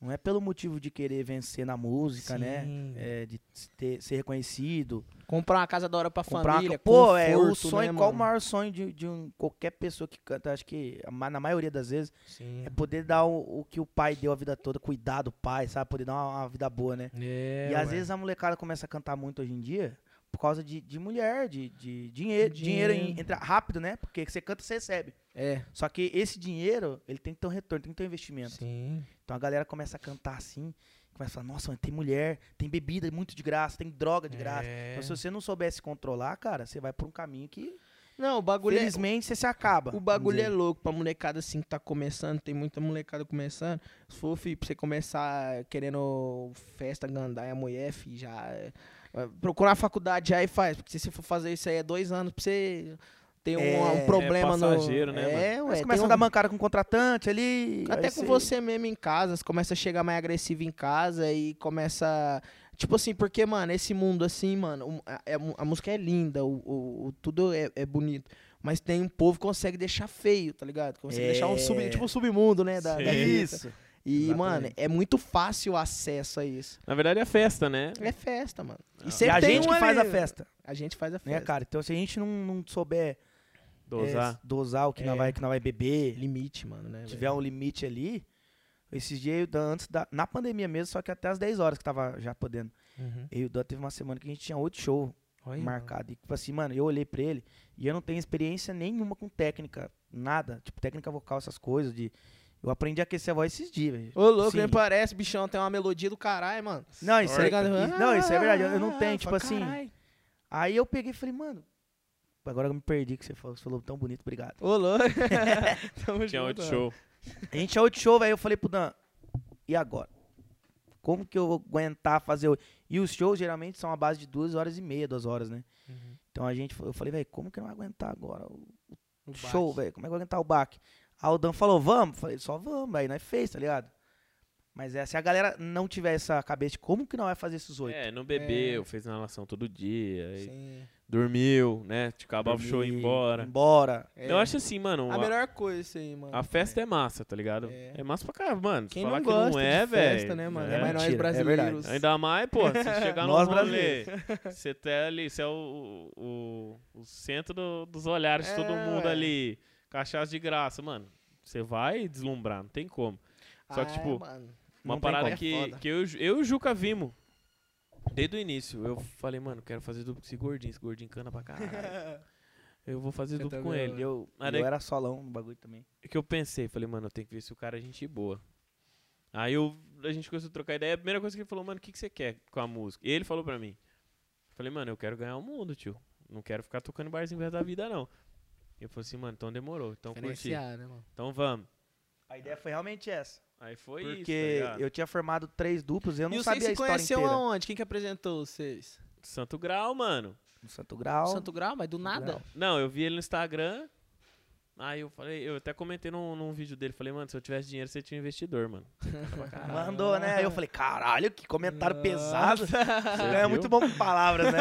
Speaker 2: não é pelo motivo de querer vencer na música, né?
Speaker 1: Sim.
Speaker 2: É, de se ter- ser reconhecido.
Speaker 1: Comprar uma casa da hora pra
Speaker 2: Comprar uma
Speaker 1: família,
Speaker 2: ca- Pô, é o
Speaker 1: conforto,
Speaker 2: sonho,
Speaker 1: né,
Speaker 2: qual o
Speaker 1: mano?
Speaker 2: maior sonho de, de um- qualquer pessoa que canta? Acho que a ma- na maioria das vezes
Speaker 1: Sim.
Speaker 2: é poder dar o, o que o pai deu a vida toda, cuidar do pai, sabe? Poder dar uma, uma vida boa, né?
Speaker 1: É,
Speaker 2: e às
Speaker 1: ué.
Speaker 2: vezes a molecada começa a cantar muito hoje em dia por causa de, de mulher, de, de dinheiro. Dinheiro em-
Speaker 1: Dinheiro.
Speaker 2: entra rápido, né? Porque você canta, você recebe.
Speaker 1: É,
Speaker 2: Só que esse dinheiro, ele tem que ter um retorno, tem que ter um investimento.
Speaker 1: sim.
Speaker 2: Então a galera começa a cantar assim, começa a falar, nossa, mano, tem mulher, tem bebida muito de graça, tem droga de graça.
Speaker 1: É.
Speaker 2: Então se você não souber se controlar, cara, você vai por um caminho que,
Speaker 1: Não, o bagulho é,
Speaker 2: felizmente, você se acaba.
Speaker 1: O bagulho é
Speaker 2: vamos
Speaker 1: louco pra molecada assim que tá começando, tem muita molecada começando. Se for, fi, pra você começar querendo festa, gandaia, mulher, fi, já. é, é, Procura uma faculdade já e faz, porque se você for fazer isso aí é dois anos pra você ter um,
Speaker 2: É,
Speaker 1: um problema
Speaker 3: é
Speaker 1: no.
Speaker 3: passageiro, né,
Speaker 1: É,
Speaker 2: dizer.
Speaker 1: ué,
Speaker 2: Mas
Speaker 1: tem
Speaker 2: começa a
Speaker 1: um-
Speaker 2: dar mancada com o contratante ali.
Speaker 1: até
Speaker 2: aí
Speaker 1: com você mesmo em casa, você começa a chegar mais agressivo em casa e começa. Tipo assim, porque, mano, esse mundo assim, mano, um- a, é mu- a música é linda, o, o- o- tudo é, é bonito. Mas tem um povo que consegue deixar feio, tá ligado? Consegue
Speaker 2: É.
Speaker 1: deixar um sub, tipo um submundo, né? Da, da
Speaker 3: Sim.
Speaker 1: vida.
Speaker 2: Isso.
Speaker 1: E,
Speaker 2: Exatamente.
Speaker 1: mano, é muito fácil o acesso a isso.
Speaker 3: Na verdade é festa, né?
Speaker 1: É festa, mano. E,
Speaker 2: E
Speaker 1: sempre
Speaker 2: a
Speaker 1: tem
Speaker 2: gente
Speaker 1: um
Speaker 2: que faz a
Speaker 1: ali-
Speaker 2: festa,
Speaker 1: A gente faz a
Speaker 2: né,
Speaker 1: festa.
Speaker 2: cara? Então se a gente não, não souber é,
Speaker 3: Dosar.
Speaker 2: dosar o que, nós
Speaker 1: É.
Speaker 2: vai, o que nós vai beber,
Speaker 1: Limite, mano, né?
Speaker 2: Se
Speaker 1: velho?
Speaker 2: tiver um limite ali, esses dias eu e o Dan, antes da. Na pandemia mesmo, só que até as 10 horas que tava já podendo.
Speaker 1: Uhum.
Speaker 2: Eu e o Dan teve uma semana que a gente tinha oito shows
Speaker 1: Olha,
Speaker 2: marcados. E tipo assim, mano, eu olhei pra ele e eu não tenho experiência nenhuma com técnica, nada. Tipo, técnica vocal, essas coisas. de Eu aprendi a aquecer a voz esses dias, velho.
Speaker 1: Ô, louco,
Speaker 2: Sim.
Speaker 1: nem parece, bichão. Tem uma melodia do caralho, mano.
Speaker 2: Não, isso
Speaker 1: Tá
Speaker 2: é,
Speaker 1: ligado?
Speaker 2: e- não, isso é verdade. Eu eu não tenho, tipo assim. Aí eu peguei e falei, mano. Agora eu me perdi que você falou, você falou tão bonito, obrigado.
Speaker 1: Ô, louco. Tamo
Speaker 3: Tinha
Speaker 1: junto,
Speaker 3: outro
Speaker 1: mano.
Speaker 3: show.
Speaker 2: A gente é oito show, velho. Eu falei pro Dan, e agora? Como que eu vou aguentar fazer. o- E os shows geralmente são a base de duas horas e meia, duas horas, né? Então a gente, eu falei, velho, como que eu não vou aguentar agora o
Speaker 1: O
Speaker 2: show, velho? Como é que eu vou aguentar o baque? Aí o Dan falou, vamos? Falei, só vamos, aí nós fez, tá ligado? Mas é, se a galera não tiver essa cabeça de como que não vai fazer esses oito?
Speaker 3: É, não bebeu, fez inalação todo dia, e
Speaker 1: Sim.
Speaker 3: dormiu, né? Te acabava o show e ia
Speaker 2: Dormir,
Speaker 3: embora.
Speaker 2: Embora.
Speaker 1: É.
Speaker 3: Eu acho assim, mano,
Speaker 1: A
Speaker 3: a,
Speaker 1: melhor coisa isso aí, mano.
Speaker 3: a festa é massa, tá ligado? É,
Speaker 1: É.
Speaker 3: massa pra caramba, mano.
Speaker 1: Quem
Speaker 3: Falar
Speaker 1: não
Speaker 3: que
Speaker 1: gosta
Speaker 3: não é,
Speaker 1: de festa,
Speaker 3: velho.
Speaker 1: né, mano?
Speaker 3: né?
Speaker 1: É, mais nós
Speaker 2: Mentira, é verdade.
Speaker 1: brasileiros.
Speaker 3: Ainda mais, pô, se chegar no
Speaker 2: Nós
Speaker 3: rolê, você tá ali, você é o, o, o- o centro do- dos olhares de
Speaker 1: É,
Speaker 3: todo mundo
Speaker 1: ué.
Speaker 3: ali. Cachaça de graça, mano. Você vai deslumbrar, não tem como. Só que,
Speaker 1: Ah,
Speaker 3: tipo,
Speaker 1: mano.
Speaker 3: Uma
Speaker 2: Não tem
Speaker 3: parada
Speaker 2: como.
Speaker 1: É
Speaker 3: que,
Speaker 1: foda.
Speaker 3: que eu, e o Ju- eu e o Juca vimos. Desde o início, eu falei, mano, quero fazer duplo com esse gordinho, esse gordinho cana pra caralho. Eu vou fazer
Speaker 1: Eu
Speaker 3: duplo com
Speaker 1: também,
Speaker 3: ele.
Speaker 1: mano.
Speaker 2: E eu,
Speaker 3: Mas é
Speaker 2: eu
Speaker 3: daí-
Speaker 2: era solão no bagulho também.
Speaker 3: O que eu pensei? Falei, mano, eu tenho que ver se o cara é gente boa. Aí eu, a gente começou a trocar ideia. A primeira coisa que ele falou, mano, o que, que você quer com a música? E ele falou pra mim. Falei, mano, eu quero ganhar o mundo, tio. Não quero ficar tocando em barzinho o resto da vida, não. E eu falei assim, mano, então demorou. Então curti.
Speaker 1: Diferenciar, né, mano?
Speaker 3: Então vamos.
Speaker 2: A ideia foi realmente essa.
Speaker 3: Aí foi isso.
Speaker 2: Porque
Speaker 3: tá ligado?
Speaker 2: eu tinha formado três duplos e eu não
Speaker 1: e vocês
Speaker 2: sabia a
Speaker 1: se
Speaker 2: história
Speaker 1: conheceu
Speaker 2: inteira.
Speaker 1: aonde? Quem que apresentou vocês?
Speaker 3: Santo Grau, mano.
Speaker 2: No Santo Grau.
Speaker 1: Santo Grau, mas do nada.
Speaker 2: Grau.
Speaker 3: Não, eu vi ele no Instagram. Aí eu falei, eu até comentei num, num vídeo dele, falei, mano, se eu tivesse dinheiro, você tinha um investidor, mano.
Speaker 2: Mandou, né? Aí eu falei, caralho, que
Speaker 1: Ah,
Speaker 2: comentário pesado.
Speaker 3: Você
Speaker 2: É
Speaker 3: viu?
Speaker 2: muito bom com palavras, né?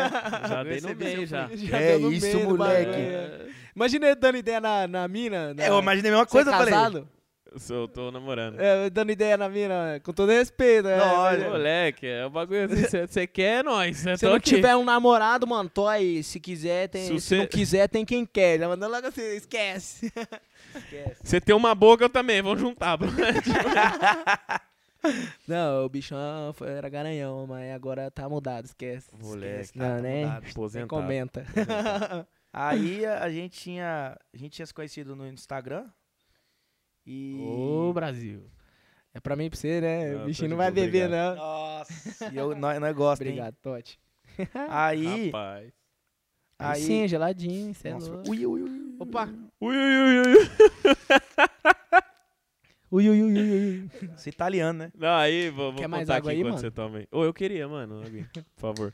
Speaker 3: Já dei no
Speaker 2: Recebi seu
Speaker 3: meio, já.
Speaker 1: Já
Speaker 2: É
Speaker 1: deu no
Speaker 2: isso,
Speaker 1: meio do
Speaker 2: moleque.
Speaker 1: bagulho, é. Imagina ele dando ideia na, na mina. Na...
Speaker 2: É, eu imaginei a mesma
Speaker 1: Você é
Speaker 2: coisa, eu falei.
Speaker 1: casado?
Speaker 3: Eu sou- eu tô namorando.
Speaker 1: É, dando ideia na mina, com todo respeito. É,
Speaker 2: Não,
Speaker 1: mas-
Speaker 2: olha,
Speaker 3: Moleque, é o bagulho assim, você quer é nós. cê
Speaker 1: Se
Speaker 3: tô
Speaker 1: não
Speaker 3: aqui.
Speaker 1: tiver um namorado, mano, tô aí. Se quiser, tem.
Speaker 3: Se
Speaker 1: Se,
Speaker 3: você-
Speaker 1: não quiser, tem quem quer. Já mandou logo assim, esquece.
Speaker 3: Você tem uma boca, eu também, vamos juntar. bro.
Speaker 1: Não, o bichão foi- era garanhão, mas agora tá mudado, esquece.
Speaker 4: Moleque,
Speaker 1: esquece.
Speaker 4: tá-
Speaker 1: não,
Speaker 4: tá
Speaker 1: né?
Speaker 4: mudado,
Speaker 1: Nem
Speaker 3: aposentado.
Speaker 1: comenta.
Speaker 2: Aí a, a gente tinha. A gente tinha se conhecido no Instagram. E.
Speaker 1: Ô, Brasil. É pra mim e pra você, né?
Speaker 3: Não,
Speaker 1: o bichinho
Speaker 3: tô
Speaker 1: não vai
Speaker 3: de boa,
Speaker 1: beber,
Speaker 3: obrigado.
Speaker 1: não.
Speaker 2: Nossa, e eu não, não gosto, hein?
Speaker 1: Obrigado, Totti.
Speaker 2: Aí,
Speaker 3: Rapaz.
Speaker 2: aí.
Speaker 1: Sim, geladinho, cê é
Speaker 2: Nossa,
Speaker 1: louco.
Speaker 2: ui, ui, ui.
Speaker 1: Opa!
Speaker 3: Ui, ui, ui, ui.
Speaker 1: Ui, ui, ui, ui, ui.
Speaker 2: Isso é italiano, né?
Speaker 3: Não, aí, vou, vou
Speaker 1: Quer
Speaker 3: contar
Speaker 1: mais
Speaker 3: aqui
Speaker 1: água aí,
Speaker 3: enquanto
Speaker 1: mano?
Speaker 3: você toma aí. Ô, eu queria, mano, alguém, por favor.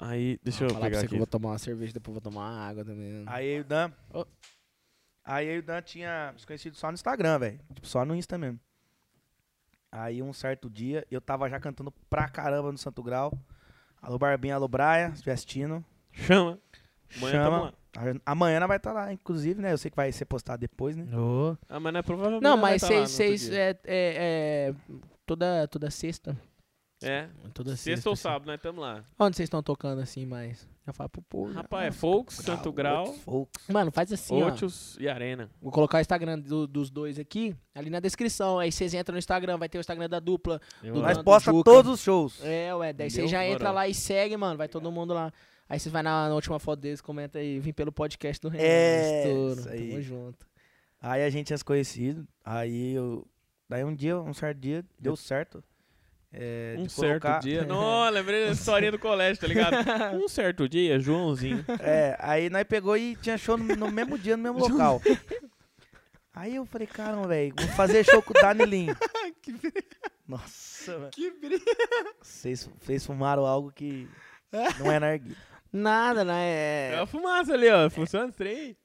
Speaker 3: Aí, deixa eu
Speaker 1: Falar pra
Speaker 3: pegar
Speaker 1: você que
Speaker 3: aqui.
Speaker 1: eu vou tomar uma cerveja, depois vou tomar uma água também.
Speaker 2: Aí eu e o Dan.
Speaker 1: Hum. Ô.
Speaker 2: Aí eu e o Dan tinha se conhecido só no Instagram, velho. Tipo, só no Insta mesmo. Aí um certo dia, eu tava já cantando pra caramba no Santo Grau. Alô, Barbinha, alô, Braia, se estiver assistindo.
Speaker 3: Chama. Amanhã
Speaker 2: Chama.
Speaker 3: tamo lá.
Speaker 2: A- Amanhã ela vai estar lá, inclusive, né? Eu sei que vai ser postado depois, né?
Speaker 1: Ô.
Speaker 3: Ah, mas não é provavelmente.
Speaker 1: Não,
Speaker 3: ela vai
Speaker 1: mas
Speaker 3: tá lá no
Speaker 1: vocês.
Speaker 3: outro
Speaker 1: vocês é,
Speaker 3: dia.
Speaker 1: é, é, toda, toda sexta.
Speaker 3: É.
Speaker 1: Toda assim.
Speaker 3: Sexta ou sábado, nós tamo lá.
Speaker 1: Onde vocês estão tocando assim mais? Já falo pro povo. já.
Speaker 3: Rapaz, é Folks, Santo Grau,
Speaker 2: Folks.
Speaker 1: Mano, faz assim, ó.
Speaker 3: Otius e Arena.
Speaker 1: Vou colocar o Instagram do- dos dois aqui, ali na descrição. Aí vocês entram no Instagram, vai ter o Instagram da dupla. Do
Speaker 2: Mas
Speaker 1: Nando
Speaker 2: posta
Speaker 1: Juca.
Speaker 2: todos os shows.
Speaker 1: É, ué. Daí
Speaker 3: Entendeu?
Speaker 1: vocês já entra
Speaker 3: Moral.
Speaker 1: lá e segue, mano. Vai todo mundo lá. Aí vocês vai na, na última foto deles, comenta aí. Vim pelo podcast do Renan.
Speaker 2: É,
Speaker 1: estouro.
Speaker 2: isso aí.
Speaker 1: Tamo junto.
Speaker 2: Aí a gente tinha se conhecido. Aí eu. Daí um dia, um certo dia, deu certo. É,
Speaker 3: Um
Speaker 2: de
Speaker 3: certo
Speaker 2: colocar-
Speaker 3: dia. Não, lembrei da historinha do colégio, tá ligado? Um certo dia, Joãozinho.
Speaker 2: É, aí nós pegou e tinha show no, no mesmo dia, no mesmo local. Aí eu falei, caramba, velho, vou fazer show com o Danilinho. Nossa, velho.
Speaker 1: Que brilho.
Speaker 2: Vocês, vocês fumaram algo que não é narguilha.
Speaker 1: Nada, né?
Speaker 3: É.
Speaker 1: É...
Speaker 3: a fumaça ali, ó. Funciona os trem.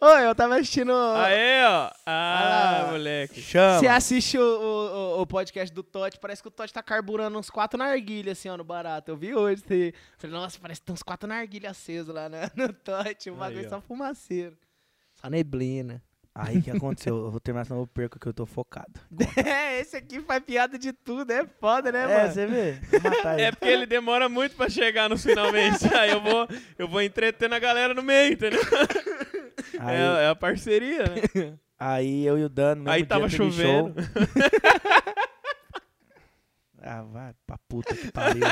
Speaker 1: Oi, eu tava assistindo.
Speaker 3: Aí, ó. Ah,
Speaker 1: Ah.
Speaker 3: moleque.
Speaker 1: Você
Speaker 2: Chama.
Speaker 1: assiste o, o- o- o podcast do Totti, parece que o Totti tá carburando uns quatro narguilhas, assim, ó, no barato. Eu vi hoje, assim. Falei, nossa, parece que tem uns quatro narguilhas acesos lá né, no Totti. O
Speaker 3: Aí,
Speaker 1: bagulho é
Speaker 3: ó.
Speaker 1: só fumaceiro. Só neblina.
Speaker 2: Aí o que aconteceu? Eu vou terminar, senão eu perco que eu tô focado.
Speaker 1: É, esse aqui faz piada de tudo, é foda, né,
Speaker 2: É,
Speaker 1: mano?
Speaker 2: você vê? Vou matar ele.
Speaker 3: É porque ele demora muito pra chegar nos finalmente. Aí eu vou, eu vou entretendo a galera no meio, entendeu?
Speaker 2: Aí,
Speaker 3: É, é a parceria, né?
Speaker 2: aí eu e o Dan, no mesmo
Speaker 3: Aí
Speaker 2: dia,
Speaker 3: tava
Speaker 2: teve um
Speaker 3: chovendo.
Speaker 2: show. Ah, vai pra puta que pariu.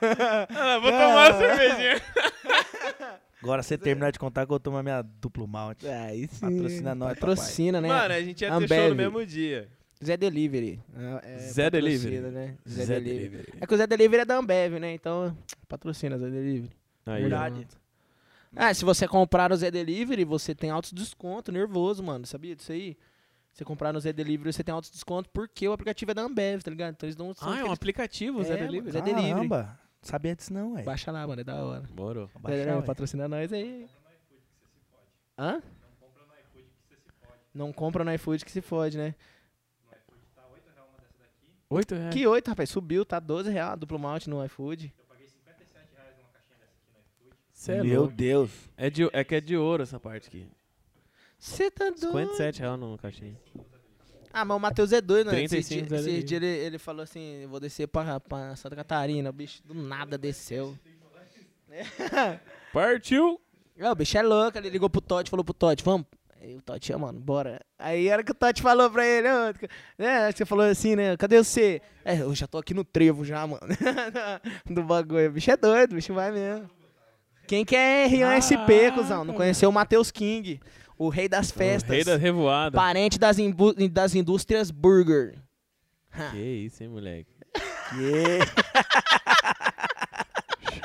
Speaker 3: Ah, vou tomar uma cervejinha.
Speaker 2: Agora
Speaker 1: é.
Speaker 2: você terminar de contar que eu tomo a minha duplo malte.
Speaker 1: Aí sim.
Speaker 2: Patrocina nós,
Speaker 1: Patrocina, né?
Speaker 3: Mano, é- a gente ia ter
Speaker 1: Ambev.
Speaker 3: show no mesmo dia.
Speaker 1: Zé Delivery. É, é
Speaker 3: Zé
Speaker 1: patrocina,
Speaker 3: Delivery.
Speaker 1: Né? Zé, Delivery. É que o Zé Delivery é da Ambev, né? Então, patrocina Zé Delivery.
Speaker 3: Aí, ó.
Speaker 2: Verdade.
Speaker 1: Ah, se você comprar no Zé Delivery, você tem altos desconto, nervoso, mano. Sabia disso aí? Você comprar no Zé Delivery, você tem altos desconto porque o aplicativo é da Ambev, tá ligado? Então eles não são
Speaker 3: Ah, é um
Speaker 1: aqueles-
Speaker 3: aplicativo, Zé
Speaker 1: É,
Speaker 3: Delivery.
Speaker 1: Zé Delivery.
Speaker 2: Caramba, não sabia disso não, ué.
Speaker 1: Baixa lá, mano, é da hora.
Speaker 3: Morou.
Speaker 1: Zé
Speaker 2: Baixar,
Speaker 1: Delivery,
Speaker 2: ué.
Speaker 1: patrocina nós aí. Hã? Não compra no iFood que se fode, né?
Speaker 3: 8 reais.
Speaker 1: Que 8, rapaz, subiu, tá 12 reais a duplo malte no iFood.
Speaker 3: Cê é
Speaker 2: Meu
Speaker 3: louco.
Speaker 2: Deus.
Speaker 3: É, de, é que é de ouro essa parte aqui.
Speaker 1: Você tá doido?
Speaker 3: 57 reais no caixinha.
Speaker 1: Ah, mas o Matheus é doido, né?
Speaker 3: 35
Speaker 1: esse dia,
Speaker 3: zero
Speaker 1: esse
Speaker 3: ali.
Speaker 1: dia ele, ele falou assim, "Eu vou descer pra, pra Santa Catarina. O bicho do nada desceu.
Speaker 3: Partiu!
Speaker 1: É, o bicho é louco, ele ligou pro Totti, falou pro Totti, vamos. Aí o Totti, "Ah, mano, bora. Aí era que o Totti falou pra ele, "Ah, né? Você falou assim, né? Cadê você? É, eu já tô aqui no trevo já, mano. Do bagulho. O bicho é doido, o bicho vai mesmo. Quem que é Rian SP, cuzão? Não conheceu o Matheus King, o rei das festas.
Speaker 3: O rei da revoada.
Speaker 1: Parente das, imbu- das indústrias burger.
Speaker 3: Que isso, hein, moleque?
Speaker 2: Yeah.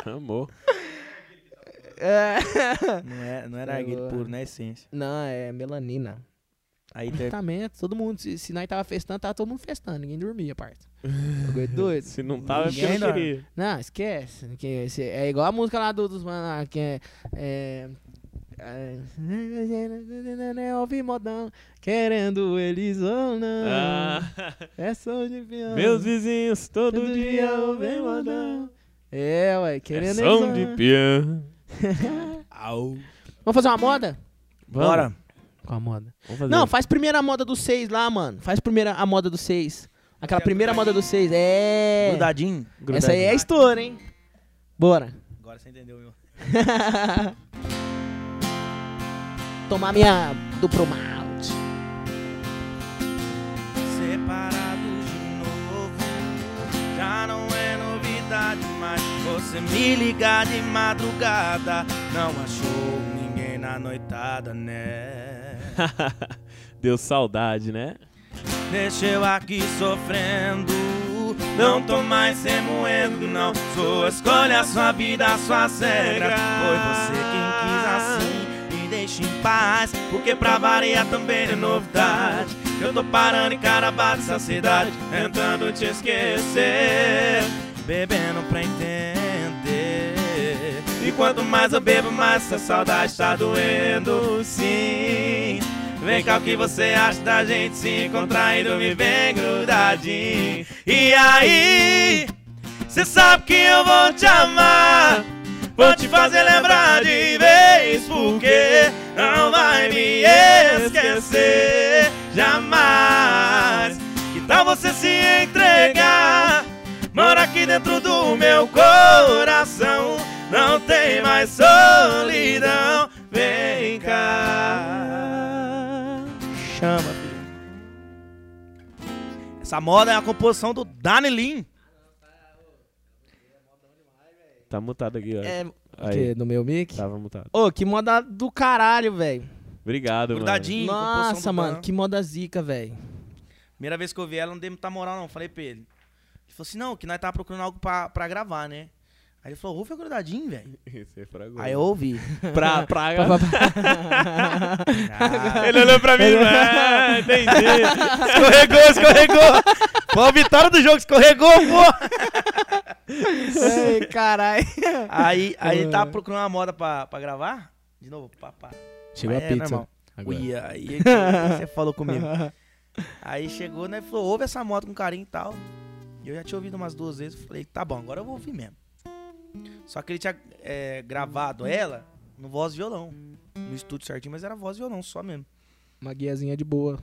Speaker 3: Chamou.
Speaker 1: É.
Speaker 2: não é, não é
Speaker 1: Tá
Speaker 2: narguilha
Speaker 1: boa.
Speaker 2: puro, não é essência.
Speaker 1: Não, é melanina.
Speaker 2: Aí ter...
Speaker 1: Tratamento, todo mundo. Se, se nós tava festando, tava todo mundo festando, ninguém dormia, parça. Bagulho doido.
Speaker 3: Se não tava, é porque
Speaker 2: Ninguém
Speaker 3: eu
Speaker 2: dá.
Speaker 3: não queria.
Speaker 1: Não, esquece. Que esse- é igual a música lá do- dos mano lá, que é. é é, ouvi modão, querendo eles ou não.
Speaker 3: Ah,
Speaker 1: É som de piano.
Speaker 3: meus vizinhos todo,
Speaker 1: todo
Speaker 3: dia
Speaker 1: dia
Speaker 3: ouvem
Speaker 1: ouvem
Speaker 3: mandar.
Speaker 1: modão. É, ué,
Speaker 3: É
Speaker 1: querendo eles.
Speaker 3: som
Speaker 1: ou
Speaker 3: de
Speaker 1: não.
Speaker 3: piano.
Speaker 1: Vamos fazer uma moda?
Speaker 3: Vamos.
Speaker 2: Bora.
Speaker 1: Qual a moda?
Speaker 3: Vamos fazer. um.
Speaker 1: Não, faz primeiro a moda dos seis lá, mano. Faz primeiro a moda dos seis. Aquela primeira moda dos seis. É.
Speaker 2: Grudadinho.
Speaker 1: Essa aí é estouro, hein? Bora.
Speaker 2: Agora você entendeu, meu.
Speaker 1: Tomar minha duplo malte.
Speaker 2: é você me ligar de madrugada. Não achou ninguém na noitada, né?
Speaker 3: Deu saudade, né?
Speaker 2: Deixa eu aqui sofrendo. Não tô mais remoendo, não. Sua escolha, sua vida, sua regra. Foi você quem quis assim. Me deixa em paz, porque pra variar também é novidade. Eu tô parando em Carabato, essa cidade, tentando te esquecer. Bebendo pra entender. E quanto mais eu bebo, mais essa saudade tá doendo, sim. Vem cá, o que você acha da gente se encontrar e dormir bem grudadinho? E aí, cê sabe que eu vou te amar. Vou te fazer lembrar de vez, porque não vai me esquecer jamais. Que tal você se entregar? Mora aqui dentro do meu coração, não tem mais solidão. Vem cá. Chama, filho. Essa moda é a composição do Dani Lin.
Speaker 3: Tá mutado aqui, ó.
Speaker 1: É, o
Speaker 3: Aí. Tá.
Speaker 1: quê? No meu mic?
Speaker 3: Tava mutado.
Speaker 1: Ô, que moda do caralho, velho.
Speaker 3: Obrigado,
Speaker 2: Grudadinho,
Speaker 1: Nossa,
Speaker 2: composição do
Speaker 1: mano,
Speaker 2: Dan.
Speaker 1: que moda zica, velho.
Speaker 2: Primeira vez que eu vi ela, eu não dei muita moral, não. Falei pra ele. Ele falou assim: não, que nós tava procurando algo pra, pra gravar, né? Aí ele falou: ouve a grudadinho, velho.
Speaker 3: mano. Você fragou.
Speaker 2: Aí eu ouvi.
Speaker 3: Pra, pra...
Speaker 2: Ah,
Speaker 3: Ele olhou pra mim e falou, ah, entendi.
Speaker 2: escorregou, escorregou. Foi a vitória do jogo, escorregou, pô.
Speaker 1: Ei, caralho.
Speaker 2: Aí, aí ele
Speaker 1: Uhum.
Speaker 2: tava procurando uma moda pra, pra gravar. De novo, papá.
Speaker 1: Chegou
Speaker 2: Aí
Speaker 1: a
Speaker 2: é
Speaker 1: pizza.
Speaker 2: normal.
Speaker 1: agora.
Speaker 2: Uia, aí é que você falou comigo. Aí chegou, né? Falou, ouve essa moto com carinho e tal. E eu já tinha ouvido umas duas vezes. Falei, tá bom, agora eu vou ouvir mesmo. Só que ele tinha é, gravado ela no voz e violão. No estúdio certinho, mas era voz e violão só mesmo.
Speaker 1: Uma guiazinha de boa.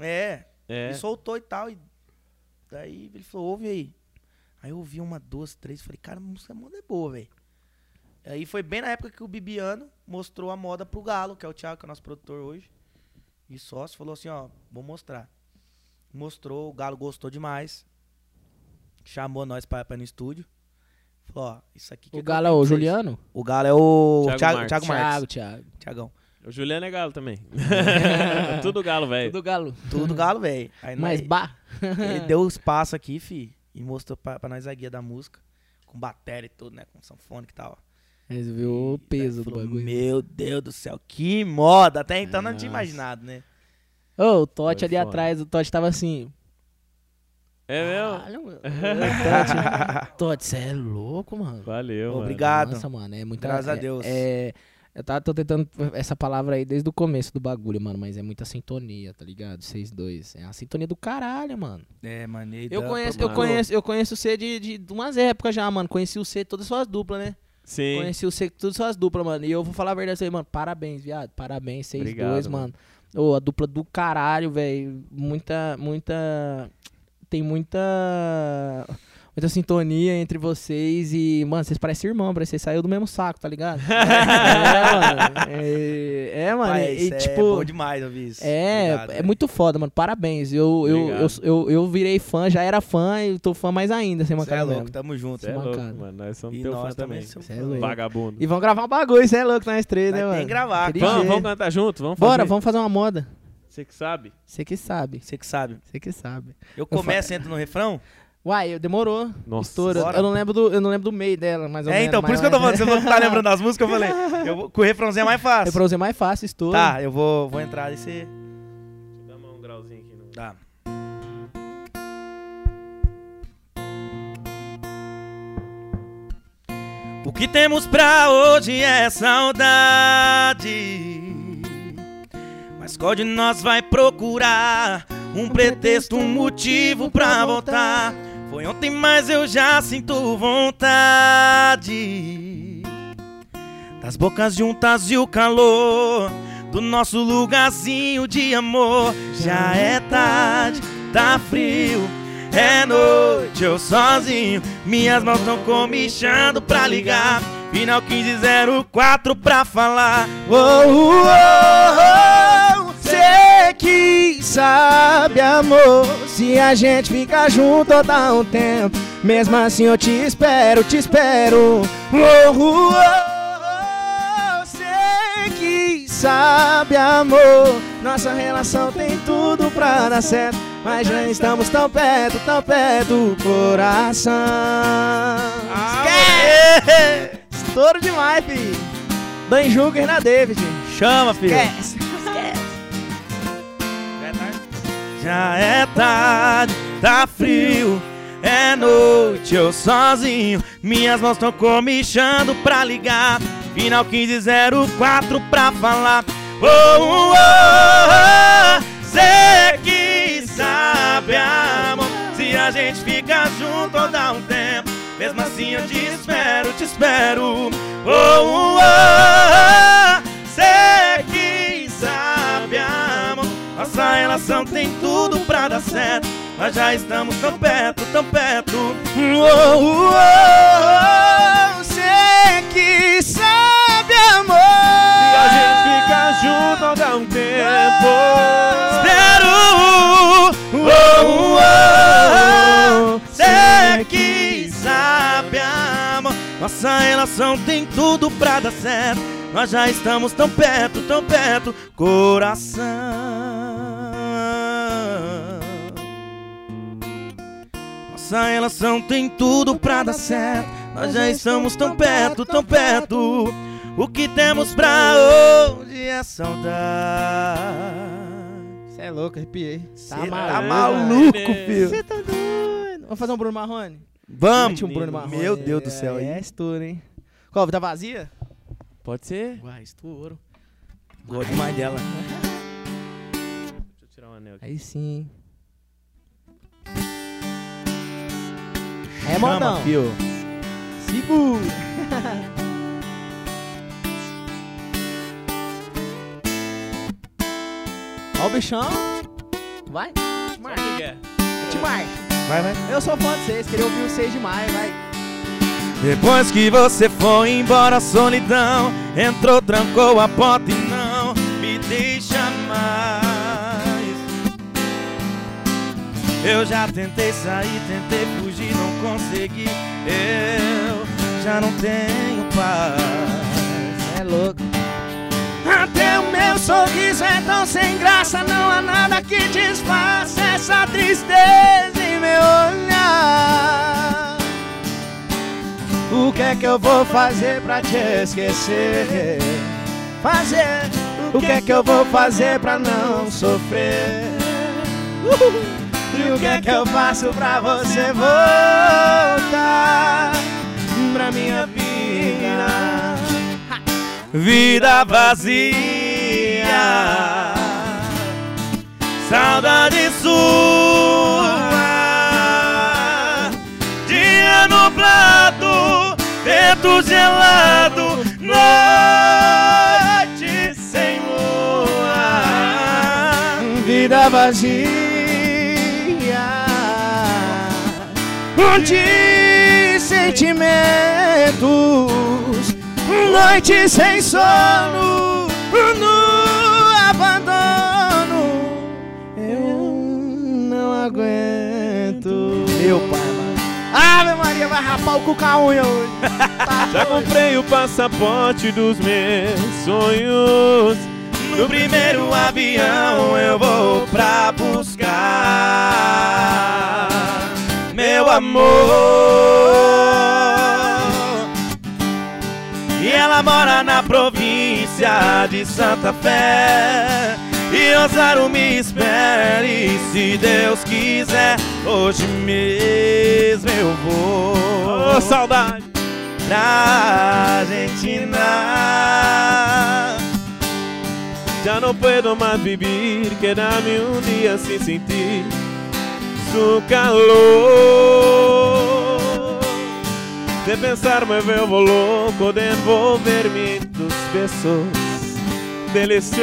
Speaker 2: É,
Speaker 3: É.
Speaker 2: e soltou e tal. E daí ele falou, ouve aí. Aí eu ouvi uma, duas, três, falei, cara, a música moda é boa, velho. Aí foi bem na época que o Bibiano mostrou a moda pro Galo, que é o Thiago, que é o nosso produtor hoje. E sócio falou assim, ó, vou mostrar. Mostrou, o Galo gostou demais. Chamou nós pra, pra ir no estúdio. Falou, ó, isso aqui que
Speaker 1: O
Speaker 2: eu
Speaker 1: Galo é
Speaker 2: tenho
Speaker 1: o
Speaker 2: pra vocês.
Speaker 1: Juliano?
Speaker 2: O Galo é o
Speaker 3: Thiago
Speaker 2: Thiago,
Speaker 3: Marques.
Speaker 2: Thiago Marques.
Speaker 1: Thiago, Thiago.
Speaker 2: Thiagão.
Speaker 3: O Juliano é galo também. Tudo galo,
Speaker 2: É.
Speaker 3: velho.
Speaker 1: Do Galo.
Speaker 2: Tudo Galo, velho. Aí
Speaker 1: Mas
Speaker 2: nós-
Speaker 1: bah.
Speaker 2: Ele deu os passos aqui, fi, e mostrou pra, pra nós a guia da música. Com bateria e tudo, né? Com sanfônica e tal.
Speaker 1: Mas viu o peso do
Speaker 2: Falou,
Speaker 1: bagulho.
Speaker 2: Meu Deus do céu, que moda! Até então eu não tinha
Speaker 3: Nossa.
Speaker 2: imaginado, né?
Speaker 1: Ô, o Totti
Speaker 3: Foi
Speaker 1: ali
Speaker 3: foda.
Speaker 1: atrás, o Totti tava assim.
Speaker 3: É mesmo?
Speaker 1: "Caralho, mano." Ô, Totti, Totti, você é louco, mano.
Speaker 3: Valeu, mano.
Speaker 2: Obrigado.
Speaker 1: Nossa, mano, é muita.
Speaker 2: Graças a
Speaker 1: é-
Speaker 2: Deus.
Speaker 1: É, eu tava, tô tentando essa palavra aí desde o começo do bagulho, mano, mas é muita sintonia, tá ligado? Vocês dois. É uma sintonia do caralho, mano.
Speaker 2: É, mano. e
Speaker 1: Eu
Speaker 2: dá
Speaker 1: conheço,
Speaker 2: pra-
Speaker 1: eu conheço, eu conheço o C de, de, de um umas épocas já, mano. Conheci o C de todas as suas duplas, né?
Speaker 3: Sim.
Speaker 1: Conheci o C de todas as suas duplas, mano. E eu vou falar a verdade pra você, mano. Parabéns, viado. Parabéns, vocês
Speaker 3: Obrigado,
Speaker 1: dois, mano. Ô, a dupla do caralho, velho. Muita, muita. Tem muita. Muita sintonia entre vocês e, mano, vocês parecem irmão, parece que vocês saíram do mesmo saco, tá ligado? é, mano. É, é, mano.
Speaker 2: Pai,
Speaker 1: e,
Speaker 2: isso é
Speaker 1: tipo.
Speaker 2: bom demais ouvir isso.
Speaker 1: É,
Speaker 2: Obrigado,
Speaker 1: é
Speaker 2: velho.
Speaker 1: muito foda, mano. Parabéns. Eu, eu, eu,
Speaker 3: Obrigado.
Speaker 1: eu, eu virei fã, já era fã e tô fã mais ainda, sem
Speaker 2: Cê é
Speaker 1: mancada
Speaker 2: louco,
Speaker 1: mesmo.
Speaker 2: tamo junto.
Speaker 3: Você é louco,
Speaker 1: mancado.
Speaker 3: mano. Nós somos
Speaker 2: E
Speaker 3: teu
Speaker 2: nós
Speaker 3: fã
Speaker 2: também.
Speaker 3: também.
Speaker 2: somos
Speaker 1: Cê é
Speaker 2: fã.
Speaker 1: louco.
Speaker 3: Vagabundo.
Speaker 1: E vamos gravar um bagulho, você é louco, nós três,
Speaker 2: Nós
Speaker 1: né, mano?
Speaker 2: tem que gravar,
Speaker 1: Aquele
Speaker 3: Vamos,
Speaker 1: jeito.
Speaker 3: vamos cantar junto? Vamos
Speaker 1: Bora,
Speaker 3: fazer.
Speaker 1: vamos fazer uma moda.
Speaker 3: Você que sabe.
Speaker 1: Você que sabe,
Speaker 2: Você que sabe.
Speaker 1: você que sabe.
Speaker 2: Eu começo, entro no refrão?
Speaker 1: Uai, eu demorou.
Speaker 3: Nossa.
Speaker 1: Estourou.
Speaker 2: Bora.
Speaker 1: Eu não lembro do, eu não lembro do meio dela, mas
Speaker 2: é, então, por isso que eu tô falando. Você falou que tá lembrando das músicas, eu falei. Eu vou, com o refrãozinho é mais
Speaker 1: É
Speaker 2: fácil.
Speaker 1: pra usar mais fácil, estouro.
Speaker 2: Tá, eu vou, vou entrar nesse.
Speaker 3: Dá um grauzinho aqui. No...
Speaker 2: Tá. O que temos pra hoje é saudade. Mas qual de nós vai procurar um pretexto, um motivo pra voltar? Foi ontem, mas eu já sinto vontade. Das bocas juntas e o calor do nosso lugarzinho de amor. Já é tarde, tá frio, é noite, eu sozinho. Minhas mãos estão comichando pra ligar. Final 1504 pra falar. Oh, oh, oh, oh, sei
Speaker 1: que sabe, amor. Se a gente ficar junto ou dá um tempo. Mesmo assim eu te espero, te espero. Oh, oh, oh, sei que sabe, amor. Nossa relação tem tudo pra dar certo. Mas já estamos tão perto, tão perto do coração. Ah, Esquece! Estouro demais, filho. Dan Jugger na David.
Speaker 5: Chama, filho.
Speaker 1: Esquece, esquece.
Speaker 2: Já é tarde, tá frio, é noite, eu sozinho. Minhas mãos estão comichando pra ligar. Final 1504 pra falar. Oh, oh, oh, oh. cê que sabe, amor. Se a gente fica junto ou dá um tempo, mesmo assim eu te espero, te espero. Oh, oh, oh, oh. cê que sabe, amor. Nossa relação tem tudo pra dar certo. Mas já estamos tão perto, tão perto. Oh, oh, oh, oh.
Speaker 1: Você que sabe amor.
Speaker 3: E a gente fica junto há dá um tempo.
Speaker 2: Espero!
Speaker 1: é
Speaker 2: Oh, oh, oh, Cê que sabe, amor. Nossa relação tem tudo pra dar certo. Nós já estamos tão perto, tão perto, coração. Nossa relação tem tudo pra dar certo. Nós já estamos tão perto, tão perto. O que temos pra hoje é saudade.
Speaker 1: Você é louco, arrepiei. Tá
Speaker 5: Cê
Speaker 1: maluco.
Speaker 5: tá maluco,
Speaker 3: Beleza.
Speaker 5: filho.
Speaker 1: Você tá doido. Vamos fazer um Bruno Marrone?
Speaker 5: Vamos.
Speaker 1: Mete um Bruno Marrone.
Speaker 5: Meu Deus do céu.
Speaker 1: É,
Speaker 5: aí.
Speaker 1: é estouro, hein? Cova, tá vazia?
Speaker 3: Pode ser?
Speaker 1: Uai, estouro.
Speaker 5: Gosto demais dela.
Speaker 3: Deixa eu tirar um anel aqui.
Speaker 1: Aí sim. É, montão.
Speaker 5: fio.
Speaker 1: Segura. Ó o bichão. Vai. Marcha.
Speaker 3: Sabe o que é?
Speaker 1: Te marcha.
Speaker 5: Vai, vai.
Speaker 1: Eu sou fã de vocês, queria ouvir vocês demais, vai.
Speaker 2: Depois que você foi embora, a solidão entrou, trancou a porta e não me deixa mais. Eu já tentei sair, tentei fugir, não consegui. Eu já não tenho paz.
Speaker 1: É louco. Até o meu sorriso é tão sem graça, não há nada que disfarce essa tristeza em meu olhar. O que é que eu vou fazer pra te esquecer? Fazer. O que é que eu vou fazer pra não sofrer? Uhul. E o que é que eu faço pra você voltar pra minha vida?
Speaker 2: Vida vazia, saudade sua. Dia nublado, vento gelado, noite sem lua.
Speaker 1: Vida vazia. De sentimentos, noite sem sono, no abandono. Eu não aguento. Meu pai, mano. Ave Maria, vai rapar o cu com a unha hoje. Tá
Speaker 3: Já
Speaker 1: doido.
Speaker 3: comprei o passaporte dos meus sonhos.
Speaker 2: No primeiro avião eu vou pra buscar meu amor. E ela mora na província de Santa Fé. E Osaro me espera e se Deus quiser, hoje mesmo eu vou
Speaker 3: Ô, saudade!
Speaker 2: pra Argentina.
Speaker 3: Já não puedo más vivir, quedarme un día sin sentir su calor. De pensar me vuelvo loco, de envolverme en tus besos deliciosos.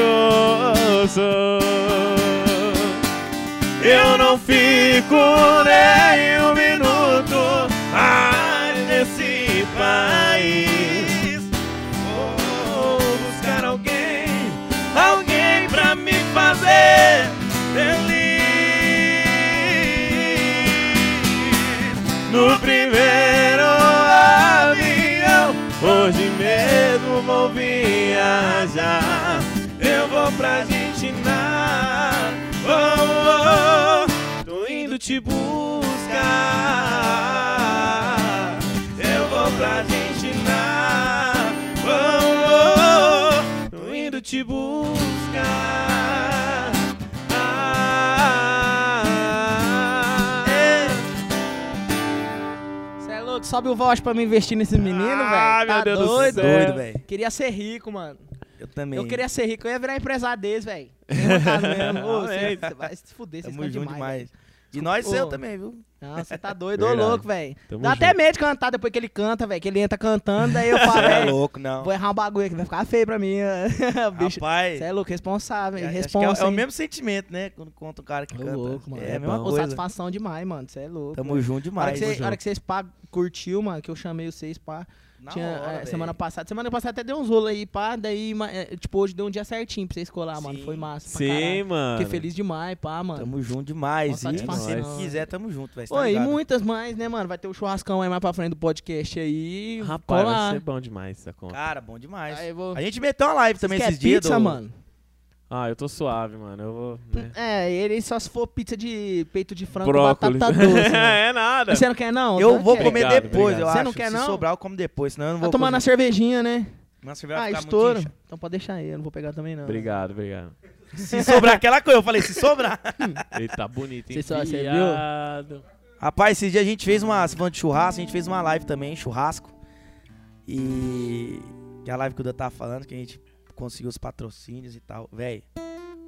Speaker 3: Eu não fico nem um minuto mais nesse país. Vou buscar alguém alguém pra me fazer
Speaker 4: no primeiro avião. Hoje mesmo vou viajar, eu vou pra Argentina. Oh, oh, tô indo te buscar. Eu vou pra Argentina. Oh, oh, tô indo te buscar. Ah,
Speaker 1: Você é louco, sobe o voz pra me investir nesse menino, velho.
Speaker 3: Ah,
Speaker 1: Tá
Speaker 3: meu Deus do
Speaker 1: doido?
Speaker 3: céu. É.
Speaker 2: Doido, velho.
Speaker 1: Queria ser rico, mano.
Speaker 2: Eu também.
Speaker 1: Eu queria ser rico, eu ia virar empresário desse, velho. Tem vontade mesmo. Ô, Você
Speaker 3: Amém.
Speaker 1: você vai se fuder, vocês
Speaker 2: Tamo
Speaker 1: cantam
Speaker 2: junto
Speaker 1: demais.
Speaker 2: demais. E nós
Speaker 1: Ô.
Speaker 2: seu também, viu?
Speaker 1: Não, você tá doido, ô
Speaker 3: Verdade.
Speaker 1: louco, velho. Dá
Speaker 3: Tamo
Speaker 1: até
Speaker 3: junto.
Speaker 1: medo de cantar depois que ele canta, velho. Que ele entra cantando, aí eu falo,
Speaker 2: Tá
Speaker 1: velho,
Speaker 2: louco, não.
Speaker 1: vou errar um bagulho aqui, vai ficar feio pra mim. ó. Bicho,
Speaker 2: Rapaz,
Speaker 1: você é louco, responsável,
Speaker 2: acho
Speaker 1: hein?
Speaker 2: que é-
Speaker 1: responsa.
Speaker 2: é, o
Speaker 1: hein?
Speaker 2: mesmo sentimento, né? Quando conta um cara que
Speaker 1: Ô,
Speaker 2: canta.
Speaker 1: louco, mano.
Speaker 2: É a mesma
Speaker 1: Ô,
Speaker 2: coisa.
Speaker 1: satisfação demais, mano. Você é louco.
Speaker 2: Tamo junto
Speaker 1: a hora,
Speaker 2: demais.
Speaker 1: que cê- a hora que vocês pá, curtiu, mano, que eu chamei vocês, pá.
Speaker 2: Na
Speaker 1: tinha,
Speaker 2: hora,
Speaker 1: é,
Speaker 2: velho.
Speaker 1: semana passada. Semana passada até deu uns rolos aí, pá. Daí, ma- é, tipo, hoje deu um dia certinho pra vocês colar, mano.
Speaker 2: Sim.
Speaker 1: Foi massa. pra
Speaker 3: Sim,
Speaker 1: caralho.
Speaker 3: mano.
Speaker 1: Fiquei feliz demais, pá, mano.
Speaker 2: Tamo junto demais.
Speaker 1: Uma
Speaker 2: E
Speaker 1: satisfação,
Speaker 2: se quiser, tamo junto, velho. cê tá
Speaker 1: Oi, e
Speaker 2: ligado?
Speaker 1: muitas mais, né, mano? Vai ter o churrascão aí mais pra frente do podcast aí.
Speaker 3: Rapaz, vai
Speaker 1: colar.
Speaker 3: ser bom demais essa conta.
Speaker 2: Cara, bom demais.
Speaker 1: Aí eu vou-
Speaker 2: A gente meteu uma live também
Speaker 1: Vocês
Speaker 2: esses
Speaker 1: querem
Speaker 2: dias.
Speaker 1: pizza,
Speaker 2: do-
Speaker 1: mano?
Speaker 3: Ah, eu tô suave, mano. Eu vou. né?
Speaker 1: É, ele só se for pizza de peito de frango
Speaker 3: Brócolis.
Speaker 1: batata doce. mano.
Speaker 3: é nada.
Speaker 1: E Você não quer, não?
Speaker 2: Eu
Speaker 1: Não
Speaker 2: vou
Speaker 1: quer.
Speaker 2: comer
Speaker 3: Obrigado,
Speaker 2: depois,
Speaker 3: obrigado.
Speaker 2: eu acho.
Speaker 1: Cê não quer, não?
Speaker 2: Se sobrar, eu como depois, senão eu não
Speaker 1: Tá
Speaker 2: vou
Speaker 1: tomando a
Speaker 2: cozinhar.
Speaker 1: cervejinha, né?
Speaker 2: Mas você vai
Speaker 1: Ah,
Speaker 2: ficar muito
Speaker 1: estouro.
Speaker 2: incha.
Speaker 1: Então pode deixar aí, eu não vou pegar
Speaker 3: é-
Speaker 1: também, não.
Speaker 3: Obrigado, obrigado.
Speaker 2: Se sobrar aquela coisa, eu falei, se sobrar.
Speaker 3: Ele tá bonito,
Speaker 1: Cê
Speaker 3: hein?
Speaker 1: só- cê viu?
Speaker 3: viado.
Speaker 2: Rapaz, esse dia a gente fez uma. Você falando de churrasco, a gente fez uma live também, churrasco. E. Que é a live que o Dan tava falando, que a gente conseguiu os patrocínios e tal. Véi,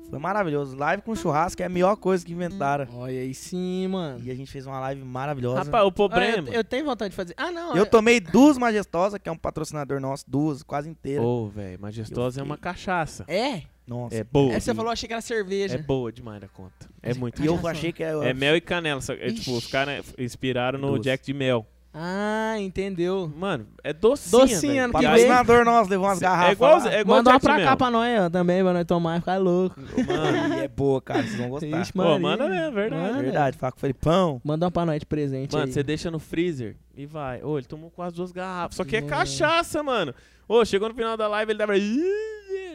Speaker 2: foi maravilhoso. Live com churrasco é a melhor coisa que inventaram.
Speaker 1: Olha aí sim, mano.
Speaker 2: E a gente fez uma live maravilhosa.
Speaker 3: Rapaz,
Speaker 1: Ah,
Speaker 3: o
Speaker 1: eu,
Speaker 3: problema.
Speaker 1: eu tenho vontade de fazer. Ah, não.
Speaker 2: eu
Speaker 1: é-
Speaker 2: tomei duas Majestosas, que é um patrocinador nosso, duas, quase inteira.
Speaker 3: Ô, velho, majestosa é uma cachaça.
Speaker 1: É?
Speaker 2: Nossa.
Speaker 3: É boa.
Speaker 1: É, você
Speaker 3: de-
Speaker 1: falou, achei que era cerveja.
Speaker 3: É boa demais da conta. É muito.
Speaker 2: E eu
Speaker 1: Cachaça.
Speaker 2: achei que
Speaker 3: É mel e canela. só que, é, tipo, os
Speaker 1: Ixi.
Speaker 3: caras inspiraram no
Speaker 2: Doce.
Speaker 3: Jack de mel.
Speaker 1: Ah, entendeu.
Speaker 3: Mano, é docinha.
Speaker 1: Docinha,
Speaker 3: velho.
Speaker 1: ano que vem.
Speaker 2: Patrocinador nosso, levou umas garrafas.
Speaker 3: É igual,
Speaker 2: lá.
Speaker 3: é igual
Speaker 1: Manda uma
Speaker 3: Jack
Speaker 1: pra
Speaker 3: de
Speaker 1: cá
Speaker 3: mel.
Speaker 1: pra nós ó, também, pra nós tomar e ficar louco.
Speaker 2: Mano, e é boa, cara. Vocês vão gostar.
Speaker 1: Ixi, né?
Speaker 3: Pô,
Speaker 1: Maria.
Speaker 3: manda mesmo, verdade.
Speaker 1: Manda.
Speaker 2: É verdade, fala com o Felipão.
Speaker 1: Manda uma pra nós de presente
Speaker 3: Mano,
Speaker 1: aí.
Speaker 3: você deixa no freezer e vai. Ô, ele tomou quase duas garrafas. Só que é
Speaker 1: Nossa.
Speaker 3: cachaça, mano. Ô, chegou no final da live, ele tava. Ih,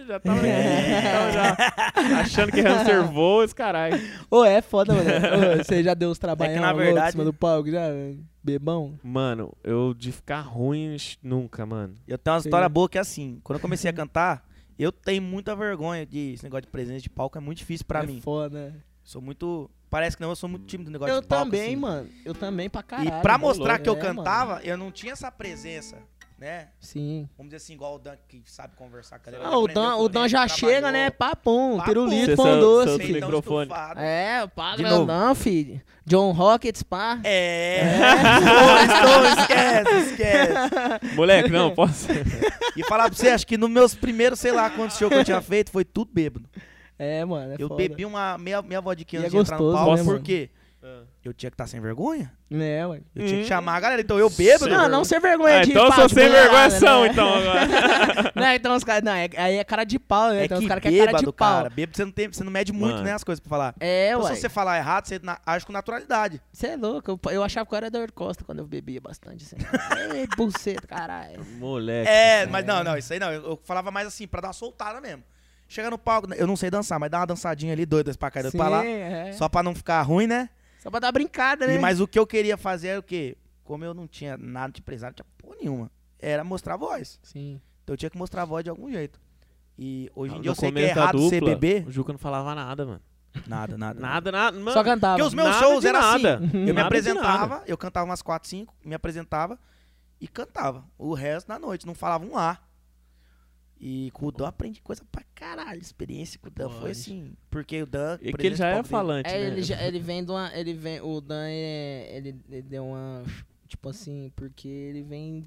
Speaker 3: Já tava. Então, já, achando que é hamster voa, esse caralho.
Speaker 1: Ô, é foda, mano. Ô, Você já deu uns trabalhos
Speaker 2: É que, na
Speaker 1: em
Speaker 2: verdade-
Speaker 1: cima do palco, já? velho? Bebão?
Speaker 3: Mano, eu de ficar ruim nunca, mano.
Speaker 2: Eu tenho uma
Speaker 1: Sim.
Speaker 2: história boa que é assim. Quando eu comecei a cantar, eu tenho muita vergonha de esse negócio de presença de palco. É muito difícil pra
Speaker 1: é
Speaker 2: mim.
Speaker 1: foda.
Speaker 2: Sou muito. Parece que não, eu sou muito tímido do negócio
Speaker 1: Eu
Speaker 2: de palco.
Speaker 1: também,
Speaker 2: assim.
Speaker 1: mano. Eu também pra caralho.
Speaker 2: e pra
Speaker 1: Ô,
Speaker 2: mostrar
Speaker 1: louco.
Speaker 2: que eu
Speaker 1: É, mano.
Speaker 2: cantava, eu não tinha essa presença, né?
Speaker 1: Sim.
Speaker 2: Vamos dizer assim, igual o Dan que sabe conversar com a galera.
Speaker 1: Ah, o
Speaker 2: aprendeu
Speaker 1: Dan, o
Speaker 2: também,
Speaker 1: Dan já
Speaker 2: trabalhou.
Speaker 1: chega, né? Papum,
Speaker 2: Papum.
Speaker 1: pirulito,
Speaker 3: Cê é
Speaker 1: pão
Speaker 3: sou-
Speaker 1: doce,
Speaker 3: sou
Speaker 2: Sem
Speaker 1: filho.
Speaker 2: tão
Speaker 3: microfone.
Speaker 2: estufado.
Speaker 1: É, pá,
Speaker 2: De
Speaker 1: grandão, filho. John Rockets, pá.
Speaker 2: É. Estou, estou, esquece, esquece.
Speaker 3: Moleque, não, posso.
Speaker 2: E falar pra você, acho que nos meus primeiros, sei lá quantos shows que eu tinha feito, foi tudo bêbado.
Speaker 1: É, mano, é
Speaker 2: eu
Speaker 1: foda.
Speaker 2: bebi uma meia, meia vodka
Speaker 1: E
Speaker 2: antes
Speaker 1: é
Speaker 2: de entrar no
Speaker 1: gostoso,
Speaker 2: palco,
Speaker 1: né,
Speaker 2: por
Speaker 1: mano?
Speaker 2: quê? Eu tinha que estar sem vergonha?
Speaker 1: É, mano.
Speaker 2: Eu tinha
Speaker 3: É. Hum.
Speaker 2: que chamar a galera, então eu bêbado?
Speaker 1: Não, não ser vergonha
Speaker 3: Ah,
Speaker 1: de
Speaker 3: então eu
Speaker 1: pá,
Speaker 3: sou
Speaker 1: de
Speaker 3: sem
Speaker 1: mulherada,
Speaker 3: vergonhação,
Speaker 1: né?
Speaker 3: então agora.
Speaker 1: Não, então os caras... Não, é- aí é cara de pau, né?
Speaker 2: É
Speaker 1: Então
Speaker 2: que
Speaker 1: os caras que é
Speaker 2: bêbado,
Speaker 1: cara de pau.
Speaker 2: cara. Bêbado, você não, tem, você não mede muito,
Speaker 3: Mano.
Speaker 2: né, as coisas pra falar.
Speaker 1: É,
Speaker 2: Então,
Speaker 1: ué.
Speaker 2: se você falar errado, você na- age com naturalidade.
Speaker 1: Você é louco, eu, eu achava que eu era Eduardo Costa quando eu bebia bastante, assim. Ei, buceta, caralho.
Speaker 3: Moleque.
Speaker 2: É, mas não, não, isso aí não. Eu, eu falava mais assim, pra dar uma soltada mesmo. Chega no palco, eu não sei dançar, mas dá uma dançadinha ali, doida pra cá, doida pra lá.
Speaker 1: é. Só...
Speaker 2: Só pra não ficar ruim, né?
Speaker 1: pra dar brincada, né?
Speaker 2: E, mas o que eu queria fazer era o quê? Como eu não tinha nada de empresário, não tinha porra nenhuma. Era mostrar a voz.
Speaker 1: Sim.
Speaker 2: Então eu tinha que mostrar a voz de algum jeito. E hoje em
Speaker 3: No
Speaker 2: dia eu sei que é
Speaker 3: começo da
Speaker 2: errado ser
Speaker 3: dupla,
Speaker 2: bebê.
Speaker 3: O Juca não falava nada, mano.
Speaker 2: Nada, nada.
Speaker 3: Nada, nada. Mano,
Speaker 1: Só cantava.
Speaker 2: Porque os meus
Speaker 3: Nada
Speaker 2: shows
Speaker 3: de
Speaker 2: eram
Speaker 3: nada.
Speaker 2: assim. Eu me
Speaker 3: Nada de
Speaker 2: apresentava, eu cantava umas 4, 5, me apresentava e cantava. O resto da noite, não falava um A. E com o Dan eu aprendi coisa pra caralho. Experiência com o Dan foi
Speaker 1: Pode.
Speaker 2: assim. Porque o Dan.
Speaker 3: É que ele
Speaker 2: presença
Speaker 3: já é
Speaker 2: pública dele-
Speaker 3: falante,
Speaker 1: É,
Speaker 3: né?
Speaker 1: ele, já, ele vem de uma. Ele vem, o Dan, é, ele, ele deu uma. Tipo assim, porque ele vem.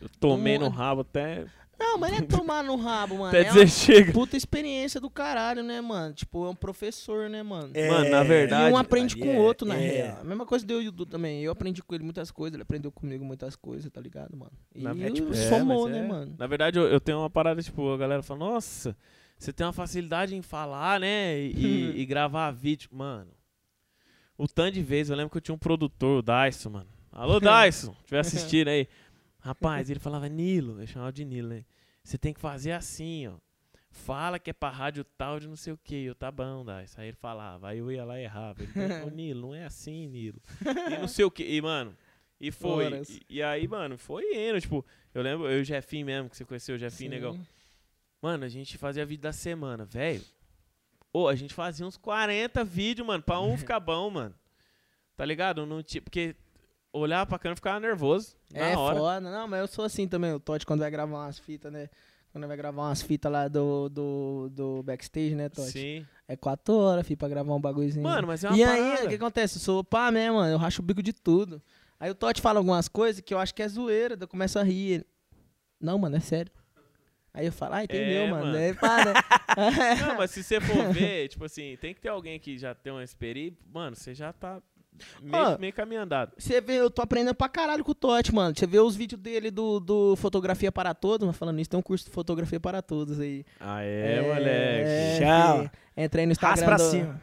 Speaker 3: Eu tomei no
Speaker 1: Um-
Speaker 3: rabo até.
Speaker 1: Não, mas não é tomar no rabo, mano.
Speaker 3: Até
Speaker 1: É
Speaker 3: dizer
Speaker 1: uma
Speaker 3: chega.
Speaker 1: puta experiência do caralho, né, mano? Tipo, é um professor, né, mano?
Speaker 2: É,
Speaker 3: Mano, na verdade.
Speaker 1: E um aprende com o
Speaker 2: é,
Speaker 1: outro, na
Speaker 2: é.
Speaker 1: real. A mesma coisa deu o Dudu também. Eu aprendi com ele muitas coisas, ele aprendeu comigo muitas coisas, tá ligado, mano? E
Speaker 3: Na- é, tipo, é,
Speaker 1: somou,
Speaker 3: mas
Speaker 1: né,
Speaker 3: é.
Speaker 1: mano?
Speaker 3: Na verdade, eu, eu tenho uma parada, tipo, a galera fala, nossa, você tem uma facilidade em falar, né? E, e gravar vídeo. Mano, o tanto de vezes, eu lembro que eu tinha um produtor, o Dyson, mano. Alô, Dyson, se tiver assistindo aí. Rapaz, ele falava, Nilo, eu chamava de Nilo, né? Você tem que fazer assim, ó. Fala que é pra rádio tal de não sei o que. Eu, tá bom, Dyson. Aí ele falava, aí eu ia lá e errava. Ele, falou, "Ô, Nilo, não é assim, Nilo. E não sei o que. E, mano, e foi.
Speaker 1: Horas.
Speaker 3: E, e aí, mano, foi indo. Tipo, eu lembro, eu e o Jefinho mesmo, que você conheceu o
Speaker 1: é assim,
Speaker 3: Jefinho, negão. Mano, a gente fazia vídeo da semana, velho. Ô, a gente fazia uns 40 vídeos, mano, pra um ficar bom, mano. Tá ligado? Não tinha, porque olhar pra câmera e ficava nervoso na
Speaker 1: é
Speaker 3: hora.
Speaker 1: foda. Não, mas eu sou assim também. O Totti, quando vai gravar umas fitas, né? Quando vai gravar umas fitas lá do, do, do backstage, né, Totti?
Speaker 3: Sim.
Speaker 1: É quatro horas, filho, pra gravar um bagulhozinho.
Speaker 3: Mano, mas é uma
Speaker 1: E aí,
Speaker 3: parada.
Speaker 1: o que acontece? Eu sou pá mesmo, mano. Eu racho o bico de tudo. Aí o Totti fala algumas coisas que eu acho que é zoeira, daí eu começo a rir. Ele, Não, mano, é sério. Aí eu falo, ah, entendeu,
Speaker 3: É,
Speaker 1: mano. né?
Speaker 3: mano.
Speaker 1: Aí para.
Speaker 3: Não, mas se você for ver, tipo assim, tem que ter alguém que já tem uma experiência. Mano, você já tá meio,
Speaker 1: Ó.
Speaker 3: meio caminho andado.
Speaker 1: Você vê, eu tô aprendendo pra caralho com o Totti, mano. Você vê os vídeos dele do, do Fotografia para Todos, mas falando isso, tem um curso de Fotografia para Todos aí.
Speaker 3: Ah, é, moleque.
Speaker 2: Tchau.
Speaker 1: filho. Entra aí no
Speaker 2: Raspa
Speaker 1: Instagram.
Speaker 2: pra
Speaker 1: do-
Speaker 2: cima.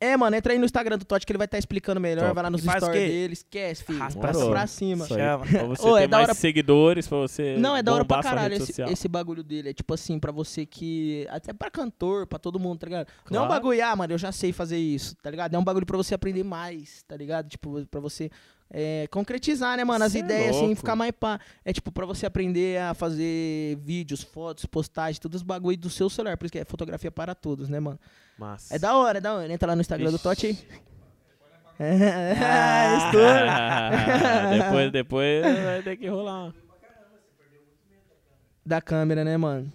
Speaker 1: É, mano, entra aí no Instagram do Totti que ele vai estar explicando melhor.
Speaker 3: Top.
Speaker 1: Vai lá nos
Speaker 2: E faz o
Speaker 1: stories
Speaker 2: quê?
Speaker 1: dele. Esquece, filho.
Speaker 2: Raspa
Speaker 1: Raspa
Speaker 3: pra
Speaker 1: pra
Speaker 3: Isso
Speaker 1: cima.
Speaker 3: aí,
Speaker 2: Chama.
Speaker 3: Pra você
Speaker 1: Ô,
Speaker 3: ter
Speaker 1: é da
Speaker 3: mais
Speaker 1: hora-
Speaker 3: seguidores, pra você.
Speaker 1: Não, é da hora pra
Speaker 3: bombar sua
Speaker 1: caralho
Speaker 3: rede
Speaker 1: esse,
Speaker 3: social.
Speaker 1: esse bagulho dele. É tipo assim, pra você que. Até pra cantor, pra todo mundo, tá ligado? Não é um
Speaker 3: Claro.
Speaker 1: bagulho, ah, mano, eu já sei fazer isso, tá ligado? É um bagulho pra você aprender mais, tá ligado? Tipo, pra você é, concretizar, né, mano? As
Speaker 3: Cê é
Speaker 1: ideias, assim,
Speaker 3: louco.
Speaker 1: ficar mais pá. É tipo, pra você aprender a fazer vídeos, fotos, postagens, todos os bagulho do seu celular. Por isso que é fotografia para todos, né, mano?
Speaker 3: Massa.
Speaker 1: É da hora, é da hora. Entra lá no Instagram do
Speaker 3: Ixi.
Speaker 1: Totti aí. É, estoura.
Speaker 3: depois, depois vai ter que rolar.
Speaker 1: da câmera, né, mano?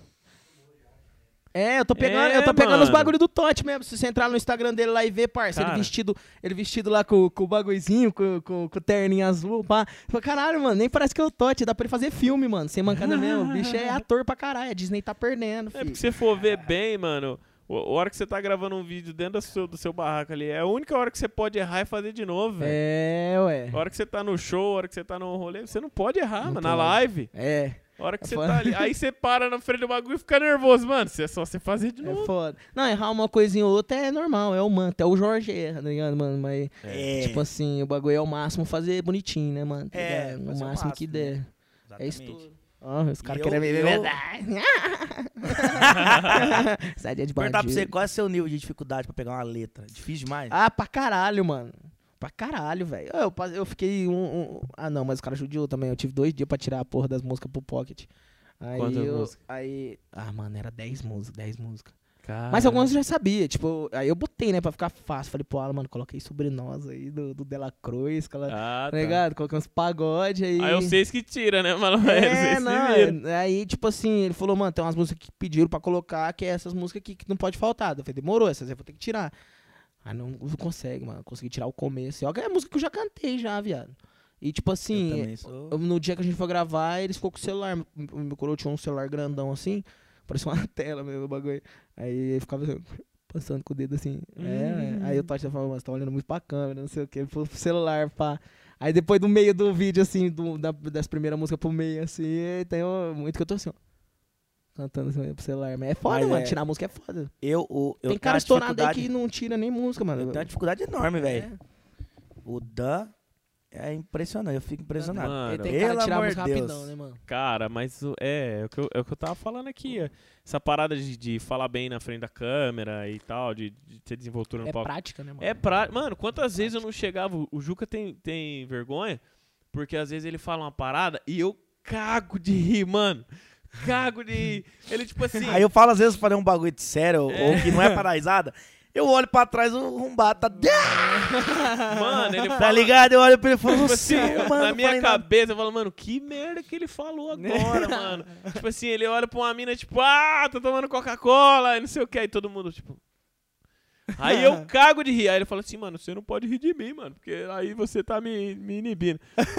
Speaker 1: É, eu tô pegando,
Speaker 3: É,
Speaker 1: eu tô pegando os
Speaker 3: mano.
Speaker 1: bagulho do Totti mesmo. Se você entrar no Instagram dele lá e ver, parça, ele
Speaker 3: Cara.
Speaker 1: vestido, ele vestido lá com, com o bagulhozinho, com, com, com o terninho azul, pá. Eu falo, Caralho, mano, nem parece que é o Totti, dá pra ele fazer filme, mano, sem mancada mesmo. O bicho é ator pra caralho, a Disney tá perdendo,
Speaker 3: É,
Speaker 1: filho.
Speaker 3: porque se você for ver bem, mano, o- a hora que você tá gravando um vídeo dentro do seu, do seu barraco ali, é a única hora que você pode errar e fazer de novo, velho.
Speaker 1: É, ué.
Speaker 3: A hora que você tá no show, a hora que você tá no rolê, você não pode errar,
Speaker 1: Não
Speaker 3: mano. Na
Speaker 1: pode.
Speaker 3: live,
Speaker 1: É,
Speaker 3: a hora que
Speaker 1: É
Speaker 3: você
Speaker 1: foda.
Speaker 3: tá ali. Aí você para na frente do bagulho e fica nervoso, mano. É só você fazer de
Speaker 1: é
Speaker 3: novo.
Speaker 1: foda. Não, errar uma coisinha ou outra é normal, é humano. Até o Jorge erra, tá ligado, mano? Mas,
Speaker 2: É.
Speaker 1: tipo assim, o bagulho é o máximo fazer bonitinho, né, mano? Tá
Speaker 2: É,
Speaker 1: ligado?
Speaker 2: fazer
Speaker 1: o
Speaker 2: o
Speaker 1: máximo que
Speaker 2: máximo,
Speaker 1: der. É
Speaker 2: Exatamente.
Speaker 1: estouro. Ó, os
Speaker 2: E
Speaker 1: caras
Speaker 2: eu-
Speaker 1: querem me
Speaker 2: eu-
Speaker 1: verdade. Sadia de
Speaker 2: Perguntar pra você é.
Speaker 1: bandido.
Speaker 2: qual é seu nível de dificuldade pra pegar uma letra. Difícil demais.
Speaker 1: Ah, pra caralho, mano. Pra caralho, velho. Eu, pa- eu fiquei um, um- Ah, não, mas os caras judiou também. Eu tive dois dias pra tirar a porra das músicas pro pocket. Aí
Speaker 3: Quantas
Speaker 1: eu-
Speaker 3: músicas?
Speaker 1: Aí. Ah, mano, era 10 músicas, 10 músicas.
Speaker 3: Cara.
Speaker 1: Mas algumas eu já sabia, tipo, aí eu botei, né, pra ficar fácil. Falei, pô, ah, mano, coloquei sobre nós aí do, do Dela Cruz, aquela.
Speaker 3: Ah,
Speaker 1: tá
Speaker 3: tá.
Speaker 1: ligado? Coloquei uns pagode aí.
Speaker 3: Aí eu sei que tira, né, mano?
Speaker 1: É,
Speaker 3: vocês
Speaker 1: não,
Speaker 3: se viram.
Speaker 1: é- aí, tipo assim, ele falou, mano, tem umas músicas que pediram pra colocar, que é essas músicas aqui que não pode faltar. Eu falei, demorou, essas eu vou ter que tirar. Aí não, não consegue, mano. Consegui tirar o começo. Olha, é música que eu já cantei já, viado. E, tipo
Speaker 2: eu
Speaker 1: assim,
Speaker 2: também sou.
Speaker 1: eu- no dia que a gente foi gravar, eles ficou com o celular. O meu coroa tinha um celular grandão assim, parecia uma tela mesmo, o bagulho. Aí ele ficava assim, passando com o dedo assim.
Speaker 2: Hum.
Speaker 1: É, aí o Totti falou, mano, você tá olhando muito pra câmera, não sei o que. Ele falou pro celular, pá. Aí depois do meio do vídeo, assim, do, da, das primeiras músicas pro meio, assim, e tem um- muito que eu tô assim, ó. Cantando assim, pro celular. Mas é foda,
Speaker 2: Mas
Speaker 1: mano.
Speaker 2: é-
Speaker 1: Tirar música é foda.
Speaker 2: Eu, o, eu
Speaker 1: tem
Speaker 2: tenho uma
Speaker 1: cara estourado aí
Speaker 2: dificuldade-
Speaker 1: que não tira nem música, mano.
Speaker 2: Eu tenho uma dificuldade enorme, velho.
Speaker 1: É.
Speaker 2: O Dan é impressionante. Eu fico
Speaker 1: é
Speaker 2: impressionado.
Speaker 3: Mano.
Speaker 1: Ele tem cara
Speaker 2: Pelo
Speaker 1: de tirar
Speaker 2: amor
Speaker 1: música
Speaker 2: de Deus.
Speaker 1: rapidão, né, mano?
Speaker 3: Cara, mas o- é, é o que eu, é o que eu tava falando aqui. ó. Essa parada de, de falar bem na frente da câmera e tal, de, de ter desenvoltura no
Speaker 1: É
Speaker 3: palco.
Speaker 1: prática, né, mano?
Speaker 3: É pra... Mano, quantas vezes eu não chegava. o- O Juca tem, tem vergonha, porque às vezes ele fala uma parada e eu cago de rir, mano. Cago de rir. Ele, tipo assim.
Speaker 2: Aí eu falo, às vezes, falei um bagulho de sério,
Speaker 3: É.
Speaker 2: ou que não é pra dar risada. Eu olho pra trás, o rumbato tá.
Speaker 3: Mano, ele fala.
Speaker 2: Tá ligado? Eu olho pra ele e falo,
Speaker 3: Tipo
Speaker 2: não
Speaker 3: assim,
Speaker 2: sei,
Speaker 3: eu-
Speaker 2: mano.
Speaker 3: na
Speaker 2: não
Speaker 3: minha
Speaker 2: falei Né? nada.
Speaker 3: cabeça, eu falo, mano, que merda que ele falou agora, mano. Tipo assim, ele olha pra uma mina, tipo, ah, tá tomando Coca-Cola, e não sei o que, aí todo mundo, tipo. Aí eu cago de rir. Aí ele fala assim, mano, você não pode rir de mim, mano, porque aí você tá me, me inibindo.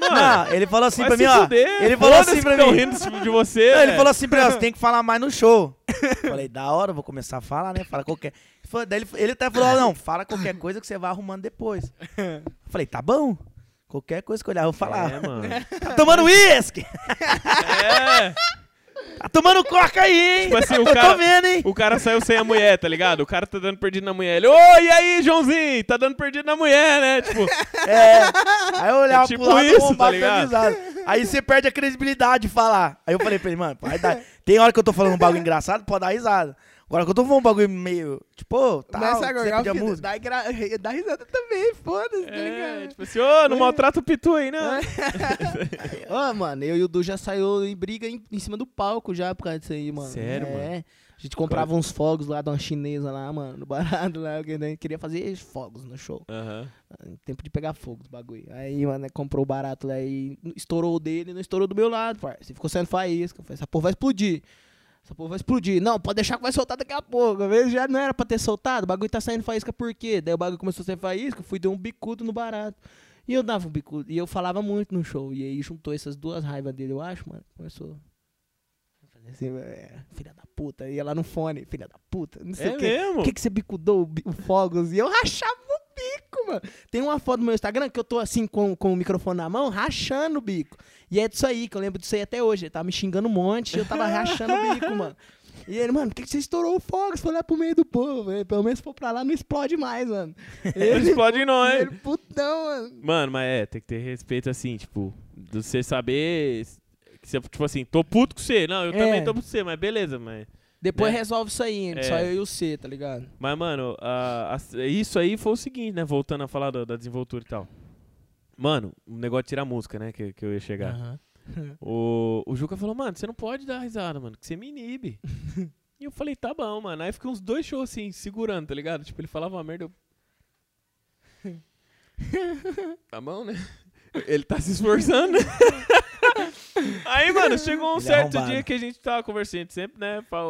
Speaker 2: Não, ele falou assim
Speaker 3: Vai
Speaker 2: pra
Speaker 3: se
Speaker 2: mim, ó.
Speaker 3: fuder,
Speaker 2: Ele falou
Speaker 3: foda-se
Speaker 2: assim pra
Speaker 3: que tão
Speaker 2: mim.
Speaker 3: rindo de- de você. né?
Speaker 2: Não, ele
Speaker 3: velho.
Speaker 2: falou assim pra mim, ó, você tem que falar mais no show. Eu Falei, da hora, eu vou começar a falar, né? Fala qualquer. Ele falou- Daí ele, ele até falou, ó, não, fala qualquer coisa que você vai arrumando depois. Eu falei, tá bom. "Tá
Speaker 3: tá
Speaker 2: Qualquer coisa que eu olhar, eu vou falar.
Speaker 3: É, mano.
Speaker 2: Tá tomando uísque!
Speaker 3: É.
Speaker 2: Tá tomando coca aí, hein?
Speaker 3: Tipo assim, o
Speaker 2: Eu
Speaker 3: cara-
Speaker 2: tô vendo, hein?
Speaker 3: O cara saiu sem a mulher, tá ligado? O cara tá dando perdido na mulher. Ele, ô, e aí, Joãozinho? Tá dando perdido na mulher, né? Tipo,
Speaker 2: É. Aí eu olhava
Speaker 3: É tipo
Speaker 2: pro lado
Speaker 3: isso,
Speaker 2: e
Speaker 3: tá
Speaker 2: arrombava
Speaker 3: ligado?
Speaker 2: risada. Aí você perde a credibilidade de falar. Aí eu falei pra ele, mano, vai dar. Tem hora que eu tô falando um bagulho engraçado, pode dar risada. Agora que eu tô falando um bagulho meio. Tipo, ô, tal,
Speaker 1: Mas
Speaker 2: você
Speaker 1: agora,
Speaker 2: pedir a
Speaker 1: filho,
Speaker 2: música.
Speaker 1: é dá, gra... dá risada também, foda-se, tá
Speaker 3: é,
Speaker 1: ligado?
Speaker 3: tipo assim, ô, não maltrata o Pitu aí, não.
Speaker 1: Ó, É. Ah, mano, eu e o Du já saiu em briga em, em cima do palco já por causa disso aí, mano.
Speaker 3: Sério,
Speaker 1: é. A gente comprava uns fogos lá de uma chinesa lá, mano, no barato lá, que né, queria fazer fogos no show.
Speaker 3: Aham.
Speaker 1: Tempo de pegar fogo do bagulho. Aí, mano, né, comprou o barato lá e estourou o dele, não estourou do meu lado, parça. E Ficou sendo faísca. Eu falei, essa porra vai explodir. Essa porra vai explodir. Não, pode deixar que vai soltar daqui a pouco. Às vezes já não era pra ter soltado. O bagulho tá saindo faísca por quê? Daí o bagulho começou a ser faísca, eu fui dar um bicudo no barato. E eu dava um bicudo. E eu falava muito no show. E aí juntou essas duas raivas dele, eu acho, mano. Começou. a fazer Assim, é, filha da puta, ia lá no fone, filha da puta, não sei
Speaker 3: É
Speaker 1: o quê.
Speaker 3: mesmo?
Speaker 1: Por que, que você bicudou o, bi- o Fogos? E eu rachava o bico, mano. Tem uma foto no meu Instagram que eu tô assim com, com o microfone na mão, rachando o bico. E é disso aí, que eu lembro disso aí até hoje. Ele tava me xingando um monte, eu tava rachando o bico, mano. E ele, mano, por que, que você estourou o Fogos? Foi lá pro meio do povo. velho. Pelo menos se for pra lá, não explode mais, mano.
Speaker 3: Ele
Speaker 1: Ele,
Speaker 3: explode em nós.
Speaker 1: ele putão, mano.
Speaker 3: Mano, mas é, tem que ter respeito assim, tipo, de você saber. Que você, tipo assim, tô puto com você. Não,
Speaker 1: É.
Speaker 3: eu também tô puto com você, mas beleza, mas.
Speaker 1: Depois
Speaker 3: Né?
Speaker 1: resolve isso aí, hein?
Speaker 3: É.
Speaker 1: só eu e o C, tá ligado?
Speaker 3: Mas, mano, a- a- isso aí foi o seguinte, né? Voltando a falar da, da desenvoltura e tal. Mano, o negócio de tirar música, né? Que, que eu ia chegar.
Speaker 1: Aham.
Speaker 3: O, o Juca falou, mano, você não pode dar risada, mano, que você me inibe. e eu falei, tá bom, mano. Aí fiquei uns dois shows assim, segurando, tá ligado? Tipo, ele falava uma merda. Eu... tá bom, né? Ele tá se esforçando. né? Aí, mano, chegou um
Speaker 2: Ele é
Speaker 3: certo
Speaker 2: arrombado.
Speaker 3: dia que a gente tava conversando a gente sempre, né? Pra,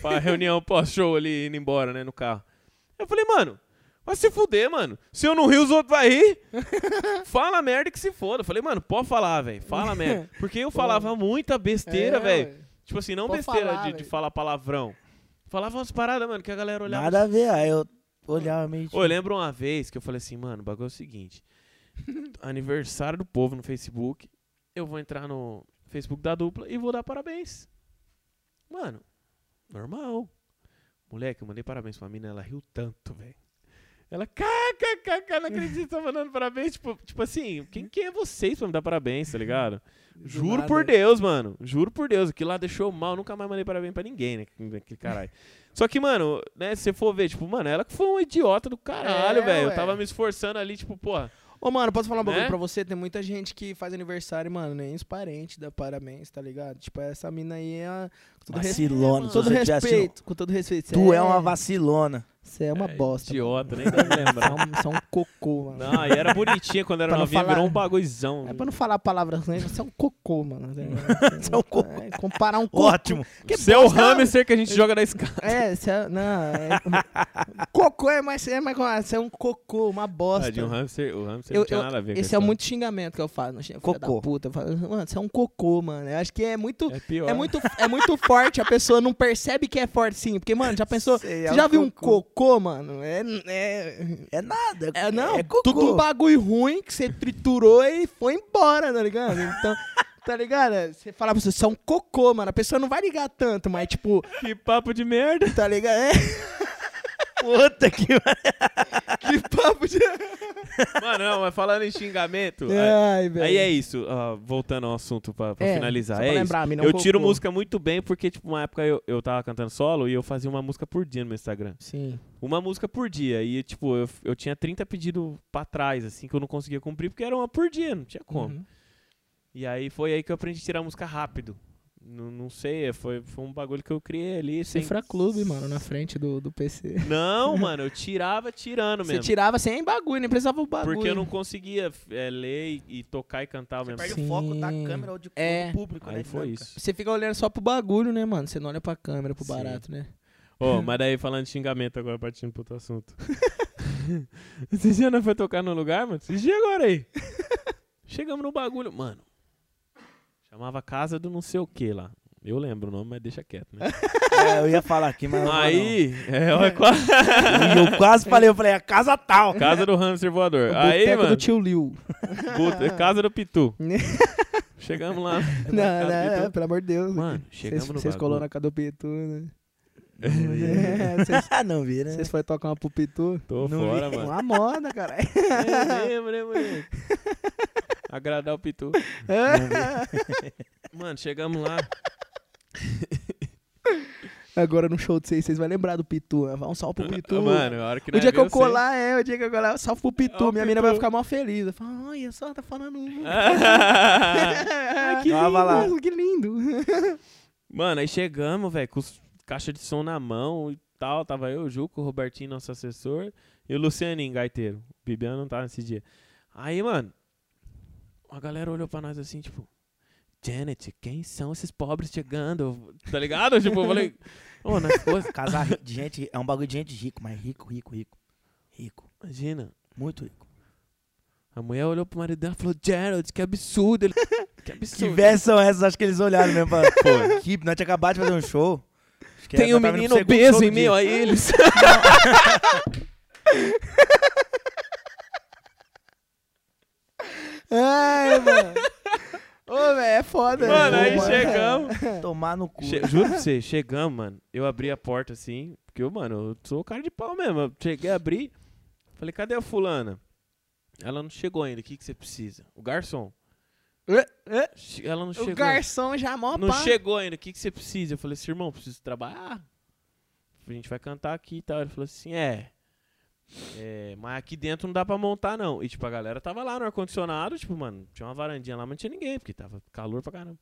Speaker 3: pra reunião pós-show ali, indo embora, né? No carro. Eu falei, mano, vai se fuder, mano. Se eu não rir, os outros vão rir. Fala merda que se foda. Eu falei, mano, pode falar, velho. Fala merda. Porque eu falava muita besteira,
Speaker 1: É,
Speaker 3: velho.
Speaker 1: ué.
Speaker 3: Tipo assim, não
Speaker 1: Pode
Speaker 3: besteira
Speaker 1: falar,
Speaker 3: de, de
Speaker 1: velho.
Speaker 3: falar palavrão. Falava umas paradas, mano, que a galera olhava.
Speaker 2: Nada a ver. Aí eu olhava meio. tipo,
Speaker 3: Ô, eu lembro uma vez que eu falei assim, mano, o bagulho é o seguinte. aniversário do povo no Facebook. Eu vou entrar no Facebook da dupla e vou dar parabéns. Mano, normal. Moleque, eu mandei parabéns pra mina, ela riu tanto, velho. Ela, kkk, não acredito, tá mandando parabéns. Tipo, tipo assim, quem que é vocês pra me dar parabéns, tá ligado? Juro
Speaker 1: nada.
Speaker 3: por Deus, mano. Juro por Deus. Aquilo lá deixou mal, nunca mais mandei parabéns pra ninguém, né? Aquele caralho. Só que, mano, né, se você for ver, tipo, mano, ela que foi um idiota do caralho,
Speaker 1: É,
Speaker 3: velho. Eu
Speaker 1: ué.
Speaker 3: tava me esforçando ali, tipo, porra.
Speaker 1: Ô, mano, posso falar um bagulho
Speaker 3: Né?
Speaker 1: pra você? Tem muita gente que faz aniversário, mano, nem os parentes dá parabéns, tá ligado? Tipo, essa mina aí é uma... Com todo, res-
Speaker 2: Vacilona.
Speaker 1: com
Speaker 2: se
Speaker 1: todo
Speaker 2: você tivesse-
Speaker 1: respeito, com todo respeito.
Speaker 2: Tu
Speaker 1: Cê
Speaker 2: é uma vacilona.
Speaker 1: Você é uma
Speaker 3: é,
Speaker 1: bosta.
Speaker 3: Idiota, nem deve lembrar.
Speaker 1: mano. Você é um, você é um cocô, mano.
Speaker 3: Não, e era bonitinha quando era
Speaker 1: Pra não
Speaker 3: novinha,
Speaker 1: falar-
Speaker 3: virou um bagulhozão.
Speaker 1: É pra não falar palavras ruins, você é um cocô, mano.
Speaker 2: Você é um cocô.
Speaker 1: É, comparar um cocô.
Speaker 2: Ótimo.
Speaker 1: Que
Speaker 3: Você é o
Speaker 1: bosta,
Speaker 3: hamster que a gente joga na escada.
Speaker 1: É, você é, não, é, cocô é mais, é mais, você é um cocô, uma bosta.
Speaker 3: Tadinho, o hamster, o hamster
Speaker 1: Eu-
Speaker 3: não tinha
Speaker 1: eu-
Speaker 3: nada a ver com
Speaker 1: Esse
Speaker 3: isso,
Speaker 1: é
Speaker 3: não.
Speaker 1: muito xingamento que eu falo, não xinga- filha da
Speaker 2: Cocô.
Speaker 1: puta, eu falo, mano, você é um cocô, mano. Eu acho que é muito
Speaker 3: É pior.
Speaker 1: É muito, é muito forte, a pessoa não percebe que é forte sim. Porque, mano, já pensou.
Speaker 2: Sei,
Speaker 1: você
Speaker 2: é um
Speaker 1: já viu um
Speaker 2: cocô.
Speaker 1: cocô, mano? É. é-
Speaker 2: É nada.
Speaker 1: é, não,
Speaker 2: é cocô.
Speaker 1: tudo um bagulho ruim que você triturou e foi embora, tá ligado? Então, tá ligado? Você fala pra você, você é um cocô, mano. A pessoa não vai ligar tanto, mas tipo,
Speaker 3: Que papo de merda.
Speaker 1: tá ligado? É,
Speaker 2: Puta que
Speaker 1: que papo de.
Speaker 3: Mano, não, mas falando em xingamento.
Speaker 1: Ai,
Speaker 3: aí,
Speaker 1: velho.
Speaker 3: aí é isso. ó, voltando ao assunto pra, pra
Speaker 1: É,
Speaker 3: finalizar.
Speaker 1: só
Speaker 3: é
Speaker 1: pra lembrar, a
Speaker 3: isso.
Speaker 1: mina é um
Speaker 3: Eu tiro
Speaker 1: cocô.
Speaker 3: música muito bem porque, tipo, uma época eu, eu tava cantando solo e eu fazia uma música por dia no meu Instagram.
Speaker 1: Sim.
Speaker 3: Uma música por dia. E, tipo, eu, eu tinha 30 pedidos pra trás, assim, que eu não conseguia cumprir porque era uma por dia, não tinha como.
Speaker 1: Uhum.
Speaker 3: E aí foi aí que eu aprendi a tirar música rápido. Não, não sei, foi, foi um bagulho que eu criei ali. Sem...
Speaker 1: Cifra Clube, mano, né? na frente do, do PC.
Speaker 3: Não, mano, eu tirava tirando
Speaker 1: Você
Speaker 3: É mesmo.
Speaker 1: tirava sem bagulho, nem precisava o bagulho.
Speaker 3: Porque eu não conseguia é, ler e, e tocar e cantar ao mesmo.
Speaker 2: perde
Speaker 3: tempo.
Speaker 1: Sim.
Speaker 2: o foco da câmera ou de,
Speaker 1: É.
Speaker 2: do público, né?
Speaker 3: Aí foi
Speaker 2: Dinâmica.
Speaker 3: isso.
Speaker 1: Você fica olhando só pro bagulho, né, mano? Você não olha pra câmera, pro
Speaker 3: Sim.
Speaker 1: barato, né?
Speaker 3: Ô, mas daí falando de xingamento agora, partindo pro outro um assunto. Esse dia não foi tocar no lugar, mano? Esse dia agora aí. Chegamos no bagulho, mano. Chamava Casa do não sei o que lá. Eu lembro o nome, mas deixa quieto, né?
Speaker 2: É, eu ia falar aqui, mas não vou,
Speaker 3: aí, é, olha, quase-
Speaker 2: não. E eu quase falei, eu falei, é casa tal.
Speaker 3: Casa do hamster voador.
Speaker 1: O
Speaker 3: Aí, é
Speaker 1: boteco
Speaker 3: mano,
Speaker 1: do tio Liu.
Speaker 3: Puta, Casa do Pitu. Chegamos lá.
Speaker 1: Não, não, não, pelo amor de Deus.
Speaker 3: Mano, chegamos
Speaker 1: Vocês-
Speaker 3: no
Speaker 1: Vocês
Speaker 3: bagulho.
Speaker 1: colou na Cadopitu, né?
Speaker 3: Ih,
Speaker 1: É, Vocês
Speaker 2: Ah, não vi, né?
Speaker 1: vocês foram tocar uma pupitu?
Speaker 3: Tô
Speaker 2: Não
Speaker 3: fora, mano.
Speaker 1: Uma moda, cara.
Speaker 2: É
Speaker 3: Eu lembro, hein, moleque? Agradar o Pitu. É Mano, chegamos lá.
Speaker 1: Agora no show de vocês, vocês vão lembrar do Pitu. né? Vai um salve pro Pitu.
Speaker 3: Ah, Mano, a hora que
Speaker 1: o
Speaker 3: nós
Speaker 1: dia que
Speaker 3: vê,
Speaker 1: eu colar, é, o dia que eu colar, salve pro Pitu.
Speaker 3: Ó, o
Speaker 1: minha mina
Speaker 3: Pitu.
Speaker 1: vai ficar mó feliz. Ela fala, olha só, tá falando um.
Speaker 3: sei.
Speaker 1: Ai, que
Speaker 2: Tava lá.
Speaker 1: lindo, que lindo.
Speaker 3: Mano, aí chegamos, velho, com os caixa de som na mão e tal. Tava eu, o Juco, o Robertinho, nosso assessor, e o Lucianinho, gaiteiro. O Bibiano não tava nesse dia. Aí, mano, a galera olhou pra nós assim, tipo, Janet, quem são esses pobres chegando? Tá ligado? tipo, eu falei, ô, nós ficou-
Speaker 2: Casar ri- de gente é um bagulho de gente rico, mas rico, rico, rico. Rico.
Speaker 3: Imagina.
Speaker 2: Muito rico.
Speaker 3: A mulher olhou pro marido dela e falou, Gerald, que absurdo. Ele, que
Speaker 2: Que
Speaker 3: absurdo.
Speaker 2: velhas são essas? Acho que eles olharam mesmo pra. Pô, que, nós tinha acabado de fazer um show. Acho que
Speaker 3: Tem
Speaker 2: era-
Speaker 3: um
Speaker 2: nós tava indo
Speaker 3: menino
Speaker 2: pro segundo show
Speaker 3: obeso
Speaker 2: do
Speaker 3: em
Speaker 2: dia.
Speaker 3: meio a eles.
Speaker 1: Ai, mano. Ô, velho, é foda.
Speaker 3: Mano,
Speaker 1: né?
Speaker 3: aí
Speaker 1: Ô,
Speaker 3: chegamos.
Speaker 1: É.
Speaker 2: Tomar no cu.
Speaker 3: Che juro pra você, chegamos, mano. Eu abri a porta assim, porque eu, mano, eu sou o cara de pau mesmo. Eu cheguei, abri, falei, cadê a fulana? Ela não chegou ainda, o que, que você precisa? O garçom.
Speaker 1: Ué, ué,
Speaker 3: Che- Ela não
Speaker 1: O
Speaker 3: chegou.
Speaker 1: garçom já é mó
Speaker 3: não
Speaker 1: pá.
Speaker 3: chegou ainda, o que, que você precisa? Eu falei assim, irmão, preciso trabalhar. A gente vai cantar aqui e tal. Ele falou assim, é. É, mas aqui dentro não dá pra montar, não. E tipo, a galera tava lá no ar-condicionado, tipo, mano, tinha uma varandinha lá, mas não tinha ninguém, porque tava calor pra caramba.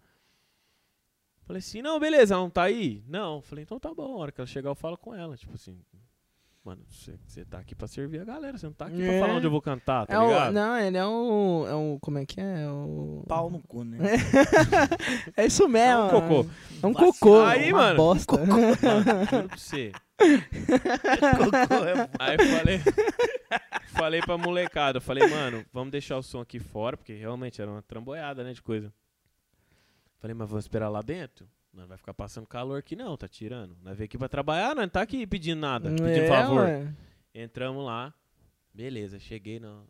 Speaker 3: Falei assim, não, beleza, ela não tá aí? Não. Falei, então tá bom, a hora que ela chegar eu falo com ela. Tipo assim, mano, você você tá aqui pra servir a galera, você não tá aqui pra
Speaker 1: É.
Speaker 3: falar onde eu vou cantar, tá
Speaker 1: É
Speaker 3: ligado?
Speaker 1: o, não, ele é um, é um. Como é que é? É um.
Speaker 2: Pau no cu, né?
Speaker 1: É isso mesmo.
Speaker 3: É um cocô.
Speaker 1: mano. É um cocô.
Speaker 3: Aí,
Speaker 1: uma
Speaker 3: mano.
Speaker 1: Bosta.
Speaker 3: Mano, juro pra você.
Speaker 2: Cocô é-
Speaker 3: Aí eu falei, falei pra molecada, eu falei, mano, vamos deixar o som aqui fora, porque realmente era uma tramboiada, né, de coisa. Falei, mas vamos esperar lá dentro? Não vai ficar passando calor aqui não, tá tirando. Nós veio aqui pra trabalhar, nós não tá aqui pedindo nada, pedindo
Speaker 1: É,
Speaker 3: favor.
Speaker 1: ué.
Speaker 3: Entramos lá, beleza, cheguei na,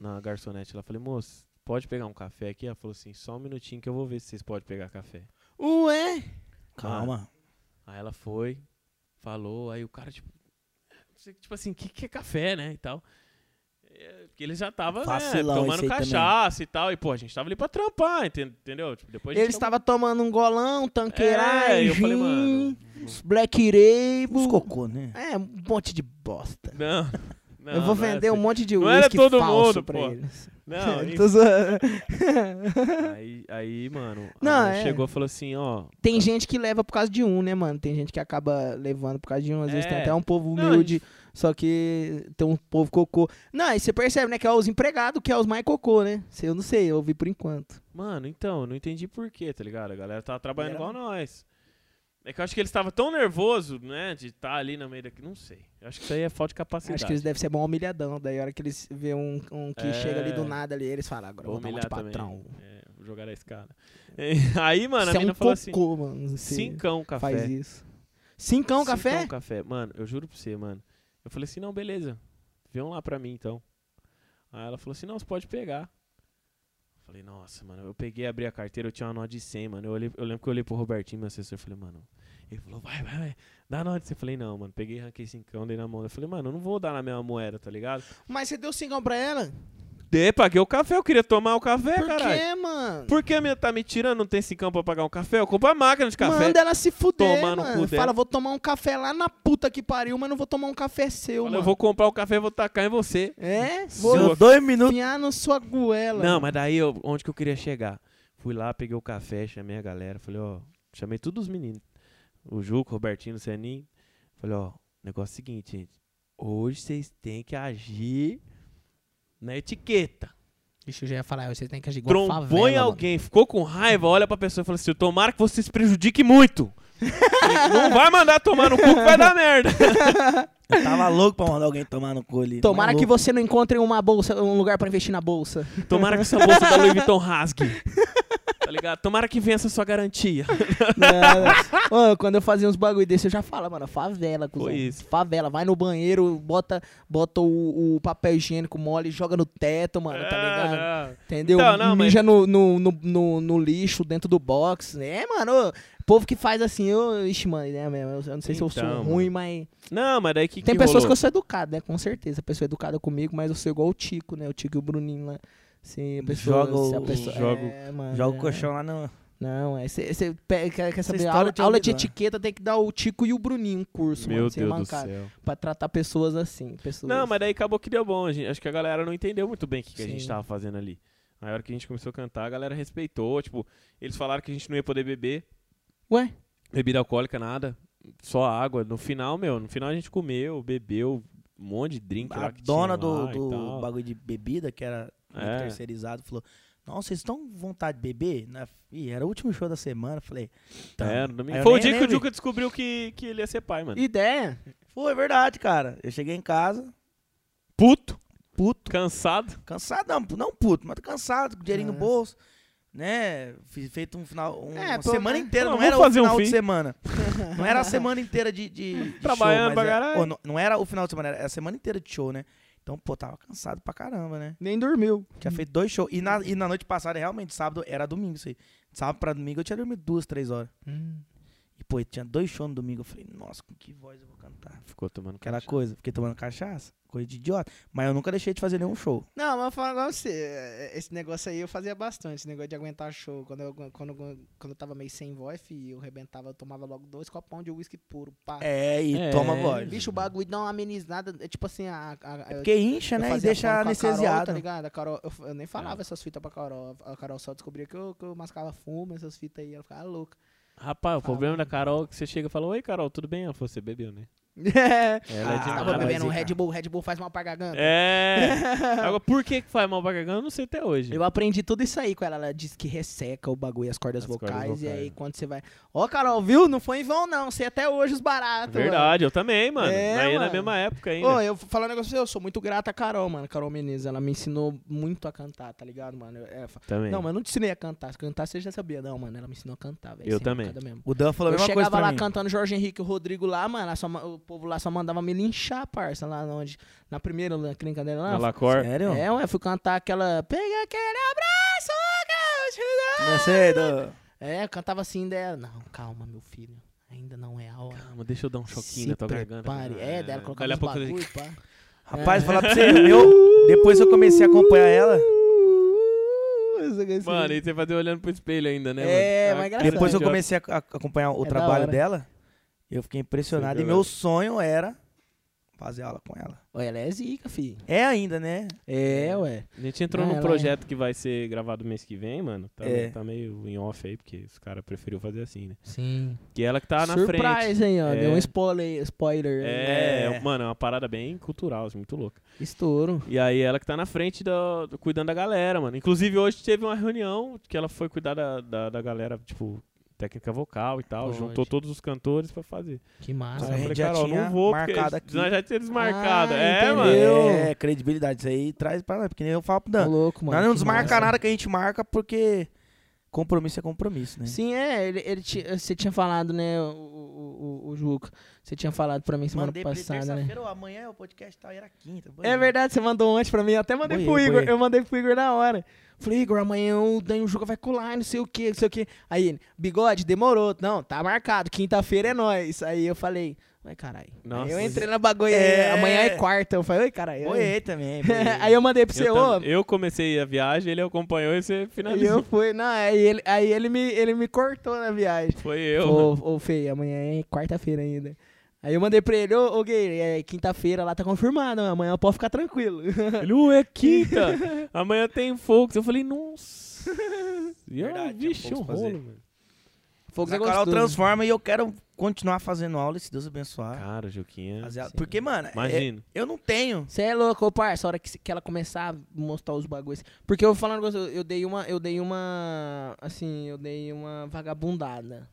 Speaker 3: na garçonete lá, falei, moço, pode pegar um café aqui? Ela falou assim, só um minutinho que eu vou ver se vocês podem pegar café.
Speaker 1: Ué.
Speaker 2: Calma.
Speaker 3: Aí ela foi, falou, aí o cara, tipo, você, tipo assim, o que, que é café, né? E tal. É, Porque ele já tava né,
Speaker 2: Vacilão esse
Speaker 3: tomando
Speaker 2: aí também.
Speaker 3: cachaça e tal. E, pô, a gente tava ali pra trampar, enten- entendeu? Tipo, depois a
Speaker 1: Ele
Speaker 3: gente não-
Speaker 1: estava tomando um golão,
Speaker 3: É,
Speaker 1: tanqueiragem.
Speaker 3: eu falei, mano.
Speaker 1: Black Label.
Speaker 2: Os cocô, né?
Speaker 1: É, um monte de bosta.
Speaker 3: Não, não.
Speaker 1: eu vou
Speaker 3: não era
Speaker 1: vender um
Speaker 3: assim.
Speaker 1: monte de
Speaker 3: não era
Speaker 1: uísque
Speaker 3: todo
Speaker 1: falso
Speaker 3: mundo,
Speaker 1: pra
Speaker 3: pô.
Speaker 1: eles.
Speaker 3: Não,
Speaker 1: Tô zoando.
Speaker 3: aí, aí, mano, a
Speaker 1: Não,
Speaker 3: mulher
Speaker 1: é.
Speaker 3: chegou e falou assim, ó.
Speaker 1: Tem gente que leva por causa de um, né, mano? Tem gente que acaba levando por causa de um. Às vezes tem
Speaker 3: É.
Speaker 1: até um povo
Speaker 3: Não, a
Speaker 1: humilde, só que tem um povo cocô. Não, aí você percebe, né, que é os empregados que é os mais cocô, né? Se Eu não sei, eu ouvi por enquanto.
Speaker 3: Mano, então, eu não entendi por quê, tá ligado? A galera tava trabalhando
Speaker 2: Era-
Speaker 3: igual nós. É que eu acho que eles estavam tão nervoso, né, de estar ali no meio daqui. Não sei. Eu acho que isso aí é falta de capacidade.
Speaker 1: Acho que eles devem ser bom humilhadão. Daí a hora que eles vê um, um que
Speaker 3: É.
Speaker 1: chega ali do nada ali, eles falam, agora eu
Speaker 3: Vou
Speaker 1: vou dar uma
Speaker 3: humilhar
Speaker 1: de patrão.
Speaker 3: também. É, vou jogar na escada. Aí, mano,
Speaker 1: Você é um
Speaker 3: a menina
Speaker 1: cocô,
Speaker 3: falou assim:
Speaker 1: mano. você
Speaker 3: cincão café.
Speaker 1: Faz isso. Cincão café?
Speaker 3: Cincão café. Mano, eu juro pra você, mano. Eu falei assim: não, beleza. Vê um lá pra mim então. Aí ela falou assim: não, você pode pegar. Eu Falei, nossa, mano, eu peguei, abri a carteira, eu tinha uma nota de 100, mano. Eu, olhei- eu lembro que eu olhei pro Robertinho, meu assessor, eu falei, mano. Ele falou, vai, vai, vai, dá nota. Eu falei, não, mano, peguei, ranquei cincão, dei na mão. Eu falei, mano, eu não vou dar na mesma moeda, tá ligado?
Speaker 1: Mas você deu cincão pra ela?
Speaker 3: Dei, paguei o café, eu queria tomar o café,
Speaker 1: Por
Speaker 3: É, caralho.
Speaker 1: quê, mano?
Speaker 3: Por que a minha tá me tirando? Não tem cincão pra pagar um café? Eu compro a máquina de café.
Speaker 1: Manda ela se fuder,
Speaker 3: Tomar no cu
Speaker 1: mano.
Speaker 3: dela.
Speaker 1: Fala, vou tomar um café lá na puta que pariu, mas não vou tomar um café seu,
Speaker 3: Fala,
Speaker 1: mano.
Speaker 3: eu vou comprar o café e vou tacar em você.
Speaker 1: É?
Speaker 3: Seu
Speaker 1: Vou
Speaker 2: Deu dois minutos.
Speaker 1: enfiar na sua goela.
Speaker 3: Não, mas daí eu- onde que eu queria chegar? Fui lá, peguei o café, chamei a galera. Falei, ó, chamei todos os meninos. O Juco, o Robertinho, o Seninho. Falei, ó, negócio é o seguinte, gente. Hoje vocês têm que agir na etiqueta.
Speaker 1: Deixa eu já ia falar, você tem que agir igual a favela,
Speaker 3: Trombou em
Speaker 1: mano.
Speaker 3: alguém, ficou com raiva, olha pra pessoa e fala assim: tomara que você se prejudique muito. Falei, Não vai mandar tomar no cu que vai dar merda.
Speaker 2: Eu tava louco pra mandar alguém tomar no cu
Speaker 3: tá
Speaker 2: ali. Tá
Speaker 1: Tomara
Speaker 2: Mas
Speaker 1: que
Speaker 2: louco.
Speaker 1: você não encontre uma bolsa, um lugar pra investir na bolsa.
Speaker 3: Tomara que essa bolsa da Louis Vuitton rasgue. Tá ligado? Tomara que vença a sua garantia.
Speaker 1: Não, não. Ô, quando eu fazia uns bagulho desse, eu já falava, mano, favela, cuzão.
Speaker 3: Foi isso.
Speaker 1: Favela, vai no banheiro, bota, bota o, o papel higiênico mole, joga no teto, mano, tá ligado?
Speaker 3: É, não.
Speaker 1: Entendeu?
Speaker 3: Então, não, mas-
Speaker 1: Mija no, no, no, no- no lixo, dentro do box. É, mano, ô, povo que faz assim, eu, ixi, mano, né, mesmo, eu, eu não sei se eu
Speaker 3: Então,
Speaker 1: sou ruim, mas...
Speaker 3: Não, mas daí que
Speaker 1: Tem
Speaker 3: que
Speaker 1: pessoas que
Speaker 3: rolou?
Speaker 1: eu sou educado, né, com certeza. A pessoa é educada comigo, mas eu sou igual o Tico, né, o Tico e o Bruninho lá. Se a pessoa...
Speaker 2: Joga
Speaker 1: se a
Speaker 2: o-
Speaker 1: pessoa
Speaker 3: joga o-
Speaker 1: é, mano,
Speaker 2: Joga o
Speaker 1: é.
Speaker 2: colchão lá não.
Speaker 1: Não, é. Você quer, quer saber?
Speaker 2: história
Speaker 1: Aula,
Speaker 2: de
Speaker 3: um
Speaker 1: aula de
Speaker 2: ouvido, né?
Speaker 1: etiqueta tem que dar o Tico e o Bruninho um curso,
Speaker 3: Meu
Speaker 1: mano,
Speaker 3: Deus
Speaker 1: sem
Speaker 3: do
Speaker 1: mancada,
Speaker 3: céu.
Speaker 1: Pra tratar pessoas assim. Pessoas.
Speaker 3: Não, mas daí acabou que deu bom. a gente- acho que a galera não entendeu muito bem o que, que a gente
Speaker 1: Sim.
Speaker 3: tava fazendo ali. Na hora que a gente começou a cantar, a galera respeitou. Tipo, eles falaram que a gente não ia poder beber.
Speaker 1: Ué?
Speaker 3: Bebida alcoólica, nada. Só água. No final, meu, no final a gente comeu, bebeu um monte de drink.
Speaker 2: A
Speaker 3: lá que tinha
Speaker 2: dona do,
Speaker 3: lá e
Speaker 2: do
Speaker 3: tal.
Speaker 2: bagulho de bebida, que era
Speaker 3: É.
Speaker 2: terceirizado, falou: Nossa, vocês estão com vontade de beber? Na- Ih, era o último show da semana. Falei: "Tá."
Speaker 3: É, no domingo.
Speaker 2: Aí eu
Speaker 3: Foi o
Speaker 2: nem-
Speaker 3: dia que
Speaker 2: nem
Speaker 3: o
Speaker 2: vi.
Speaker 3: Juca descobriu que, que ele ia ser pai, mano.
Speaker 1: Ideia.
Speaker 2: Foi, é verdade, cara. Eu cheguei em casa,
Speaker 3: puto,
Speaker 2: puto,
Speaker 3: cansado.
Speaker 2: cansado, não, não puto, mas cansado, com dinheirinho no
Speaker 1: Nossa.
Speaker 2: bolso. Né? Fiz- Feito um final. um-
Speaker 1: É,
Speaker 2: uma
Speaker 1: pelo
Speaker 2: semana
Speaker 1: menos-
Speaker 2: inteira,
Speaker 3: Pô,
Speaker 2: não
Speaker 3: vamos
Speaker 2: era o
Speaker 3: fazer um
Speaker 2: final de
Speaker 3: fim.
Speaker 2: semana. Não era a semana inteira de. de, de
Speaker 3: Trabalhando
Speaker 2: show, mas
Speaker 3: pra
Speaker 2: é-
Speaker 3: caralho.
Speaker 2: Ô, não, não era o final de semana, era a semana inteira de show, né? Então, pô, tava cansado pra caramba, né?
Speaker 1: Nem dormiu.
Speaker 2: Tinha feito dois shows. E na, e na noite passada, realmente, sábado era domingo isso aí. De sábado pra domingo eu tinha dormido duas, três horas.
Speaker 1: Hum.
Speaker 2: E, pô, tinha dois shows no domingo. Eu falei, nossa, com que voz eu vou cantar?
Speaker 3: Ficou tomando
Speaker 2: Aquela
Speaker 3: cachaça.
Speaker 2: coisa, fiquei tomando cachaça, coisa de idiota. Mas eu nunca deixei de fazer nenhum show.
Speaker 1: Não, mas falar pra você, é, esse negócio aí eu fazia bastante, esse negócio de aguentar show. Quando eu, quando, quando eu tava meio sem voz, fi, eu rebentava, eu tomava logo dois copão de uísque puro, pá.
Speaker 2: É, e
Speaker 3: É,
Speaker 2: toma voz.
Speaker 1: Bicho, o bagulho dá uma amenizada, é tipo assim, a... a- a- eu-
Speaker 2: Porque incha,
Speaker 1: eu
Speaker 2: né? E
Speaker 1: fazia
Speaker 2: deixa
Speaker 1: funk com a Carol,
Speaker 2: anestesiado. É.
Speaker 1: tá ligado? A Carol, eu, eu nem falava essas fitas pra Carol. A Carol só descobria que eu, que eu mascava fumo, essas fitas aí. Ela ficava louca.
Speaker 3: Rapaz,
Speaker 1: Fala.
Speaker 3: o
Speaker 1: né?
Speaker 3: problema da Carol é que você chega e fala, oi Carol, tudo bem? Ela falou, você bebeu, né? Ela
Speaker 2: Ah,
Speaker 1: Ah,
Speaker 2: tava
Speaker 1: tava
Speaker 2: mas
Speaker 1: bebendo um
Speaker 2: aí,
Speaker 1: Red
Speaker 2: cara.
Speaker 1: Bull, Red Bull faz mal pra garganta.
Speaker 3: É. Agora, por que que faz mal pra garganta? Eu não sei até hoje.
Speaker 1: Eu aprendi tudo isso aí com ela. Ela disse que resseca o bagulho, as cordas,
Speaker 3: As
Speaker 1: vocais,
Speaker 3: cordas
Speaker 1: E
Speaker 3: vocais.
Speaker 1: aí, quando você vai. Ó, Carol, viu? Não foi em vão, não. Sei até hoje os baratos. mano.
Speaker 3: Verdade, né? eu também, mano.
Speaker 1: É,
Speaker 3: Aí na
Speaker 1: mano.
Speaker 3: mesma época ainda.
Speaker 1: Ô, eu vou falar um negócio pra você, eu sou muito grata a Carol, mano. Carol Menezes, ela me ensinou muito a cantar, tá ligado, mano? Eu- é, fa-
Speaker 3: também.
Speaker 1: não, mas eu não te ensinei a cantar. Se Cantar você já sabia, não, mano. Ela me ensinou a cantar, velho.
Speaker 3: Eu
Speaker 1: sem
Speaker 3: também.
Speaker 1: mancada mesmo.
Speaker 2: O Dan falou a
Speaker 1: Eu
Speaker 2: mesma coisa
Speaker 1: chegava
Speaker 2: pra
Speaker 1: lá
Speaker 2: mim.
Speaker 1: cantando Jorge Henrique e o Rodrigo lá, mano. ela só ma- o povo lá só mandava me linchar, parça, lá onde. Na primeira na clínica dela lá.
Speaker 3: Na Lacor.
Speaker 2: Sério?
Speaker 1: É, ué, fui cantar aquela. Pega aquele abraço que eu te dou.
Speaker 2: Não sei, Né, Dan.
Speaker 1: É, eu cantava assim dela. Não, calma, meu filho. Ainda não é a hora.
Speaker 3: Calma, deixa eu dar um choquinho
Speaker 1: Se
Speaker 3: na tua
Speaker 1: prepare.
Speaker 3: garganta. né?
Speaker 1: É, dela colocava
Speaker 3: Dali a
Speaker 1: uns
Speaker 3: pouco eu-
Speaker 1: bagulho, pá.
Speaker 2: Rapaz,
Speaker 1: É.
Speaker 2: vou falar pra você, eu, depois eu comecei a acompanhar ela,
Speaker 3: Uh, Mano, e você fazer olhando pro espelho ainda, né?
Speaker 1: assim. É,
Speaker 3: mano?
Speaker 1: mas é engraçado.
Speaker 2: depois eu comecei a a acompanhar o
Speaker 1: É da
Speaker 2: trabalho
Speaker 1: hora.
Speaker 2: dela, eu fiquei impressionado.
Speaker 3: Sim,
Speaker 2: e
Speaker 3: galera.
Speaker 2: meu sonho era fazer aula com ela.
Speaker 1: Olha, ela é zica, fi.
Speaker 2: É ainda, né?
Speaker 1: É, ué.
Speaker 3: A gente entrou
Speaker 1: Não,
Speaker 3: num
Speaker 1: ela é-
Speaker 3: projeto que vai ser gravado mês que vem, mano. Tá,
Speaker 2: É.
Speaker 3: tá meio em off aí, porque os caras preferiu fazer assim, né?
Speaker 1: Sim.
Speaker 3: Que ela que tá na frente.
Speaker 1: Surprise, hein, ó. Deu
Speaker 3: É.
Speaker 1: um spoiler. spoiler né?
Speaker 3: É,
Speaker 2: É.
Speaker 3: mano, é uma parada bem cultural, assim, muito louca.
Speaker 1: Estouro.
Speaker 3: E aí ela que tá na frente do, do- cuidando da galera, mano. Inclusive hoje teve uma reunião que ela foi cuidar da, da, da galera, tipo, técnica vocal e tal.
Speaker 1: Pode.
Speaker 3: Juntou todos os cantores pra fazer.
Speaker 1: Que
Speaker 3: Aí
Speaker 1: massa.
Speaker 2: a
Speaker 3: eu
Speaker 2: gente
Speaker 3: falei,
Speaker 2: já
Speaker 3: Carol,
Speaker 2: tinha
Speaker 3: não vou, porque eles-
Speaker 2: marcado aqui.
Speaker 3: nós já tínhamos marcado.
Speaker 1: Ah,
Speaker 3: é, mano.
Speaker 1: entendeu.
Speaker 2: É, credibilidade, isso aí traz pra nós, porque nem eu falo pro
Speaker 1: Ô,
Speaker 2: Dan.
Speaker 1: louco, mano.
Speaker 2: nós
Speaker 3: um
Speaker 2: não
Speaker 1: que
Speaker 2: desmarca
Speaker 1: massa.
Speaker 2: nada que a gente marca, porque compromisso é compromisso, né?
Speaker 1: Sim, é, ele, ele ti- você tinha falado, né, o, o, o, o Juca. Você tinha falado pra mim semana
Speaker 2: pra ele
Speaker 1: passada, né?
Speaker 2: ou amanhã é o podcast tal, era quinta.
Speaker 1: É verdade, você mandou ontem pra mim, eu até mandei
Speaker 2: Boiei,
Speaker 1: pro Igor.
Speaker 2: boiei.
Speaker 1: Eu mandei pro Igor na hora. Falei, Igor, amanhã o Daniel Juca vai colar, não sei o que, não sei o que. Aí ele, bigode, demorou. Não, tá marcado, quinta-feira é nóis. Aí eu falei, vai caralho. Aí
Speaker 3: Nossa,
Speaker 1: eu entrei na bagulho,
Speaker 2: É.
Speaker 1: amanhã é quarta. Eu falei, oi, caralho.
Speaker 2: Boiei também.
Speaker 1: Aí eu mandei pro
Speaker 3: Eu,
Speaker 1: você,
Speaker 3: tam-
Speaker 1: ô,
Speaker 3: eu comecei a viagem, ele acompanhou e você
Speaker 1: E eu
Speaker 3: finalizou.
Speaker 1: fui, não, aí ele, aí ele, me, ele me cortou na viagem.
Speaker 3: Foi eu. mano.
Speaker 1: Ô, ô Fê, amanhã é quarta-feira ainda. Aí eu mandei pra ele, ô, ô Gay, é quinta-feira lá tá confirmado, amanhã pode ficar tranquilo.
Speaker 3: Ele, "Ué, é quinta. Amanhã tem Fox. Eu falei, nossa. E eu,
Speaker 2: Verdade, tinha
Speaker 3: vixe, um
Speaker 2: Fox pra fazer.
Speaker 3: rolo, mano.
Speaker 1: Fogo
Speaker 2: a
Speaker 1: é
Speaker 2: Carol
Speaker 1: gostoso.
Speaker 2: transforma e eu quero continuar fazendo aula e se Deus abençoar.
Speaker 3: Cara, Juquinha.
Speaker 2: fazer aula.
Speaker 1: sim.
Speaker 2: Porque, mano, é-
Speaker 3: Imagina.
Speaker 2: eu não tenho.
Speaker 1: Você é louco, ô parça, a hora que, se- que ela começar a mostrar os bagulhos. Porque eu vou falar um negócio, eu- eu dei uma, eu dei uma, assim, eu dei uma vagabundada.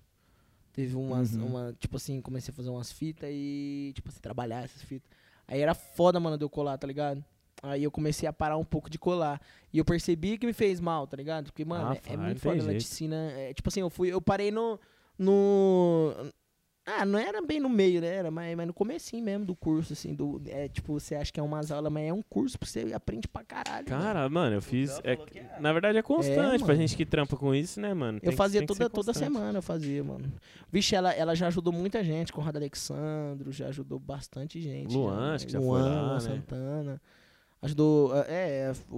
Speaker 1: Teve umas,
Speaker 2: Uhum.
Speaker 1: uma, tipo assim, comecei a fazer umas fitas e, tipo assim, trabalhar essas fitas. Aí era foda, mano, de eu colar, tá ligado? Aí eu comecei a parar um pouco de colar. E eu percebi que me fez mal, tá ligado? Porque, mano,
Speaker 3: Ah,
Speaker 1: é- é, muito
Speaker 3: faz, não tem
Speaker 1: foda.
Speaker 3: jeito.
Speaker 1: Laticina. É, tipo assim, eu fui, eu parei no. no. Ah, não era bem no meio, né? Era, mas, mas no comecinho mesmo do curso, assim, do. É, tipo, você acha que é umas aulas, mas é um curso pra você aprende pra caralho. mano.
Speaker 3: É, Cara, mano, eu fiz.
Speaker 2: Dão
Speaker 3: é-
Speaker 2: falou que é.
Speaker 3: na verdade é constante pra
Speaker 1: mano.
Speaker 3: gente que trampa com isso, né, mano? Tem
Speaker 1: Eu
Speaker 3: que-
Speaker 1: fazia
Speaker 3: tem que
Speaker 1: toda,
Speaker 3: ser
Speaker 1: toda
Speaker 3: constante.
Speaker 1: semana, eu fazia, mano. Vixe, ela, ela já ajudou muita gente, Conrado Alexandro, já ajudou bastante gente.
Speaker 3: Luan,
Speaker 1: né?
Speaker 3: acho que já foi lá,
Speaker 1: Luan
Speaker 3: né?
Speaker 1: Santana. Ajudou, é, é, o,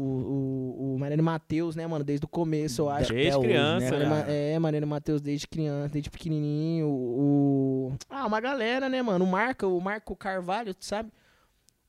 Speaker 1: o, o Mariano Matheus, né, mano, desde o começo, eu acho.
Speaker 3: Desde
Speaker 2: Até hoje,
Speaker 3: criança, né?
Speaker 2: né,
Speaker 1: Mariano Ma-
Speaker 2: cara?
Speaker 1: é, Mariano Matheus desde criança, desde pequenininho. O, o- Ah, uma galera, né, mano? O Marco, o Marco Carvalho, tu sabe?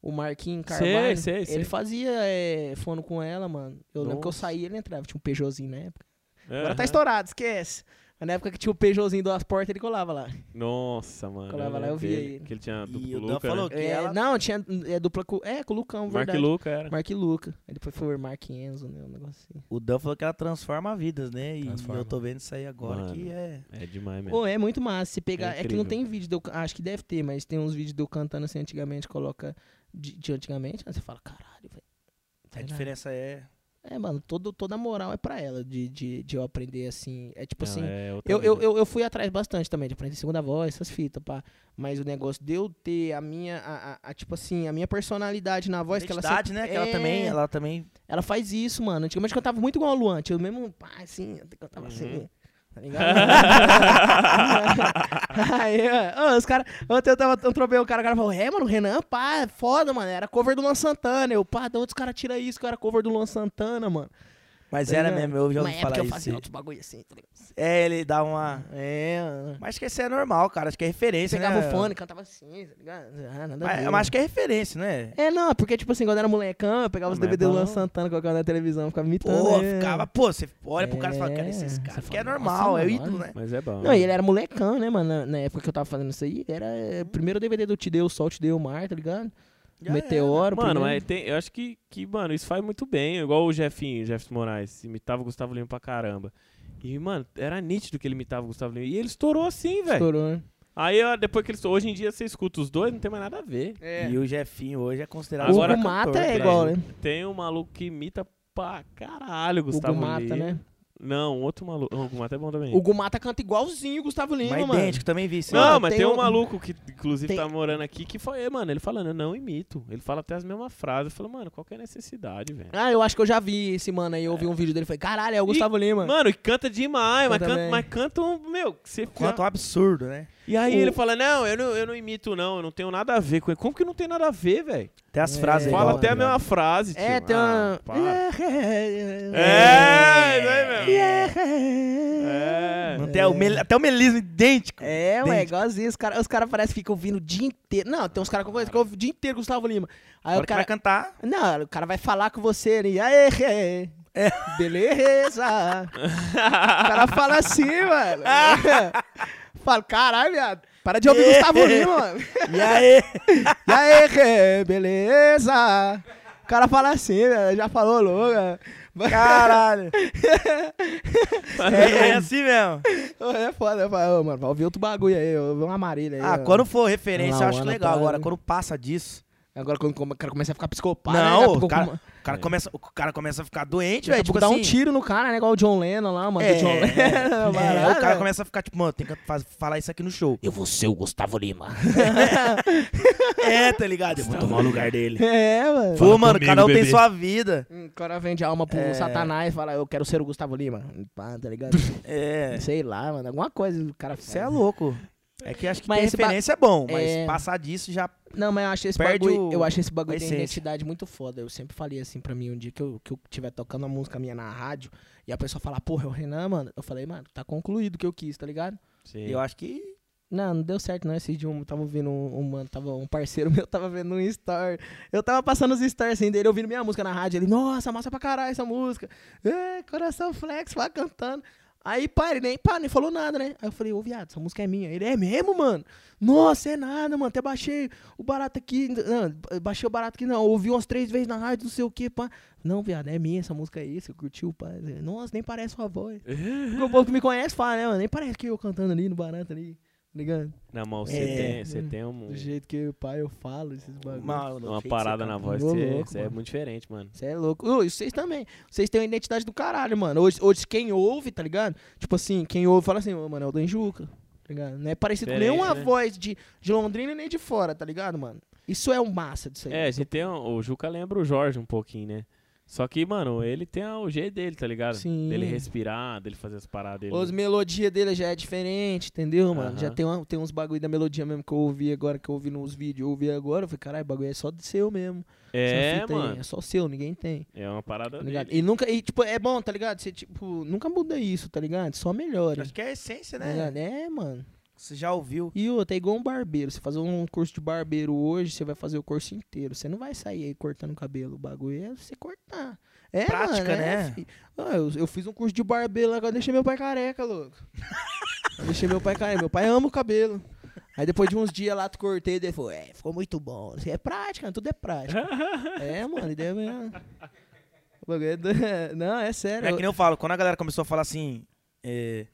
Speaker 1: O Marquinho
Speaker 3: Sei,
Speaker 1: Carvalho.
Speaker 3: sei,
Speaker 1: ele
Speaker 3: sei.
Speaker 1: fazia é, fono com ela, mano. Eu lembro que eu
Speaker 3: Nossa.
Speaker 1: saía ele entrava. Tinha um Peugeotzinho na época. Agora tá
Speaker 3: Aham.
Speaker 1: estourado, esquece. Mas na época que tinha o Peugeotzinho das portas, ele colava lá.
Speaker 3: Nossa, mano.
Speaker 1: Colava lá,
Speaker 3: lembro
Speaker 1: eu via
Speaker 3: dele,
Speaker 1: ele.
Speaker 3: Que ele tinha duplo
Speaker 2: E o Dan
Speaker 3: Luca,
Speaker 2: falou
Speaker 3: né?
Speaker 2: que
Speaker 1: É,
Speaker 2: ela.
Speaker 1: Não, tinha é, dupla com... É, com o Lucão,
Speaker 3: Mark
Speaker 1: verdade.
Speaker 3: Luca era.
Speaker 1: Mark e Luca. Aí depois foi o Mark Enzo, né, um negócio assim.
Speaker 2: O Dan falou que ela transforma vidas, né? E
Speaker 4: Transforma.
Speaker 2: eu tô vendo isso aí agora
Speaker 3: Mano.
Speaker 2: que é.
Speaker 3: É demais mesmo.
Speaker 1: Pô, é muito massa. Se pegar... É, que
Speaker 3: incrível.
Speaker 1: não tem vídeo, de eu, acho que deve ter, mas tem uns vídeos de eu cantando assim antigamente, coloca de, de antigamente, aí você fala, caralho, velho.
Speaker 2: A diferença é.
Speaker 1: É, mano, todo, toda a moral é pra ela de, de, de eu aprender assim. É tipo
Speaker 3: Não,
Speaker 1: assim,
Speaker 3: é outra
Speaker 1: Eu, eu,
Speaker 3: vida.
Speaker 1: eu, eu fui atrás bastante também, de aprender segunda voz, essas fitas, pá. Mas o negócio de eu ter a minha, a, a- a, tipo assim, a minha personalidade na voz, que ela
Speaker 2: Identidade, né? Que ela
Speaker 1: É,
Speaker 2: também. Ela também.
Speaker 1: Ela faz isso, mano. Antigamente eu cantava muito igual a Luan, tinha o mesmo, pá, assim, eu cantava
Speaker 2: Uhum.
Speaker 1: assim. Tá ligado? Aí, ó, os caras. Ontem eu tava eu tropei o cara, o cara falou: É, mano, o Renan, pá, é foda, mano. Era cover do Luan Santana. Eu, pá, de onde os caras tiram isso que eu era cover do Luan Santana, mano?
Speaker 2: Mas
Speaker 1: Tá
Speaker 2: era
Speaker 1: ligado?
Speaker 2: mesmo, eu já
Speaker 1: Uma
Speaker 2: ouvi
Speaker 1: época
Speaker 2: falar
Speaker 1: eu fazia
Speaker 2: isso.
Speaker 1: outros bagulho assim, tá ligado?
Speaker 2: É, ele dá uma.
Speaker 1: É, mano.
Speaker 2: Mas acho que isso é normal, cara. Acho que é referência,
Speaker 1: pegava
Speaker 2: né?
Speaker 1: o fone, cantava assim, tá ligado? Ah, nada a
Speaker 2: Mas,
Speaker 1: ver.
Speaker 2: mas acho que é referência, né?
Speaker 1: É, não, é porque, tipo assim, quando eu era molecão, eu pegava
Speaker 3: Ah,
Speaker 1: os
Speaker 3: mas
Speaker 1: DVD do
Speaker 3: bom.
Speaker 1: Luan Santana, colocava na televisão, ficava
Speaker 2: é Pô,
Speaker 1: imitando. né?
Speaker 2: ficava. Pô, você olha pro cara e fala, cara,
Speaker 1: É,
Speaker 2: esses
Speaker 1: você
Speaker 2: caras.
Speaker 1: fala,
Speaker 2: Que é
Speaker 1: nossa,
Speaker 2: normal, é o
Speaker 1: mano.
Speaker 2: ídolo, né?
Speaker 3: Mas é bom.
Speaker 1: Não, e ele era molecão, né, mano? Na, na época que eu tava fazendo isso aí, era é, o primeiro DVD do Te Deu o Sol, Te Deu o Mar, tá ligado?
Speaker 2: Uhum. Já
Speaker 1: Meteoro,
Speaker 3: Mano,
Speaker 1: primeiro.
Speaker 3: mas tem, eu acho que, que, mano, isso faz muito bem. Igual o Jefinho, Jefferson Moraes, imitava o Gustavo Lima pra caramba. E, mano, era nítido que ele imitava o Gustavo Lima. E ele estourou assim, velho.
Speaker 1: Estourou, né?
Speaker 3: Aí, ó, depois que ele estourou, hoje em dia você escuta os dois, não tem mais nada a ver.
Speaker 2: E o Jefinho hoje é considerado.
Speaker 3: Agora
Speaker 1: o Hugo Mata
Speaker 2: cantor,
Speaker 1: é
Speaker 2: né?
Speaker 1: igual, né?
Speaker 3: Tem um maluco que imita pra caralho o
Speaker 1: O
Speaker 3: Gustavo
Speaker 1: Hugo Mata,
Speaker 3: Lima.
Speaker 1: né?
Speaker 3: Não, um outro maluco. O Gumata é bom também.
Speaker 1: O Hugo Mata canta igualzinho o Gustavo Lima,
Speaker 2: Mas
Speaker 1: mano.
Speaker 2: idêntico, também vi isso. aí.
Speaker 3: Não,
Speaker 1: Mano,
Speaker 3: mas tem,
Speaker 1: tem
Speaker 3: um
Speaker 1: um-
Speaker 3: maluco que, inclusive,
Speaker 1: tem-
Speaker 3: tá morando aqui que foi, mano, ele falando, eu não imito. Ele fala até as mesmas frases. Eu falo, mano, qual que é a necessidade, velho?
Speaker 1: Ah, eu acho que eu já vi esse mano aí, eu ouvi um vídeo dele, falei, caralho, é o Gustavo Lima.
Speaker 3: Mano, e canta demais, mas
Speaker 1: Canta
Speaker 3: canta,
Speaker 1: bem.
Speaker 3: mas canta um, meu, que você fica-
Speaker 2: Quanto um absurdo, né?
Speaker 3: E aí
Speaker 1: O-
Speaker 3: ele fala, não eu, não, eu não imito, não, eu não tenho nada a ver com ele. Como que não tem nada a ver, velho?
Speaker 2: Tem as
Speaker 1: É.
Speaker 2: frases
Speaker 3: Fala
Speaker 2: igual,
Speaker 3: até
Speaker 2: tá
Speaker 3: a
Speaker 2: ligado?
Speaker 3: mesma frase, tio.
Speaker 1: é, tem
Speaker 3: Ah,
Speaker 1: uma...
Speaker 3: para.
Speaker 1: É,
Speaker 3: É, isso aí mesmo.
Speaker 1: É.
Speaker 3: É.
Speaker 2: Não tem o mel- Até o melismo idêntico.
Speaker 1: É, ué,
Speaker 2: Idêntico.
Speaker 1: igualzinho. Os caras os cara parecem que ficam ouvindo o dia inteiro. Não, tem uns caras que ficam ouvindo o dia inteiro Gustavo Lima. Aí
Speaker 2: Agora
Speaker 1: o cara.
Speaker 2: que vai cantar.
Speaker 1: Não, o cara vai falar com você ali. Aê, é, beleza. o cara fala assim, mano. Fala, caralho, viado. Para de ouvir
Speaker 2: É.
Speaker 1: Gustavo Lima, mano.
Speaker 2: E aí?
Speaker 1: E aí, é, beleza. O cara fala assim, velho. Já falou louca.
Speaker 2: Caralho. É, é assim mesmo.
Speaker 1: É foda. Eu falo, ô, mano, vai ouvir outro bagulho aí. Ouve uma amarelha aí.
Speaker 2: Ah,
Speaker 1: ó.
Speaker 2: quando for referência, eu acho
Speaker 1: Lauana
Speaker 2: legal.
Speaker 1: Prado.
Speaker 2: Agora, quando passa disso.
Speaker 1: Agora quando come- o cara começa a ficar psicopata, né?
Speaker 2: não,
Speaker 1: Daqui a
Speaker 2: o
Speaker 1: pouco-
Speaker 2: cara, o cara
Speaker 3: É.
Speaker 2: começa, o cara começa a ficar doente,
Speaker 1: Daqui a
Speaker 2: velho. Tipo
Speaker 1: pouco dá um
Speaker 2: assim,
Speaker 1: tiro no cara, né? Igual o John Lennon lá, mano.
Speaker 2: É,
Speaker 1: do John
Speaker 2: é,
Speaker 1: Lennon.
Speaker 2: é,
Speaker 1: barato,
Speaker 2: o cara
Speaker 1: né?
Speaker 2: começa a ficar tipo, mano, tem que fa- falar isso aqui no show.
Speaker 6: Eu vou ser o Gustavo Lima.
Speaker 2: É, tá ligado? Eu vou tomar o lugar dele.
Speaker 1: É, mano.
Speaker 2: Pô, mano,
Speaker 3: comigo,
Speaker 2: cada um tem
Speaker 3: bebê.
Speaker 2: sua vida.
Speaker 1: Hum, O cara vende alma pro
Speaker 2: É.
Speaker 1: satanás e fala, eu quero ser o Gustavo Lima. Pá, tá ligado?
Speaker 2: É.
Speaker 1: Sei lá, mano. Alguma coisa o cara
Speaker 2: Você é
Speaker 1: fala.
Speaker 2: louco. É que acho que
Speaker 1: Mas
Speaker 2: ter
Speaker 1: esse ba-
Speaker 2: referência é bom, mas
Speaker 1: É.
Speaker 2: passar disso já.
Speaker 1: Não, mas eu acho esse
Speaker 2: Perde
Speaker 1: bagulho.
Speaker 2: o-
Speaker 1: Eu acho esse
Speaker 2: a
Speaker 1: bagulho tem
Speaker 2: essência.
Speaker 1: identidade muito foda. Eu sempre falei assim pra mim um dia que eu, que eu tiver tocando uma música minha na rádio e a pessoa falar, porra, é o Renan, mano. Eu falei, mano, tá concluído o que eu quis, tá ligado?
Speaker 3: Sim.
Speaker 2: Eu acho que.
Speaker 1: Não, não deu certo não esse dia. Eu tava ouvindo um, um mano, tava um parceiro meu, tava vendo um story. Eu tava passando os stories assim dele, ouvindo minha música na rádio. Ele, nossa, massa pra caralho essa música. É, coração flex, vai cantando. Aí, pá, ele nem, pá, nem falou nada, né? Aí eu falei, ô, viado, essa música é minha. Ele, é mesmo, mano? Nossa, é nada, mano. Até baixei o barato aqui. Não, baixei o barato aqui, não. Ouvi umas três vezes na rádio, não sei o que, pá. Não, viado, é minha essa música aí. Você curtiu, pá? Nossa, nem parece sua voz. Porque o povo que me conhece fala, né, mano? Nem parece que eu cantando ali no barato ali. ligado?
Speaker 3: Não, mas você
Speaker 2: É.
Speaker 3: tem, você tem um,
Speaker 1: Do jeito que o pai eu falo, esses bagulhos.
Speaker 2: Mano, do
Speaker 3: uma
Speaker 2: jeito que
Speaker 3: parada
Speaker 2: você
Speaker 3: na
Speaker 2: canta.
Speaker 3: voz
Speaker 1: Ô,
Speaker 3: que você-
Speaker 1: louco,
Speaker 3: você é
Speaker 1: mano.
Speaker 3: muito diferente, mano.
Speaker 1: Você é louco. Ô, e vocês também. Vocês têm uma identidade do caralho, mano. Hoje, hoje quem ouve, tá ligado? Tipo assim, quem ouve fala assim, ô, mano, é o Danjuca. Tá ligado? Não é parecido com
Speaker 3: Diferente,
Speaker 1: nenhuma
Speaker 3: né?
Speaker 1: voz de, de Londrina e nem de fora, tá ligado, mano? Isso é o massa disso aí.
Speaker 3: É, a gente tem. um- O Juca lembra o Jorge um pouquinho, né? Só que, mano, ele tem o jeito dele, tá ligado?
Speaker 1: Sim.
Speaker 3: Dele respirar, dele fazer as paradas dele.
Speaker 1: As melodias dele já é diferente, entendeu, mano? Já
Speaker 3: Aham.
Speaker 1: tem, uma- tem uns bagulho da melodia mesmo que eu ouvi agora, que eu ouvi nos vídeos. Eu ouvi agora, eu falei, caralho, bagulho é só de seu mesmo. Essa
Speaker 3: É,
Speaker 1: fita aí
Speaker 3: mano.
Speaker 1: é só seu, ninguém tem.
Speaker 3: É uma parada
Speaker 1: Tá ligado?
Speaker 3: dele.
Speaker 1: E nunca, e tipo, é bom, tá ligado? Você, tipo, nunca muda isso, tá ligado? Só melhora.
Speaker 2: Acho que é a essência,
Speaker 1: Tá
Speaker 2: né?
Speaker 1: ligado? É, mano.
Speaker 2: Você já ouviu.
Speaker 1: E outra, é igual um barbeiro. Você fazer um curso de barbeiro hoje, você vai fazer o curso inteiro. Você não vai sair aí cortando o cabelo. O bagulho é você cortar. É,
Speaker 2: Prática,
Speaker 1: mano, é,
Speaker 2: né?
Speaker 1: fi. Ah, eu, eu fiz um curso de barbeiro lá, que eu deixei meu pai careca, louco. Eu deixei meu pai careca. Meu pai ama o cabelo. Aí depois de uns dias lá, tu cortei, ele falou, é, ficou muito bom. Isso é prática, tudo é prática. é, mano, ideia mesmo. O bagulho é do- Não, é sério.
Speaker 2: É que nem eu falo, quando a galera começou a falar assim, é,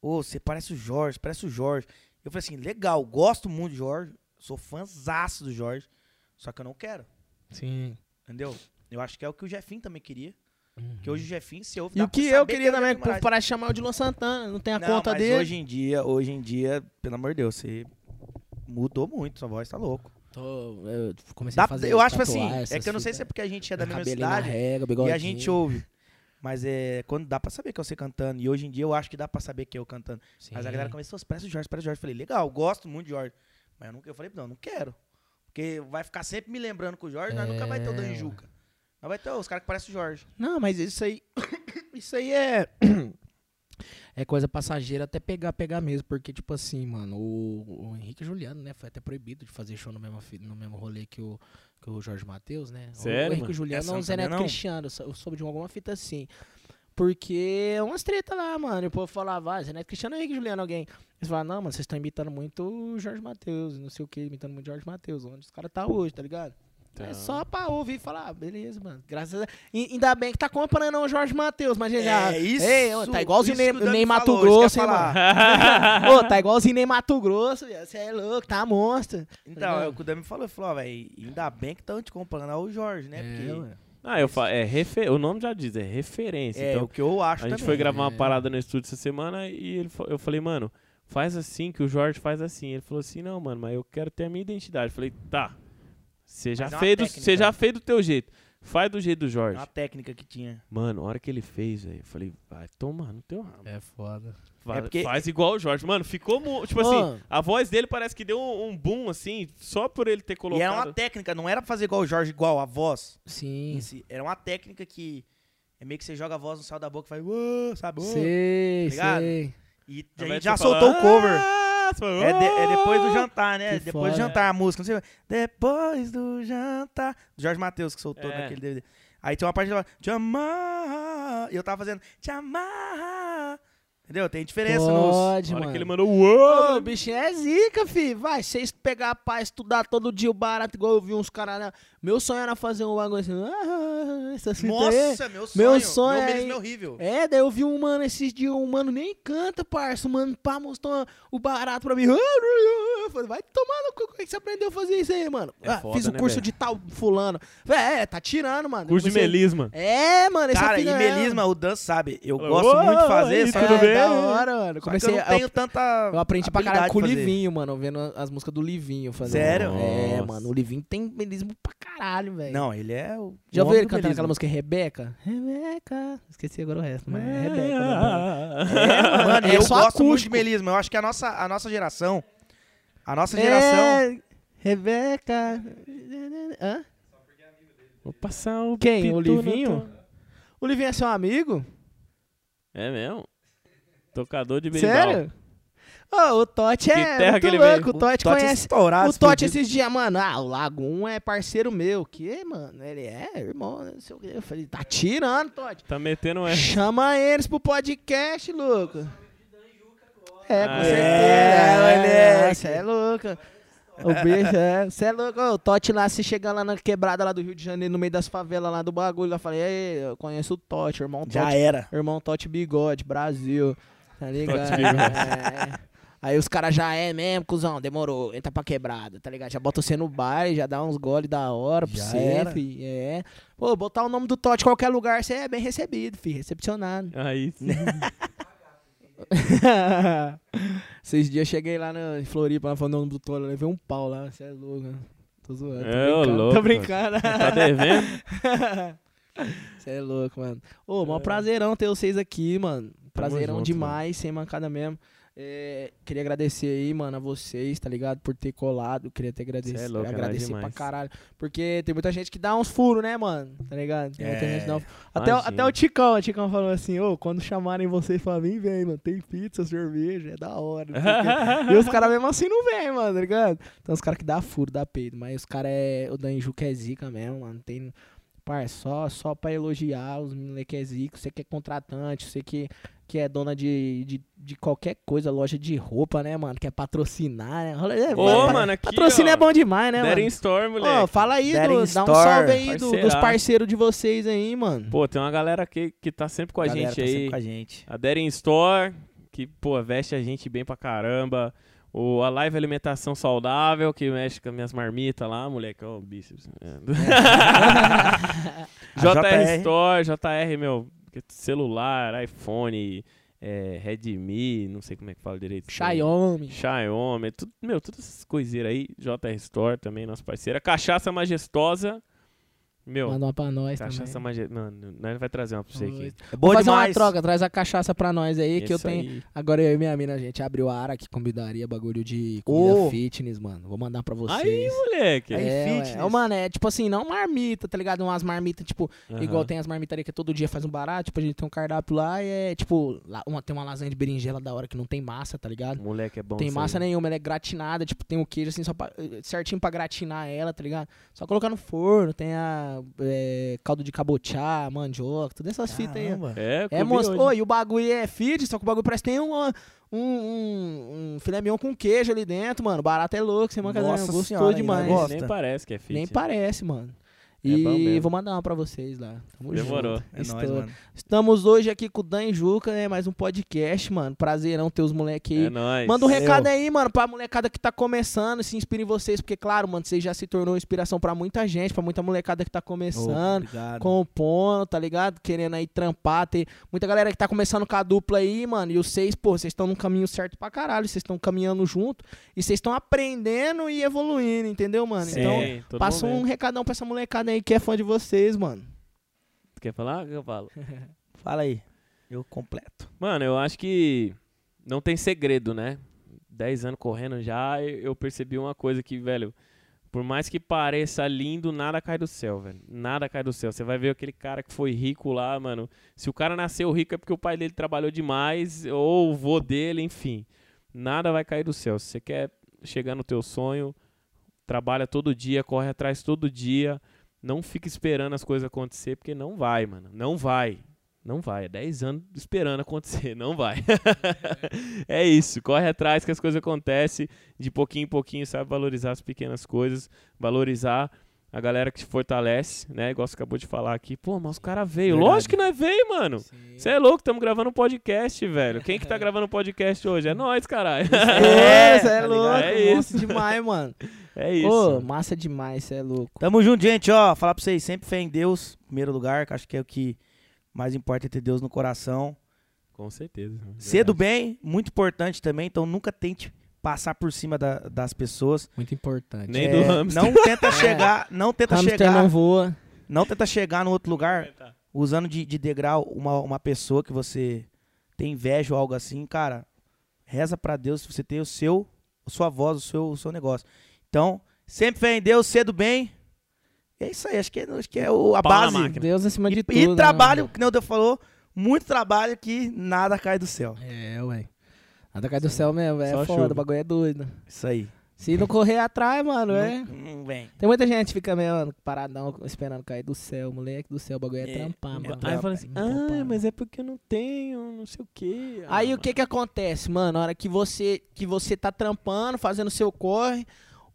Speaker 2: ô, você parece o Jorge, parece o Jorge. Eu falei assim, legal, gosto muito do Jorge, sou fãzaço do Jorge, só que eu não quero,
Speaker 1: Sim.
Speaker 2: entendeu? Eu acho que é o que o Jefim também queria, que
Speaker 1: Uhum.
Speaker 2: hoje o Jefim se ouve...
Speaker 1: E
Speaker 2: dá
Speaker 1: o
Speaker 2: pra
Speaker 1: que
Speaker 2: saber
Speaker 1: eu queria
Speaker 2: é o
Speaker 1: também,
Speaker 2: Jefim
Speaker 1: que o povo
Speaker 2: Moraes.
Speaker 1: parar de chamar o de Luan Santana, não tem a
Speaker 2: Não,
Speaker 1: conta
Speaker 2: mas
Speaker 1: dele.
Speaker 2: hoje em dia, hoje em dia, pelo amor de Deus, você mudou muito, sua voz tá louco.
Speaker 1: Tô, eu comecei
Speaker 2: Dá-
Speaker 1: a fazer
Speaker 2: eu acho que assim,
Speaker 1: tatuar
Speaker 2: é
Speaker 1: essas
Speaker 2: que eu não sei se é
Speaker 1: fitas.
Speaker 2: porque a gente é da mesma
Speaker 1: Cabelinho na
Speaker 2: cidade,
Speaker 1: régua,
Speaker 2: E
Speaker 1: bigodinho.
Speaker 2: a gente ouve. Mas é quando dá pra saber que é você cantando. E hoje em dia eu acho que dá pra saber que é eu cantando. Mas a
Speaker 1: Sim.
Speaker 2: galera começou, "Você parece o Jorge, parece o Jorge. Eu falei, legal, gosto muito de Jorge. Mas eu, nunca, eu falei, não, não quero. Porque vai ficar sempre me lembrando com o Jorge, nós nunca vai ter o
Speaker 1: É.
Speaker 2: Dan Juca. Nós vai ter os caras que parecem o Jorge.
Speaker 1: Não, mas isso aí. isso aí é. É coisa passageira até pegar, pegar mesmo. Porque, tipo assim, mano, o, o Henrique Juliano, né? Foi até proibido de fazer show no mesmo, fi- no mesmo rolê que o, que o Jorge Matheus, né?
Speaker 3: Sério,
Speaker 1: o Henrique
Speaker 3: mano?
Speaker 1: Juliano é
Speaker 2: Essa eu
Speaker 1: um
Speaker 2: não
Speaker 1: Zé
Speaker 2: sabia,
Speaker 1: Neto
Speaker 2: não.
Speaker 1: Cristiano. Eu sou- Eu soube de alguma fita assim. Porque é umas treta lá, mano. E o povo falava, ah, Zé Neto Cristiano é Henrique Juliano, alguém. Eles falavam, não, mano, vocês estão imitando muito o Jorge Matheus, não sei o que, imitando muito o Jorge Matheus, onde os caras tá hoje, tá ligado? É
Speaker 3: Tá.
Speaker 1: só pra ouvir e falar, ah, beleza, mano. Graças a E- Ainda bem que tá comparando o Jorge Matheus, mas gente, ah, ei, ô, tá igualzinho o
Speaker 2: É isso
Speaker 1: Ney,
Speaker 2: que o Dani
Speaker 1: Ney Mato
Speaker 2: falou, isso que eu ia
Speaker 1: Grosso, hein,
Speaker 2: falar.
Speaker 1: mano. Ô, tá igualzinho o Ney Mato Grosso, você é louco, tá monstro.
Speaker 2: Então, é o que o Dami falou, ele falou, ó, velho, ainda bem que estão te comparando ao Jorge, né?
Speaker 1: É,
Speaker 2: Porque
Speaker 3: Ah, eu falo, é refer... o nome já diz, é referência.
Speaker 2: é
Speaker 3: então,
Speaker 2: o que eu acho
Speaker 3: a gente
Speaker 2: também.
Speaker 3: foi gravar uma
Speaker 1: É.
Speaker 3: parada no estúdio essa semana e ele, fa- eu falei, mano, faz assim, que o Jorge faz assim. Ele falou assim, não, mano, mas eu quero ter a minha identidade. Eu falei, tá, você já,
Speaker 2: Mas é uma
Speaker 3: fez do-
Speaker 2: técnica.
Speaker 3: você já fez do teu jeito. Faz do jeito do Jorge.
Speaker 2: É Uma técnica que tinha.
Speaker 3: Mano, a hora que ele fez, velho, eu falei, vai tomar no teu rabo.
Speaker 1: É foda.
Speaker 3: Vai-
Speaker 2: É porque-
Speaker 3: Faz igual o Jorge. Mano, ficou, mu- tipo
Speaker 1: Mano.
Speaker 3: assim, a voz dele parece que deu um, um boom, assim, só por ele ter
Speaker 2: E
Speaker 3: colocado.
Speaker 2: era uma técnica, não era pra fazer igual o Jorge, igual a voz.
Speaker 1: Sim.
Speaker 2: em si. Assim, Era uma técnica que é meio que você joga a voz no céu da boca e faz, "Uou", sabe? "Uou".
Speaker 1: Sei,
Speaker 2: Tá ligado?
Speaker 1: sei.
Speaker 2: E a
Speaker 3: Ao invés
Speaker 2: gente
Speaker 3: de
Speaker 2: já
Speaker 3: você falar,
Speaker 2: soltou o cover.
Speaker 3: "Ah", você fala,
Speaker 2: É, de- é depois do
Speaker 3: "Ah".
Speaker 2: jantar, né?
Speaker 1: Que
Speaker 2: depois do
Speaker 1: foda.
Speaker 2: jantar a música. Não sei, depois do jantar. Do Jorge Matheus que soltou
Speaker 3: É.
Speaker 2: naquele DVD. Aí tem uma parte que fala, te amar. E eu tava fazendo, te amar. Entendeu? Tem diferença nos.
Speaker 1: Pode,
Speaker 3: Na hora
Speaker 1: mano.
Speaker 3: que ele mandou, uou!
Speaker 1: Ô, bichinho é zica, fi. Vai, vocês pegar pra estudar todo dia o barato, igual eu vi uns caras. né? Meu sonho era fazer um bagulho assim. Ah, essas fitas aí.
Speaker 2: Nossa, meu sonho.
Speaker 1: sonho
Speaker 2: Meu
Speaker 1: é-
Speaker 2: mesmo é horrível.
Speaker 1: É, daí eu vi um mano esses dias, um mano nem canta, parça. Um mano pá mostrou o barato pra mim. Eu falei, vai tomar no cu, como é que você aprendeu a fazer isso aí, mano?
Speaker 3: É
Speaker 1: Ah,
Speaker 3: foda,
Speaker 1: fiz o
Speaker 3: né,
Speaker 1: curso
Speaker 3: velho?
Speaker 1: de tal fulano. Véi, é, tá tirando, mano.
Speaker 3: Curso de
Speaker 1: Comecei-
Speaker 3: melisma.
Speaker 1: É, mano, esse
Speaker 2: Cara,
Speaker 1: filho
Speaker 2: e
Speaker 1: é-
Speaker 2: melisma, o Dan sabe. Eu
Speaker 3: Fala,
Speaker 2: gosto muito de
Speaker 3: "Uou,
Speaker 2: fazer,
Speaker 3: aí,
Speaker 2: só
Speaker 1: É,
Speaker 3: tudo bem?
Speaker 1: da hora, mano.
Speaker 2: Só que
Speaker 1: Comecei
Speaker 2: eu
Speaker 1: a-
Speaker 2: não tenho tanta.
Speaker 1: Eu aprendi pra caralho
Speaker 2: habilidade
Speaker 1: com o
Speaker 2: de fazer.
Speaker 1: Livinho, mano, vendo as músicas do Livinho fazendo.
Speaker 2: Sério?
Speaker 1: É,
Speaker 3: Nossa.
Speaker 1: mano, o Livinho tem melismo pra caralho, velho.
Speaker 2: Não, ele é o.
Speaker 1: Já
Speaker 2: o
Speaker 1: ouviu
Speaker 2: homem
Speaker 1: ele
Speaker 2: do
Speaker 1: cantando
Speaker 2: melisma.
Speaker 1: aquela música Rebeca? Rebeca. Esqueci agora o resto, mas é Rebeca. né, mano?
Speaker 2: É, mano,
Speaker 1: É
Speaker 2: eu
Speaker 1: só
Speaker 2: gosto muito de
Speaker 1: acústico.
Speaker 2: melisma. Eu acho que a nossa, a nossa geração. A nossa geração.
Speaker 1: É, Rebeca. Hã?
Speaker 3: Vou passar o
Speaker 1: Quem?
Speaker 3: pitu
Speaker 1: O Livinho?
Speaker 3: na tua-
Speaker 1: O Livinho é seu amigo?
Speaker 3: É mesmo? Tocador de berimbau.
Speaker 1: Sério? Ô, o Totti
Speaker 3: Que
Speaker 1: é
Speaker 3: terra
Speaker 1: muito
Speaker 3: que ele é
Speaker 1: louco.
Speaker 3: veio.
Speaker 1: O Totti
Speaker 2: Totti é
Speaker 1: conhece.
Speaker 2: estourado,
Speaker 1: O Totti
Speaker 2: explodido.
Speaker 1: esses dias, mano, ah, o Lagum é parceiro meu. Que, mano? Ele é irmão, não sei o quê. Eu falei, tá tirando, Totti.
Speaker 3: Tá metendo é.
Speaker 1: Chama eles pro podcast, louco. É, com
Speaker 3: Ah,
Speaker 1: certeza.
Speaker 2: é, moleque.
Speaker 1: Você é louco. O bicho, é. Você é louco. Ô, O Totti lá, se chegar lá na quebrada lá do Rio de Janeiro, no meio das favelas lá do bagulho, lá, falei, "Ei, eu conheço o Totti, irmão Totti.
Speaker 2: Já era.
Speaker 1: Irmão Totti Bigode, Brasil. Tá ligado?
Speaker 3: Totti Bigode.
Speaker 1: É. Aí os caras já é mesmo, cuzão, demorou, entra pra quebrada, tá ligado? Já bota você no bar, já dá uns goles da hora pra
Speaker 2: Já
Speaker 1: você,
Speaker 2: era.
Speaker 1: fi. É. Pô, botar o nome do Totti em qualquer lugar, você é bem recebido, fi, recepcionado.
Speaker 3: Aí sim.
Speaker 1: Esses dias eu cheguei lá na, em Floripa, lá falando o nome do Totti, eu levei um pau lá, você é louco, né? Tô zoando. tô
Speaker 3: É, ô
Speaker 1: brincando,
Speaker 3: louco,
Speaker 1: Tô
Speaker 3: Totti.
Speaker 1: brincando.
Speaker 3: tá devendo?
Speaker 1: Você é louco, mano. Ô, mó
Speaker 3: É.
Speaker 1: prazerão ter vocês aqui, mano. Prazerão
Speaker 3: junto,
Speaker 1: demais, sem mancada mesmo. É, queria agradecer aí, mano, a vocês, tá ligado? Por ter colado. Queria ter agradecido.
Speaker 3: Cê é louco, é nóis
Speaker 1: agradecer pra
Speaker 3: demais.
Speaker 1: caralho. Porque tem muita gente que dá uns furos, né, mano? Tá ligado? Tem muita
Speaker 2: É,
Speaker 1: gente que dá um... até, o-
Speaker 3: imagino.
Speaker 1: até o Ticão, o Ticão falou assim, ô, quando chamarem vocês pra mim, vem, mano. Tem pizza, cerveja, é da hora. não sei o quê." E os caras mesmo assim não vêm, mano, tá ligado? Então os caras que dá furo, dá peido. Mas os caras é. O Danjuca é zica mesmo, mano. Tem. Par, só, só pra elogiar os moleque é zica. Você que é contratante, você que, que é dona de, de, de qualquer coisa, loja de roupa, né, mano? Quer patrocinar, né? Rola- é,
Speaker 3: Ô, mano, aqui,
Speaker 1: patrocínio
Speaker 3: ó,
Speaker 1: é bom demais, né,
Speaker 3: Deram
Speaker 1: mano?
Speaker 3: Storm,
Speaker 1: Ô,
Speaker 3: moleque.
Speaker 1: fala aí,
Speaker 2: Dead
Speaker 1: do, dá
Speaker 2: in
Speaker 1: um
Speaker 2: Store,
Speaker 1: salve aí do- dos
Speaker 3: parceiraço.
Speaker 1: parceiros de vocês aí, mano.
Speaker 3: Pô, tem uma galera que, que tá sempre com a
Speaker 2: Galera,
Speaker 3: gente
Speaker 2: tá sempre
Speaker 3: aí.
Speaker 2: com a gente.
Speaker 3: A Deren Store, que, pô, veste a gente bem pra caramba. O, a Live Alimentação Saudável, que mexe com as minhas marmitas lá, moleque. Ó, o bíceps. É.
Speaker 2: A
Speaker 3: JR
Speaker 2: JR.
Speaker 3: Store, JR, meu, que celular, iPhone, é, Redmi, não sei como é que fala direito.
Speaker 1: Xiaomi.
Speaker 3: Xiaomi, tudo, meu, todas essas coiseiras aí. JR Store também, nossa parceira. Cachaça Majestosa. Meu,
Speaker 1: Manda uma pra nós também.
Speaker 3: cachaça majestosa. Mano, nós vai trazer uma pra você aqui.
Speaker 1: Vamos
Speaker 2: É boa
Speaker 1: fazer uma
Speaker 2: demais.
Speaker 1: troca, traz a cachaça pra nós aí, que eu
Speaker 3: Isso
Speaker 1: tenho.
Speaker 3: aí.
Speaker 1: Agora eu e minha mina, a gente abriu a área que combinaria bagulho de comida
Speaker 2: Ô.
Speaker 1: fitness, mano. Vou mandar pra vocês.
Speaker 3: Aí, moleque.
Speaker 2: Aí,
Speaker 1: é, ué.
Speaker 2: fitness.
Speaker 1: Ô, mano, é tipo assim, não marmita, tá ligado? Umas marmitas, tipo,
Speaker 3: Aham.
Speaker 1: igual tem as marmitarias que todo dia faz um barato, tipo, a gente tem um cardápio lá e é, tipo, lá- uma, tem uma lasanha de berinjela da hora que não tem massa, tá ligado?
Speaker 3: Moleque é bom.
Speaker 1: tem
Speaker 3: isso
Speaker 1: massa
Speaker 3: aí.
Speaker 1: nenhuma, ela é gratinada, tipo, tem o queijo assim, só pra- certinho pra gratinar ela, tá ligado? Só colocar no forno, tem a é, caldo de cabochá, mandioca, todas essas fitas aí. ó.
Speaker 2: Caramba.
Speaker 3: É,
Speaker 1: É,
Speaker 3: comi
Speaker 1: moço.
Speaker 3: hoje.
Speaker 1: Ô, e o bagulho é fit, só que o bagulho parece que tem um, ó, um, um, um filé mignon com queijo ali dentro, mano. Barato é louco, você manca
Speaker 2: Nossa
Speaker 1: né? Gostoso
Speaker 2: senhora, aí,
Speaker 1: demais.
Speaker 3: Nem-
Speaker 2: negócio.
Speaker 3: Nem
Speaker 2: gosta.
Speaker 3: parece que é fit.
Speaker 1: Nem parece, mano.
Speaker 3: É
Speaker 1: E
Speaker 3: bom mesmo.
Speaker 1: vou mandar uma pra vocês lá. Tamo
Speaker 3: Demorou.
Speaker 1: junto.
Speaker 2: É
Speaker 1: Estou-
Speaker 2: nóis, mano.
Speaker 1: Estamos hoje aqui com o Dan e Juca, né? Mais um podcast, mano. Prazerão ter os moleque aí.
Speaker 3: É nóis.
Speaker 1: Manda um
Speaker 2: Eu.
Speaker 1: recado aí, mano, pra molecada que tá começando, se inspire em vocês, porque, claro, mano, vocês já se tornou inspiração pra muita gente, pra muita molecada que tá começando
Speaker 2: Obrigado.
Speaker 1: compondo, tá ligado? Querendo aí trampar. Tem muita galera que tá começando com a dupla aí, mano. E os seis, pô, vocês estão no caminho certo pra caralho. Vocês estão caminhando junto. E vocês estão aprendendo e evoluindo, entendeu, mano?
Speaker 3: Sim,
Speaker 1: Então,
Speaker 3: todo
Speaker 1: passa um
Speaker 3: momento.
Speaker 1: recadão pra essa molecada aí que é fã de vocês, mano.
Speaker 3: Quer falar? Eu falo.
Speaker 2: Fala aí. Eu completo.
Speaker 3: Mano, eu acho que não tem segredo, né? Dez anos correndo já, eu eu percebi uma coisa que, velho, por mais que pareça lindo, nada cai do céu, velho. Nada cai do céu. Você vai ver aquele cara que foi rico lá, mano. Se o cara nasceu rico é porque o pai dele trabalhou demais, ou o vô dele, enfim. Nada vai cair do céu. Se você quer chegar no teu sonho, trabalha todo dia, corre atrás todo dia. Não fica esperando as coisas acontecer, porque não vai, mano. Não vai. Não vai. É 10 anos esperando acontecer. Não vai. é isso. Corre atrás que as coisas acontecem. De pouquinho em pouquinho, sabe? Valorizar as pequenas coisas. Valorizar a galera que te fortalece, né? Igual você acabou de falar aqui. Pô, mas os caras veio.
Speaker 2: Verdade.
Speaker 3: Lógico que nós veio, mano. Você é louco, estamos gravando um podcast, velho. Quem que tá gravando um podcast hoje? É nós, caralho.
Speaker 1: É, cê é
Speaker 2: tá ligado?
Speaker 1: louco,
Speaker 3: É
Speaker 1: massa demais, mano. Ô,
Speaker 3: É isso.
Speaker 1: massa demais, você é louco.
Speaker 2: Tamo junto, gente, ó. Falar pra vocês, sempre fé em Deus, em primeiro lugar, que acho que é o que mais importa é ter Deus no coração.
Speaker 3: Com certeza.
Speaker 2: Ser é do bem, muito importante também, então nunca tente passar por cima da- das pessoas.
Speaker 1: Muito importante.
Speaker 3: Nem do hamster.
Speaker 2: É, Não tenta chegar, não tenta
Speaker 1: É. Hamster
Speaker 2: chegar,
Speaker 1: não
Speaker 2: não...
Speaker 1: voa.
Speaker 2: tenta chegar no outro lugar usando de, de degrau uma, uma pessoa que você tem inveja ou algo assim, cara. Reza pra Deus se você tem o seu, a sua voz, o seu, o seu negócio. Então, sempre fé em Deus, ser do bem. E é isso aí, acho que, é- acho que é o, a
Speaker 3: Pau na
Speaker 1: Tá
Speaker 2: base.
Speaker 3: máquina.
Speaker 1: Deus acima de
Speaker 2: E,
Speaker 1: tudo.
Speaker 2: e
Speaker 1: né,
Speaker 2: trabalho, que nem o Deus falou, muito trabalho que nada cai do céu.
Speaker 1: mano? É, ué. Nada cai do céu mesmo, é
Speaker 3: Só
Speaker 1: foda,
Speaker 3: chuva.
Speaker 1: o bagulho é doido.
Speaker 2: Isso aí.
Speaker 1: Se não correr atrás, mano, é.
Speaker 2: Não, não vem.
Speaker 1: Tem muita gente que fica meio mano, paradão, esperando cair do céu, moleque do céu, o bagulho é,
Speaker 2: É,
Speaker 1: trampar, mano.
Speaker 2: trampa.
Speaker 3: Aí
Speaker 1: Aí,
Speaker 3: fala assim, ah, mas é porque eu não tenho, não sei o quê. Ah,
Speaker 1: o que que acontece, mano? A hora que você, que você tá trampando, fazendo seu corre,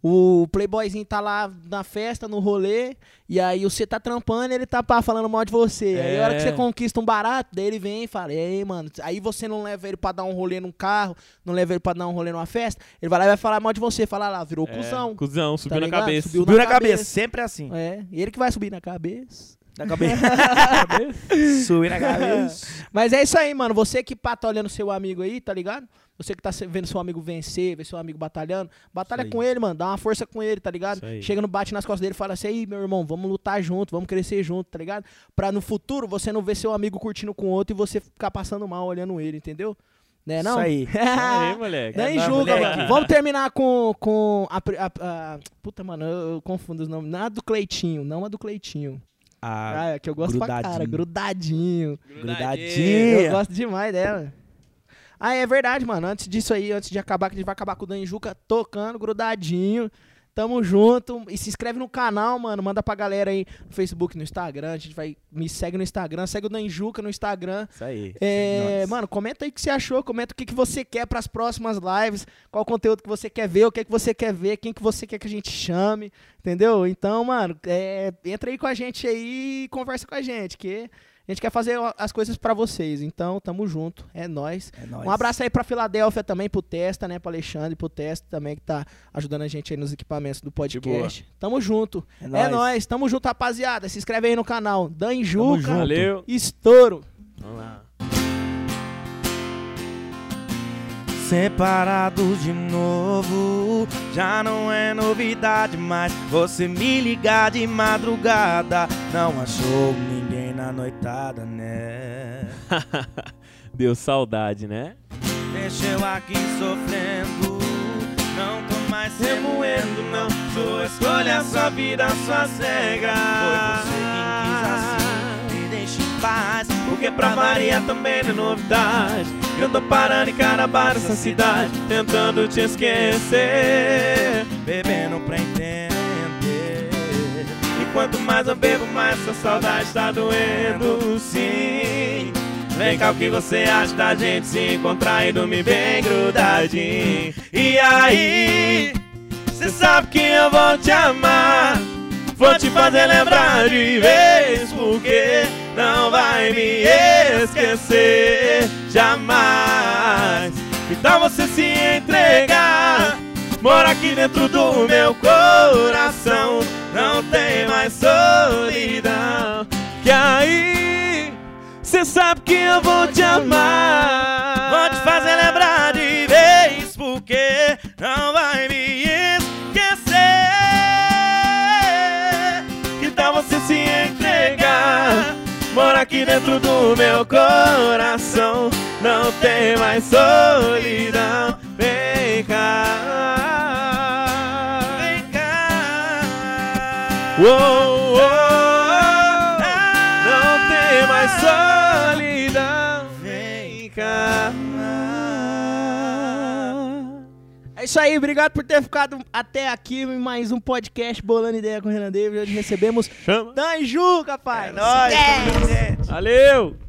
Speaker 1: O playboyzinho tá lá na festa, no rolê, e aí você tá trampando ele tá pá, falando mal de você. Aí a hora que
Speaker 3: É.
Speaker 1: você conquista um barato, daí ele vem e fala, ei, mano, aí você não leva ele pra dar um rolê num carro, não leva ele pra dar um rolê numa festa, ele vai lá e vai falar mal de você, falar lá, virou cuzão.
Speaker 3: Cusão, é, subiu na
Speaker 1: ligado?
Speaker 3: cabeça.
Speaker 1: Subiu
Speaker 2: Dura
Speaker 1: na
Speaker 2: a cabeça.
Speaker 1: cabeça.
Speaker 2: sempre assim.
Speaker 1: É, e ele que vai subir na cabeça.
Speaker 2: Na cabeça. Subir na cabeça.
Speaker 1: Mas é isso aí, mano. Você que pá, tá olhando seu amigo aí, tá ligado? Você que tá se- vendo seu amigo vencer, ver seu amigo batalhando, batalha
Speaker 2: Isso aí.
Speaker 1: com ele, mano. Dá uma força com ele, tá ligado?
Speaker 3: Isso aí.
Speaker 1: Chega no bate nas costas dele e fala assim, aí, meu irmão, vamos lutar junto, vamos crescer junto, tá ligado? Pra no futuro você não ver seu amigo curtindo com outro e você ficar passando mal olhando ele, entendeu? Né, não?
Speaker 2: Isso aí.
Speaker 3: Aí, moleque.
Speaker 1: Nem
Speaker 2: Não,
Speaker 1: julga,
Speaker 2: moleque.
Speaker 1: mano. Vamos terminar com. com a, pri- a- a- puta, mano, eu, eu confundo os nomes. Não a do Cleitinho, não a do Cleitinho.
Speaker 2: Ah,
Speaker 1: Ah, é que eu gosto pra cara.
Speaker 2: grudadinho.
Speaker 1: Grudadinho.
Speaker 2: grudadinho.
Speaker 1: Eu gosto demais dela. Ah, é verdade, mano. Antes disso aí, antes de acabar, que a gente vai acabar com o Danjuca tocando, grudadinho. Tamo junto. E se inscreve no canal, mano. Manda pra galera aí no Facebook, no Instagram. A gente vai. Me segue no Instagram. Segue o Danjuca no Instagram.
Speaker 2: Isso aí.
Speaker 1: É, mano, comenta aí o que você achou, comenta o que, que você quer pras próximas lives, qual conteúdo que você quer ver, o que, que você quer ver, quem que você quer que a gente chame, entendeu? Então, mano, é, entra aí com a gente aí e conversa com a gente, que a gente quer fazer o- as coisas pra vocês. Então, tamo junto, é nóis.
Speaker 2: É nóis.
Speaker 1: Um abraço aí pra Filadélfia também, pro Testa, né, pro Alexandre, pro Testa também, que tá ajudando a gente aí nos equipamentos do podcast. Tamo junto,
Speaker 2: É
Speaker 1: é nóis.
Speaker 2: nóis.
Speaker 1: tamo junto, rapaziada. Se inscreve aí no canal, Dan
Speaker 2: junto.
Speaker 1: Juca,
Speaker 3: Valeu.
Speaker 1: estouro.
Speaker 3: Vamos lá.
Speaker 2: Separados de novo, já não é novidade, mas você me ligar de madrugada. Não achou ninguém na noitada, né?
Speaker 3: Deu saudade, né?
Speaker 2: Deixa eu aqui sofrendo, não tô mais remoendo, não. Sua escolha, sua vida, sua cegas. Foi você quem quis assim, me deixa em paz.
Speaker 3: Porque pra Maria também não é novidade. Eu tô parando em Carabar, essa cidade, tentando te esquecer.
Speaker 2: bebendo pra entender.
Speaker 3: E quanto mais eu bebo, mais essa saudade tá doendo, sim. Vem cá o que você acha da gente se encontrar e dormir bem grudadinho. E aí, cê sabe que eu vou te amar. Vou te fazer lembrar de vez, porque não vai me esquecer jamais. Então você se entregar, mora aqui dentro do meu coração. Não tem mais solidão. Que aí, cê sabe que eu vou te amar.
Speaker 2: Vou te fazer lembrar de vez, porque não vai me esquecer.
Speaker 3: Que tal você se entregar? Mora aqui dentro do meu coração. Não tem mais solidão. Vem cá.
Speaker 2: Vem cá.
Speaker 3: Uou, uou, Não tem mais solidão. Vem cá.
Speaker 1: É isso aí, obrigado por ter ficado até aqui em mais um podcast Bolando Ideia com o Renan David. Hoje recebemos
Speaker 3: Chama.
Speaker 1: Dan Juca, pai.
Speaker 3: né?
Speaker 2: É nóis, tamo junto, gente.
Speaker 3: Valeu.